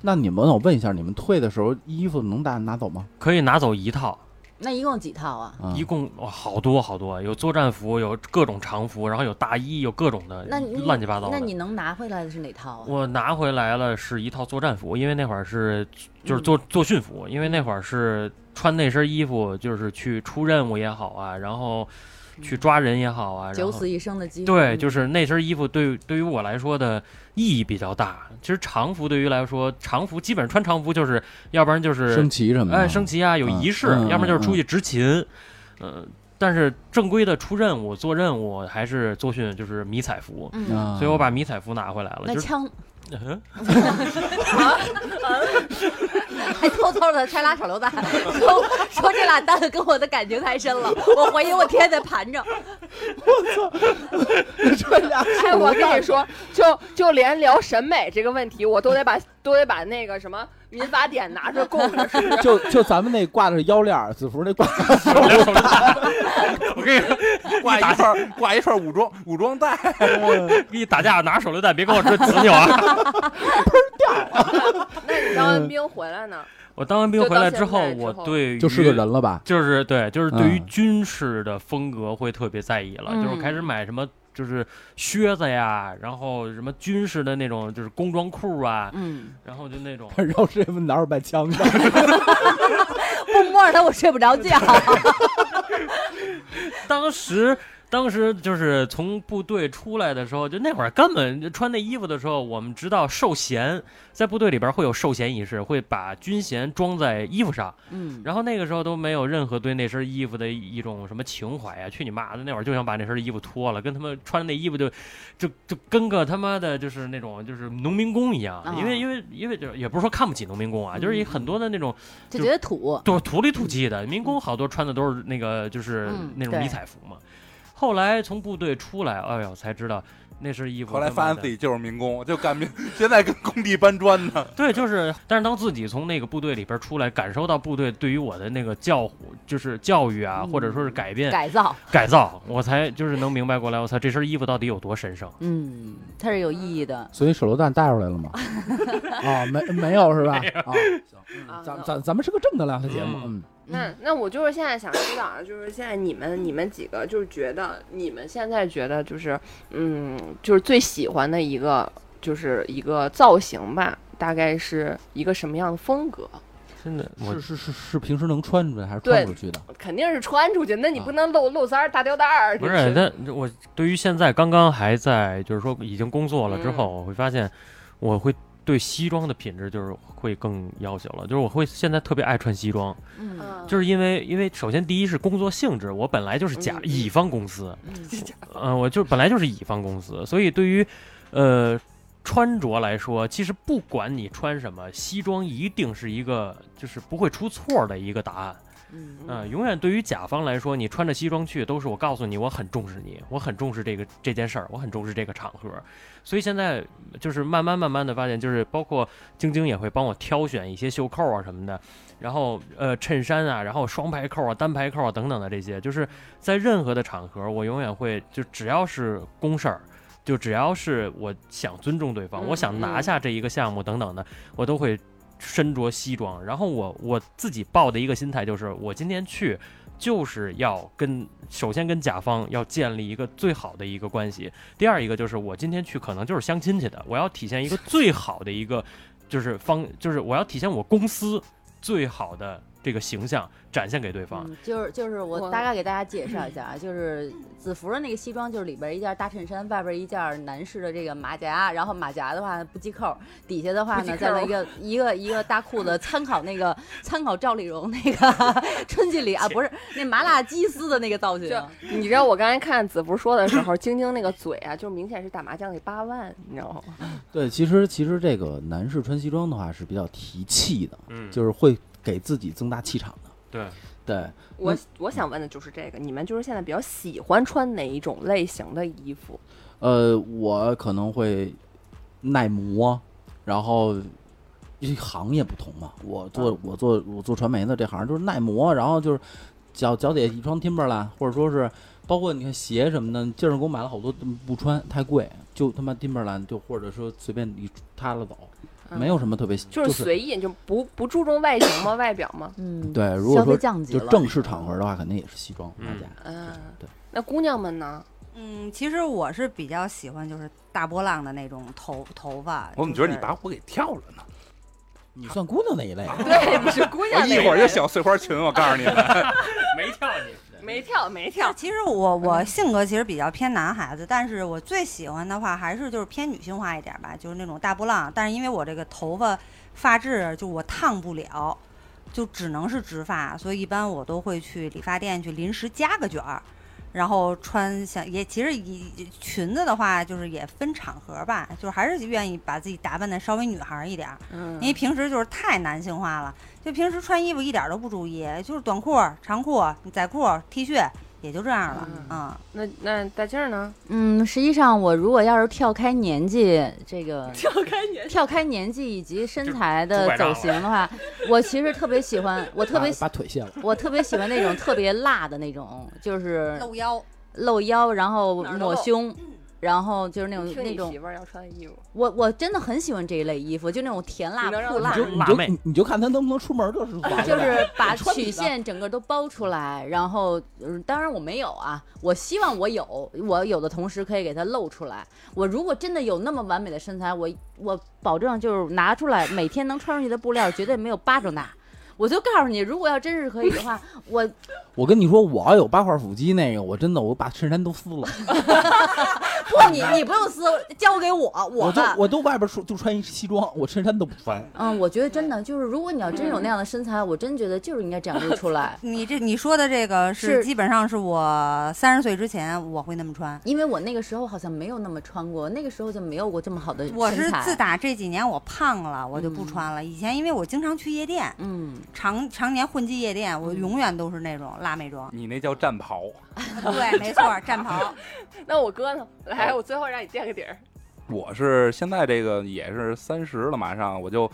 Speaker 12: 那你们，我问一下，你们退的时候衣服能拿拿走吗？
Speaker 2: 可以拿走一套，
Speaker 6: 那一共几套啊？
Speaker 12: 啊
Speaker 2: 一共哇好多好多，有作战服，有各种长服，然后有大衣，有各种的
Speaker 6: 那你
Speaker 2: 乱七八糟
Speaker 6: 那
Speaker 2: 的。
Speaker 6: 你能拿回来的是哪套啊？
Speaker 2: 我拿回来了是一套作战服，因为那会儿是就是
Speaker 6: 嗯
Speaker 2: 作作训服，因为那会儿是穿那身衣服就是去出任务也好啊，然后去抓人也好啊，然
Speaker 6: 嗯九
Speaker 2: 后
Speaker 6: 死一生的机会。嗯
Speaker 2: 对，就是是那身衣服对于对于我来说的意义比较大。其实长服对于来说，长服基本上穿长服就是要不然就是
Speaker 12: 升旗什么的？
Speaker 2: 哎升旗啊有仪式，
Speaker 12: 嗯嗯
Speaker 2: 要不然就是
Speaker 12: 嗯
Speaker 2: 出去执勤，呃，但是正规的出任务做任务还是作训就是迷彩服。
Speaker 3: 啊
Speaker 6: 嗯，
Speaker 2: 所以我 把迷彩服拿回来了，
Speaker 6: 那
Speaker 2: 就是
Speaker 6: 枪
Speaker 2: 嗯
Speaker 6: 还偷偷的拆拉手榴弹，说说这俩蛋跟我的感情太深了，我怀疑我天天得盘着。
Speaker 5: 哎，我跟你说，就就连聊审美这个问题，我都得把都得把那个什么民法典拿出来供 着，是不是？
Speaker 12: 就就咱们那挂着腰链儿，子服那挂着
Speaker 2: 两手榴弹，我跟你说，
Speaker 4: 挂一串儿挂一串儿武装武装带，
Speaker 2: 跟你打架拿手榴弹，别跟我说子扭啊！
Speaker 5: 那你当完兵回来呢？
Speaker 2: 我当完兵回来之后，
Speaker 5: 就到现在之
Speaker 2: 我
Speaker 5: 后
Speaker 2: 对于
Speaker 12: 就是个人了吧？
Speaker 2: 就是对，就是对于
Speaker 12: 嗯
Speaker 2: 军事的风格会特别在意了，
Speaker 6: 嗯
Speaker 2: 就是开始买什么。就是靴子呀，然后什么军事的那种，就是工装裤 啊，
Speaker 6: 嗯，
Speaker 2: 然后就那种
Speaker 12: 然后这边拿着把枪的，
Speaker 6: 不摸着它我睡不着觉。
Speaker 2: 当时当时就是从部队出来的时候，就那会儿根本就穿那衣服的时候，我们知道授衔，在部队里边会有授衔仪式，会把军衔装在衣服上。
Speaker 6: 嗯，
Speaker 2: 然后那个时候都没有任何对那身衣服的一种什么情怀啊呀，去你妈的！那会儿就想把那身衣服脱了，跟他们穿那衣服就，就就跟个他妈的就是那种就是农民工一样
Speaker 6: 啊，
Speaker 2: 因为因为因为就也不是说看不起农民工啊，
Speaker 6: 嗯
Speaker 2: 就是以很多的那种
Speaker 6: 就觉得土。
Speaker 2: 都是土里土气的，民工好多穿的都是那个就是
Speaker 6: 嗯
Speaker 2: 那种迷
Speaker 6: 对
Speaker 2: 彩服嘛。后来从部队出来，哎呦才知道那身衣服
Speaker 4: 后来
Speaker 2: 他妈
Speaker 4: 发
Speaker 2: 的。
Speaker 4: 现自己就是民工，就干民，现在跟工地搬砖呢。
Speaker 2: 对，就是，但是当自己从那个部队里边出来，感受到部队对于我的那个教就是教育啊，
Speaker 6: 嗯
Speaker 2: 或者说是改变，
Speaker 6: 改造，
Speaker 2: 改造，我才就是能明白过来，我操，这身衣服到底有多神圣。
Speaker 6: 嗯，它是有意义的。
Speaker 12: 所以手榴弹带出来了 吗？啊，没没有是吧？啊，
Speaker 5: 啊
Speaker 12: 咱
Speaker 5: 那
Speaker 12: 咱咱们是个正能量的节目，嗯
Speaker 2: 嗯，
Speaker 5: 那那我就是现在想知道啊，就是现在你们你们几个就是觉得你们现在觉得就是嗯，就是最喜欢的一个就是一个造型吧，大概是一个什么样的风格？
Speaker 2: 真的，我
Speaker 12: 是是是是平时能穿出来还是穿不出去的？
Speaker 5: 肯定是穿出去，那你不能露露腮儿、大吊带儿。
Speaker 2: 啊不
Speaker 5: 这
Speaker 2: 是，但我对于现在刚刚还在就是说已经工作了之后，我会发现我会对西装的品质就是会更要求了，就是我会现在特别爱穿西装，
Speaker 6: 嗯
Speaker 5: 嗯
Speaker 2: 就是因为因为首先第一是工作性质，我本来就是甲、
Speaker 5: 嗯
Speaker 2: 乙方公司，
Speaker 6: 嗯
Speaker 2: 嗯、我就本来就是乙方公司，所以对于，呃，穿着来说，其实不管你穿什么，西装一定是一个就是不会出错的一个答案。
Speaker 6: 嗯
Speaker 2: 嗯、永远对于甲方来说，你穿着西装去，都是我告诉你，我很重视你，我很重视这个这件事儿，我很重视这个场合。所以现在就是慢慢慢慢的发现，就是包括晶晶也会帮我挑选一些袖扣啊什么的，然后呃衬衫啊，然后双排扣啊、单排扣啊等等的这些，就是在任何的场合，我永远会就只要是公事儿。就只要是我想尊重对方，
Speaker 5: 嗯
Speaker 2: 我想拿下这一个项目等等的，我都会身着西装。然后我我自己抱的一个心态就是，我今天去就是要跟首先跟甲方要建立一个最好的一个关系，第二一个就是我今天去可能就是相亲去的，我要体现一个最好的一个就是方，就是我要体现我公司最好的这个形象展现给对方。
Speaker 6: 嗯，就是就是我
Speaker 5: 我
Speaker 6: 大概给大家介绍一下啊，就是子服的那个西装，就是里边一件大衬衫，外边一件男士的这个马甲，然后马甲的话不系扣，底下的话
Speaker 5: 不系
Speaker 6: 呢
Speaker 5: 扣
Speaker 6: 再有一个一个一个大裤子，参考那个参考赵丽蓉那个 春季里啊，不是那麻辣鸡丝的那个造型
Speaker 5: 就。你知道我刚才看子福说的时候，晶晶那个嘴啊，就明显是打麻将里八万，你知道吗？
Speaker 12: 对，其实其实这个男士穿西装的话是比较提气的，
Speaker 2: 嗯，
Speaker 12: 就是会给自己增大气场的。
Speaker 2: 对，
Speaker 12: 对，
Speaker 5: 我我想问的就是这个，你们就是现在比较喜欢穿哪一种类型的衣服？
Speaker 12: 呃，我可能会耐磨，然后因为行业不同嘛，我做
Speaker 6: 嗯
Speaker 12: 我做我做传媒的这行就是耐磨，然后就是脚脚底下一双 Timberland，或者说是包括你看鞋什么的，劲儿给我买了好多嗯不穿太贵，就他妈 Timberland 就或者说随便你塌了走，
Speaker 5: 嗯
Speaker 12: 没有什么特别
Speaker 5: 就是是随意，就不不注重外形吗？ 外表吗？
Speaker 6: 嗯，
Speaker 12: 对如果
Speaker 6: 消费
Speaker 12: 说
Speaker 6: 降级
Speaker 12: 就
Speaker 6: 了，
Speaker 12: 正式场合的话，肯定也是西装大
Speaker 2: 嗯
Speaker 12: 家。
Speaker 5: 嗯、
Speaker 12: 对
Speaker 5: 那姑娘们呢？
Speaker 9: 嗯，其实我是比较喜欢就是大波浪的那种头头发。
Speaker 4: 我怎么觉得你
Speaker 9: 就是
Speaker 4: 把我给跳了呢？
Speaker 12: 你算姑娘那一类的，
Speaker 6: 嗯
Speaker 5: 对，你是姑
Speaker 4: 我
Speaker 5: 娘那
Speaker 4: 一
Speaker 5: 类。
Speaker 4: 会儿就小碎花裙，我 告诉你们，。
Speaker 2: 没跳你。
Speaker 5: 没跳，没
Speaker 9: 就
Speaker 5: 跳
Speaker 9: 是。其实我我性格其实比较偏男孩子，但是我最喜欢的话还是就是偏女性化一点吧，就是那种大波浪。但是因为我这个头发发质就我烫不了，就只能是直发，所以一般我都会去理发店去临时加个卷儿。然后穿像也其实以裙子的话，就是也分场合吧，就是还是愿意把自己打扮的稍微女孩儿一点儿。
Speaker 5: 嗯
Speaker 9: 因为平时就是太男性化了，就平时穿衣服一点都不注意，就是短裤、长裤、仔裤、T 恤，也就这样了。嗯，
Speaker 5: 那那大劲儿呢？
Speaker 6: 嗯，实际上我如果要是跳开年纪，这个
Speaker 5: 跳开年，
Speaker 6: 跳开年纪以及身材
Speaker 2: 就
Speaker 6: 的
Speaker 2: 拐杖
Speaker 6: 走
Speaker 2: 了
Speaker 6: 型的话，我其实特别喜欢，我 特别
Speaker 12: 把把腿卸 了，
Speaker 6: 我特别喜欢那种特别辣的那种，就是
Speaker 9: 露腰，。
Speaker 6: 露腰，然后
Speaker 5: 哪儿都
Speaker 6: 抹
Speaker 5: 露
Speaker 6: 胸，然后就是那种
Speaker 5: 听
Speaker 6: 那
Speaker 5: 你
Speaker 6: 种
Speaker 5: 媳，妇儿要穿的衣服，
Speaker 6: 我我真的很喜欢这一类衣服，就那种甜辣
Speaker 5: 你能让
Speaker 6: 酷
Speaker 5: 我
Speaker 6: 辣
Speaker 5: 知，
Speaker 12: 就
Speaker 5: 道
Speaker 12: 你
Speaker 2: 辣
Speaker 12: 就
Speaker 2: 妹
Speaker 12: 你你就看他能不能出门，就是完了。
Speaker 6: 就是把
Speaker 12: 穿你的
Speaker 6: 曲线整个都包出来，然后嗯，当然我没有啊，我希望我有，我有的同时可以给它露出来。我如果真的有那么完美的身材，我我保证就是拿出来每天能穿出去的布料绝对没有巴掌大。我就告诉你，如果要真是可以的话，我
Speaker 12: 我跟你说，我要有八块腹肌那个，我真的我把衬衫都撕了，
Speaker 6: 不，你你不用撕，交给我，
Speaker 12: 我就
Speaker 6: 吧。
Speaker 12: 我都外边穿就穿一西装，我衬衫都不穿。
Speaker 6: 嗯，我觉得真的就是，如果你要真有那样的身材，我真觉得就是应该这样露出来
Speaker 9: 你这你说的这个是
Speaker 6: 是
Speaker 9: 基本上是我三十岁之前我会那么穿。
Speaker 6: 因为我那个时候好像没有那么穿过，那个时候就没有过这么好的
Speaker 9: 我
Speaker 6: 身
Speaker 9: 是
Speaker 6: 材
Speaker 9: 自打这几年我胖了，我就不穿了。以前因为我经常去夜店，
Speaker 6: 嗯，
Speaker 9: 常常年混迹夜店，我永远都是那种辣妹装
Speaker 4: 你那叫战袍。
Speaker 9: 对，没错，战 袍。
Speaker 5: 那我哥呢？
Speaker 4: 哦
Speaker 5: 来，我最后让你垫个底儿。
Speaker 4: 我是现在这个也是三十了，马上我就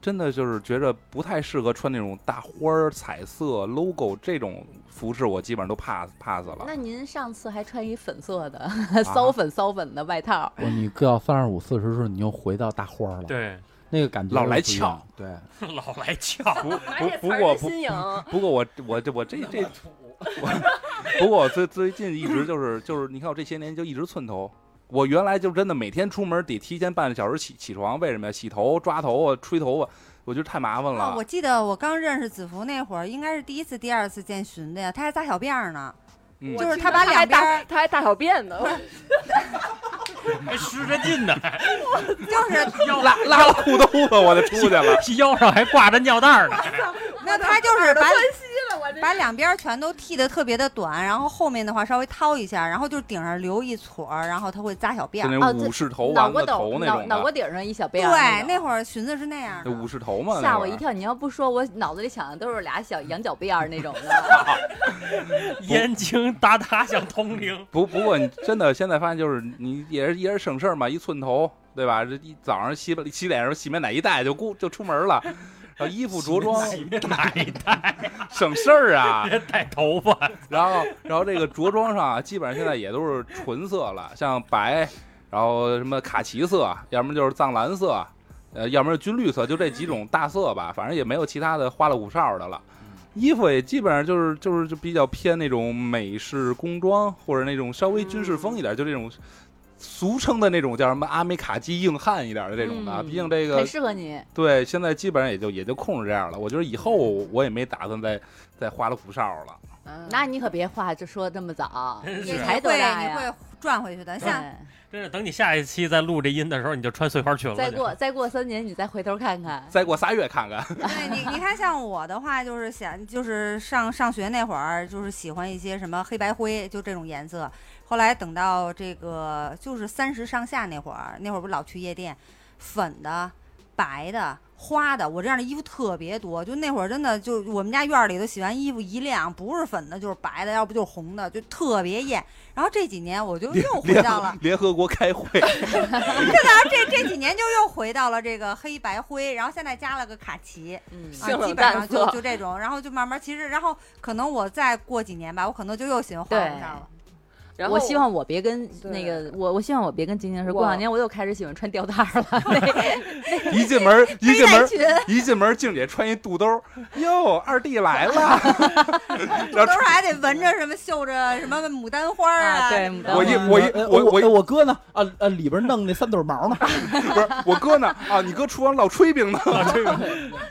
Speaker 4: 真的就是觉着不太适合穿那种大花儿、彩色、logo 这种服饰，我基本上都 pass pass 了。
Speaker 6: 那您上次还穿一粉色的骚粉骚粉的外套，
Speaker 3: 哎
Speaker 12: 我你到三十五四十岁，你又回到大花了，，
Speaker 2: 对，
Speaker 12: 那个感觉
Speaker 4: 老来
Speaker 12: 就不一样。对，
Speaker 2: 老来俏。
Speaker 4: 不
Speaker 5: 而且
Speaker 4: 不
Speaker 5: 词
Speaker 4: 不
Speaker 5: 儿
Speaker 4: 过
Speaker 5: 真
Speaker 4: 不嗯
Speaker 5: 新颖，
Speaker 4: 不过我我 这我这这，我不过我最最近一直就是就是你看我这些年就一直寸头。我原来就真的每天出门得提前半个小时起起床，为什么呀？洗头、抓头发、吹头发，我觉得太麻烦了。
Speaker 9: 啊，我记得我刚认识子福那会儿，应该是第一次、第二次见荀子呀，他还扎小辫儿呢，
Speaker 4: 嗯
Speaker 9: 就是
Speaker 5: 我
Speaker 9: 他把
Speaker 5: 听着
Speaker 9: 两边
Speaker 5: 还
Speaker 9: 儿
Speaker 5: 大，他还大小便呢。
Speaker 2: 还使着劲 呢，
Speaker 9: 就是
Speaker 2: 腰
Speaker 4: 拉拉了裤兜子，我就 出去
Speaker 3: 哎
Speaker 4: 了。
Speaker 2: 腰上还挂着尿袋儿呢。
Speaker 9: 那他就是把
Speaker 5: 了我这
Speaker 9: 把两边儿全都剃得特别的短，然后后面的话稍微掏一下，然后就顶上留一撮儿，然后他会扎小辫
Speaker 4: 就
Speaker 9: 儿。
Speaker 4: 那
Speaker 6: 哦
Speaker 4: 种
Speaker 6: 这
Speaker 4: 武士头、
Speaker 6: 脑
Speaker 4: 丸
Speaker 6: 瓜
Speaker 4: 子
Speaker 6: 斗
Speaker 4: 头那
Speaker 6: 脑
Speaker 4: 种
Speaker 6: 脑瓜
Speaker 4: 的，
Speaker 6: 顶上一小辫
Speaker 9: 对
Speaker 6: 儿那，种
Speaker 9: 那会儿荀子是那样
Speaker 4: 那武
Speaker 9: 的。
Speaker 4: 士头嘛，那
Speaker 6: 吓
Speaker 4: 会
Speaker 6: 我
Speaker 4: 儿
Speaker 6: 一。跳。你要不说，我脑子里想的都是俩小羊角辫儿那种的。
Speaker 2: 眼睛哒哒像铜铃。
Speaker 4: 不不过你真的现在发现就是你也是也是省事儿嘛，一寸头对吧？这一早上洗洗脸的时候洗面奶一带就顾就出门了，然后衣服着装
Speaker 2: 洗面奶带
Speaker 4: 省事儿啊，
Speaker 2: 带头发，
Speaker 4: 然后然后这个着装上啊，基本上现在也都是纯色了，像白，然后什么卡其色，要么就是藏蓝色，呃，要么是军绿色，就这几种大色吧，反正也没有其他的花里胡哨的了。衣服也基本上就是就是就比较偏那种美式工装，或者那种稍微军事风一点，就这种俗称的那种叫什么阿美卡基硬汉一点的这种的。
Speaker 6: 嗯
Speaker 4: 毕竟这个
Speaker 6: 很适合你。
Speaker 4: 对，现在基本上也就也就控制这样了。我觉得以后我也没打算再再花里胡哨了。
Speaker 6: 那你可别话就说这么早，
Speaker 2: 真
Speaker 6: 你
Speaker 2: 是
Speaker 6: 才
Speaker 9: 你
Speaker 6: 多
Speaker 9: 会
Speaker 6: 大
Speaker 9: 你
Speaker 6: 呀？
Speaker 9: 会转回去的。像
Speaker 2: 真是等你下一期再录这音的时候，你就穿碎花裙了。
Speaker 6: 对再过再过三年，你再回头看看。
Speaker 4: 再过仨月看看，
Speaker 9: 对你，你看像我的话，就是想，就是上上学那会儿，就是喜欢一些什么黑白灰，就这种颜色。后来等到这个就是三十上下那会儿，那会儿不老去夜店，粉的、白的、花的，我这样的衣服特别多。就那会儿真的就我们家院儿里头洗完衣服一晾，不是粉的就是白的，要不就是红的，就特别艳。然后这几年我就又回
Speaker 4: 联
Speaker 9: 到了
Speaker 4: 合联合国开会，
Speaker 9: 这这几年就又回到了这个黑白灰，然后现在加了个卡其。
Speaker 6: 嗯，
Speaker 9: 啊
Speaker 5: 性，冷
Speaker 9: 基本
Speaker 5: 淡
Speaker 9: 上就
Speaker 5: 色
Speaker 9: 就这种，然后就慢慢，其实然后可能我再过几年吧，我可能就又喜欢花
Speaker 6: 对
Speaker 9: 红上了。
Speaker 5: 然后
Speaker 6: 我希望我别跟那
Speaker 5: 对
Speaker 6: 个我，我希望我别跟晶晶是过
Speaker 5: 我
Speaker 6: 两年我又开始喜欢穿吊带儿了。
Speaker 4: 一进门一进
Speaker 6: 带
Speaker 4: 门
Speaker 6: 裙，
Speaker 4: 一进门，静姐穿一肚兜儿，哟，二弟来了，
Speaker 9: 肚兜儿还得闻着什么，嗅着什么牡丹花儿
Speaker 6: 啊对
Speaker 9: 什么的
Speaker 4: 我一我一
Speaker 3: 呃
Speaker 4: 我
Speaker 3: 我
Speaker 4: 我一
Speaker 3: 呃我哥呢？啊啊，里边弄那三朵毛呢？
Speaker 4: 不是我哥呢啊，你哥厨房烙炊饼呢，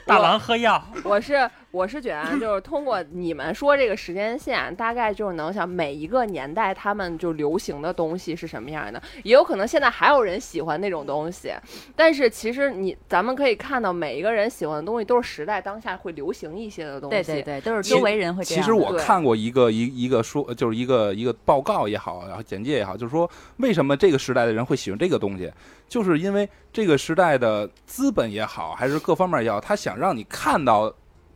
Speaker 2: 大郎喝药，
Speaker 5: 我是我是觉得啊，就是通过你们说这个时间线，啊大概就是能想每一个年代他们就流行的东西是什么样的，也有可能现在还有人喜欢那种东西，但是其实你咱们可以看到每一个人喜欢的东西都是时代当下会流行一些的东西。
Speaker 6: 对对对，都是
Speaker 4: 其
Speaker 6: 周围人会这
Speaker 4: 其
Speaker 6: 样。
Speaker 4: 实我
Speaker 5: 对
Speaker 4: 看过一个一一个说，就是一个一个报告也好，然后简介也好，就是说为什么这个时代的人会喜欢这个东西，就是因为这个时代的资本也好，还是各方面也好，他想让你看到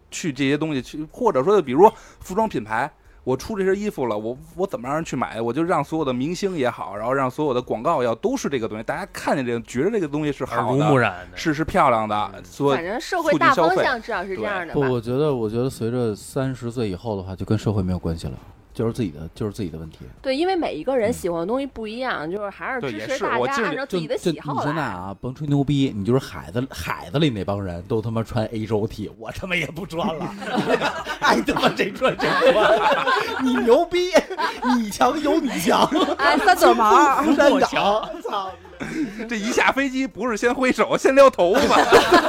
Speaker 4: 去这些东西去，或者说就比如说服装品牌。我出这身衣服了，我我怎么让人去买？我就让所有的明星也好，然后让所有的广告也好，都是这个东西，大家看见这个，觉得这个东西是
Speaker 2: 耳
Speaker 4: 好
Speaker 2: 濡目
Speaker 4: 的，
Speaker 2: 染的。嗯
Speaker 4: 是是漂亮的，所
Speaker 5: 反
Speaker 4: 以
Speaker 5: 正社会
Speaker 4: 促进
Speaker 5: 大
Speaker 4: 消
Speaker 5: 方
Speaker 4: 费
Speaker 5: 向至少是这
Speaker 4: 对
Speaker 5: 样 的
Speaker 3: 不，
Speaker 5: 吧。
Speaker 3: 我觉得，我觉得随着三十岁以后的话，就跟社会没有关系了，就是自己的，就是自己的问题。
Speaker 5: 对，因为每一个人喜欢的东西不一样，就是还是
Speaker 4: 嗯对
Speaker 5: 支
Speaker 4: 也
Speaker 5: 持
Speaker 4: 是
Speaker 5: 大
Speaker 4: 我
Speaker 5: 家
Speaker 4: 记得
Speaker 5: 按照
Speaker 3: 就
Speaker 5: 自己的
Speaker 3: 就
Speaker 5: 喜
Speaker 3: 你
Speaker 5: 好
Speaker 3: 现在
Speaker 5: 来。
Speaker 3: 啊，甭吹牛逼，你就是海子海子里那帮人都他妈穿 A 周 T，我他妈也不穿了， 爱他妈谁穿谁穿。 你牛逼，你强有你 强，
Speaker 6: 啊
Speaker 9: 哎，三朵毛 儿，
Speaker 3: 不山长。操，
Speaker 4: 这一下飞机不是先挥手，先撩头发。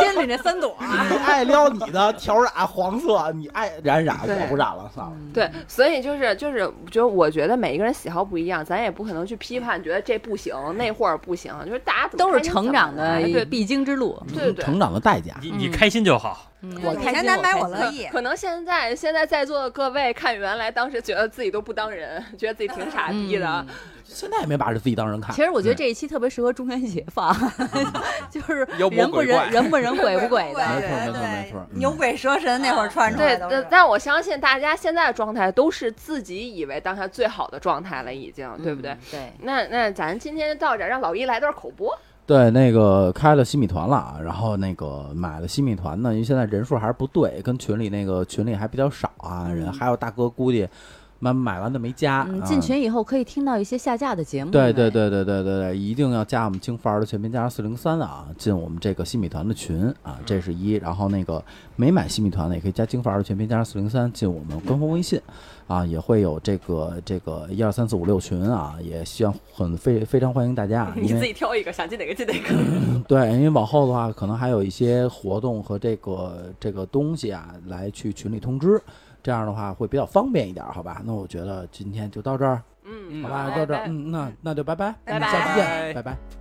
Speaker 6: 肩里那三朵儿，
Speaker 3: 你爱撩你的条染黄色，你爱染染，
Speaker 5: 对嗯
Speaker 3: 我不染了，算了。
Speaker 5: 对，所以就是就是，就我觉得每一个人喜好不一样，咱也不可能去批判，觉得这不行，那会儿不行，就是大家怎么
Speaker 6: 都是
Speaker 5: 开心
Speaker 6: 成
Speaker 5: 怎
Speaker 6: 长
Speaker 5: 么来
Speaker 6: 的
Speaker 4: 哎
Speaker 5: 对
Speaker 6: 必经之路。
Speaker 5: 对对。
Speaker 3: 成长的代价。
Speaker 2: 你你开心就好，
Speaker 6: 我
Speaker 9: 以
Speaker 6: 开
Speaker 9: 嗯前
Speaker 6: 心，
Speaker 9: 难买
Speaker 6: 我
Speaker 9: 我
Speaker 6: 开
Speaker 9: 乐
Speaker 6: 心。
Speaker 9: 意。
Speaker 5: 可能现在现在在座的各位看原来当时觉得自己都不当人，觉得自己挺傻逼的啊
Speaker 6: 嗯，
Speaker 3: 现在也没把自己当人看
Speaker 6: 其。实我觉
Speaker 4: 嗯
Speaker 6: 得这一期特别适合中元节 放， 就是
Speaker 4: 妖魔
Speaker 6: 人不
Speaker 4: 鬼怪
Speaker 6: 人，人不人，鬼不鬼
Speaker 9: 对
Speaker 6: 的。
Speaker 3: 没错没错
Speaker 9: 对
Speaker 3: 没错嗯
Speaker 9: 牛鬼蛇神那会儿穿出来
Speaker 5: 对
Speaker 9: 都
Speaker 5: 但
Speaker 9: 是。
Speaker 5: 但我相信大家现在的状态都是自己以为当下最好的状态了，已经，对不对？
Speaker 6: 嗯？对，
Speaker 5: 那那咱今天就到这儿，让老一来段口播。
Speaker 6: 嗯
Speaker 3: 对，那个开了新米团了啊，然后那个买了新米团呢，因为现在人数还是不对，跟群里那个群里还比较少啊，人还有大哥估计买买完的没加。
Speaker 6: 嗯，
Speaker 3: 啊
Speaker 6: 进群以后可以听到一些下架的节目。
Speaker 3: 对对，对对对对对，一定要加我们京范儿的全拼加上四零三啊，进我们这个新米团的群
Speaker 6: 嗯
Speaker 3: 啊，这是一。然后那个没买新米团的也可以加京范儿的全拼加上四零三进我们官方微信啊，也会有这个这个一二三四五六群啊，也希望很非非常欢迎大家啊。
Speaker 5: 你
Speaker 3: 因为
Speaker 5: 自己挑一个，想进哪个进哪个。
Speaker 3: 对，因为往后的话，可能还有一些活动和这个这个东西啊，来去群里通知，这样的话会比较方便一点，好吧？那我觉得今天就到这儿，
Speaker 5: 嗯，
Speaker 3: 好吧？
Speaker 5: 拜
Speaker 3: 到这儿
Speaker 5: 拜，
Speaker 3: 嗯，那那就拜拜，
Speaker 5: 拜
Speaker 3: 嗯下期
Speaker 5: 拜
Speaker 3: 见，拜拜。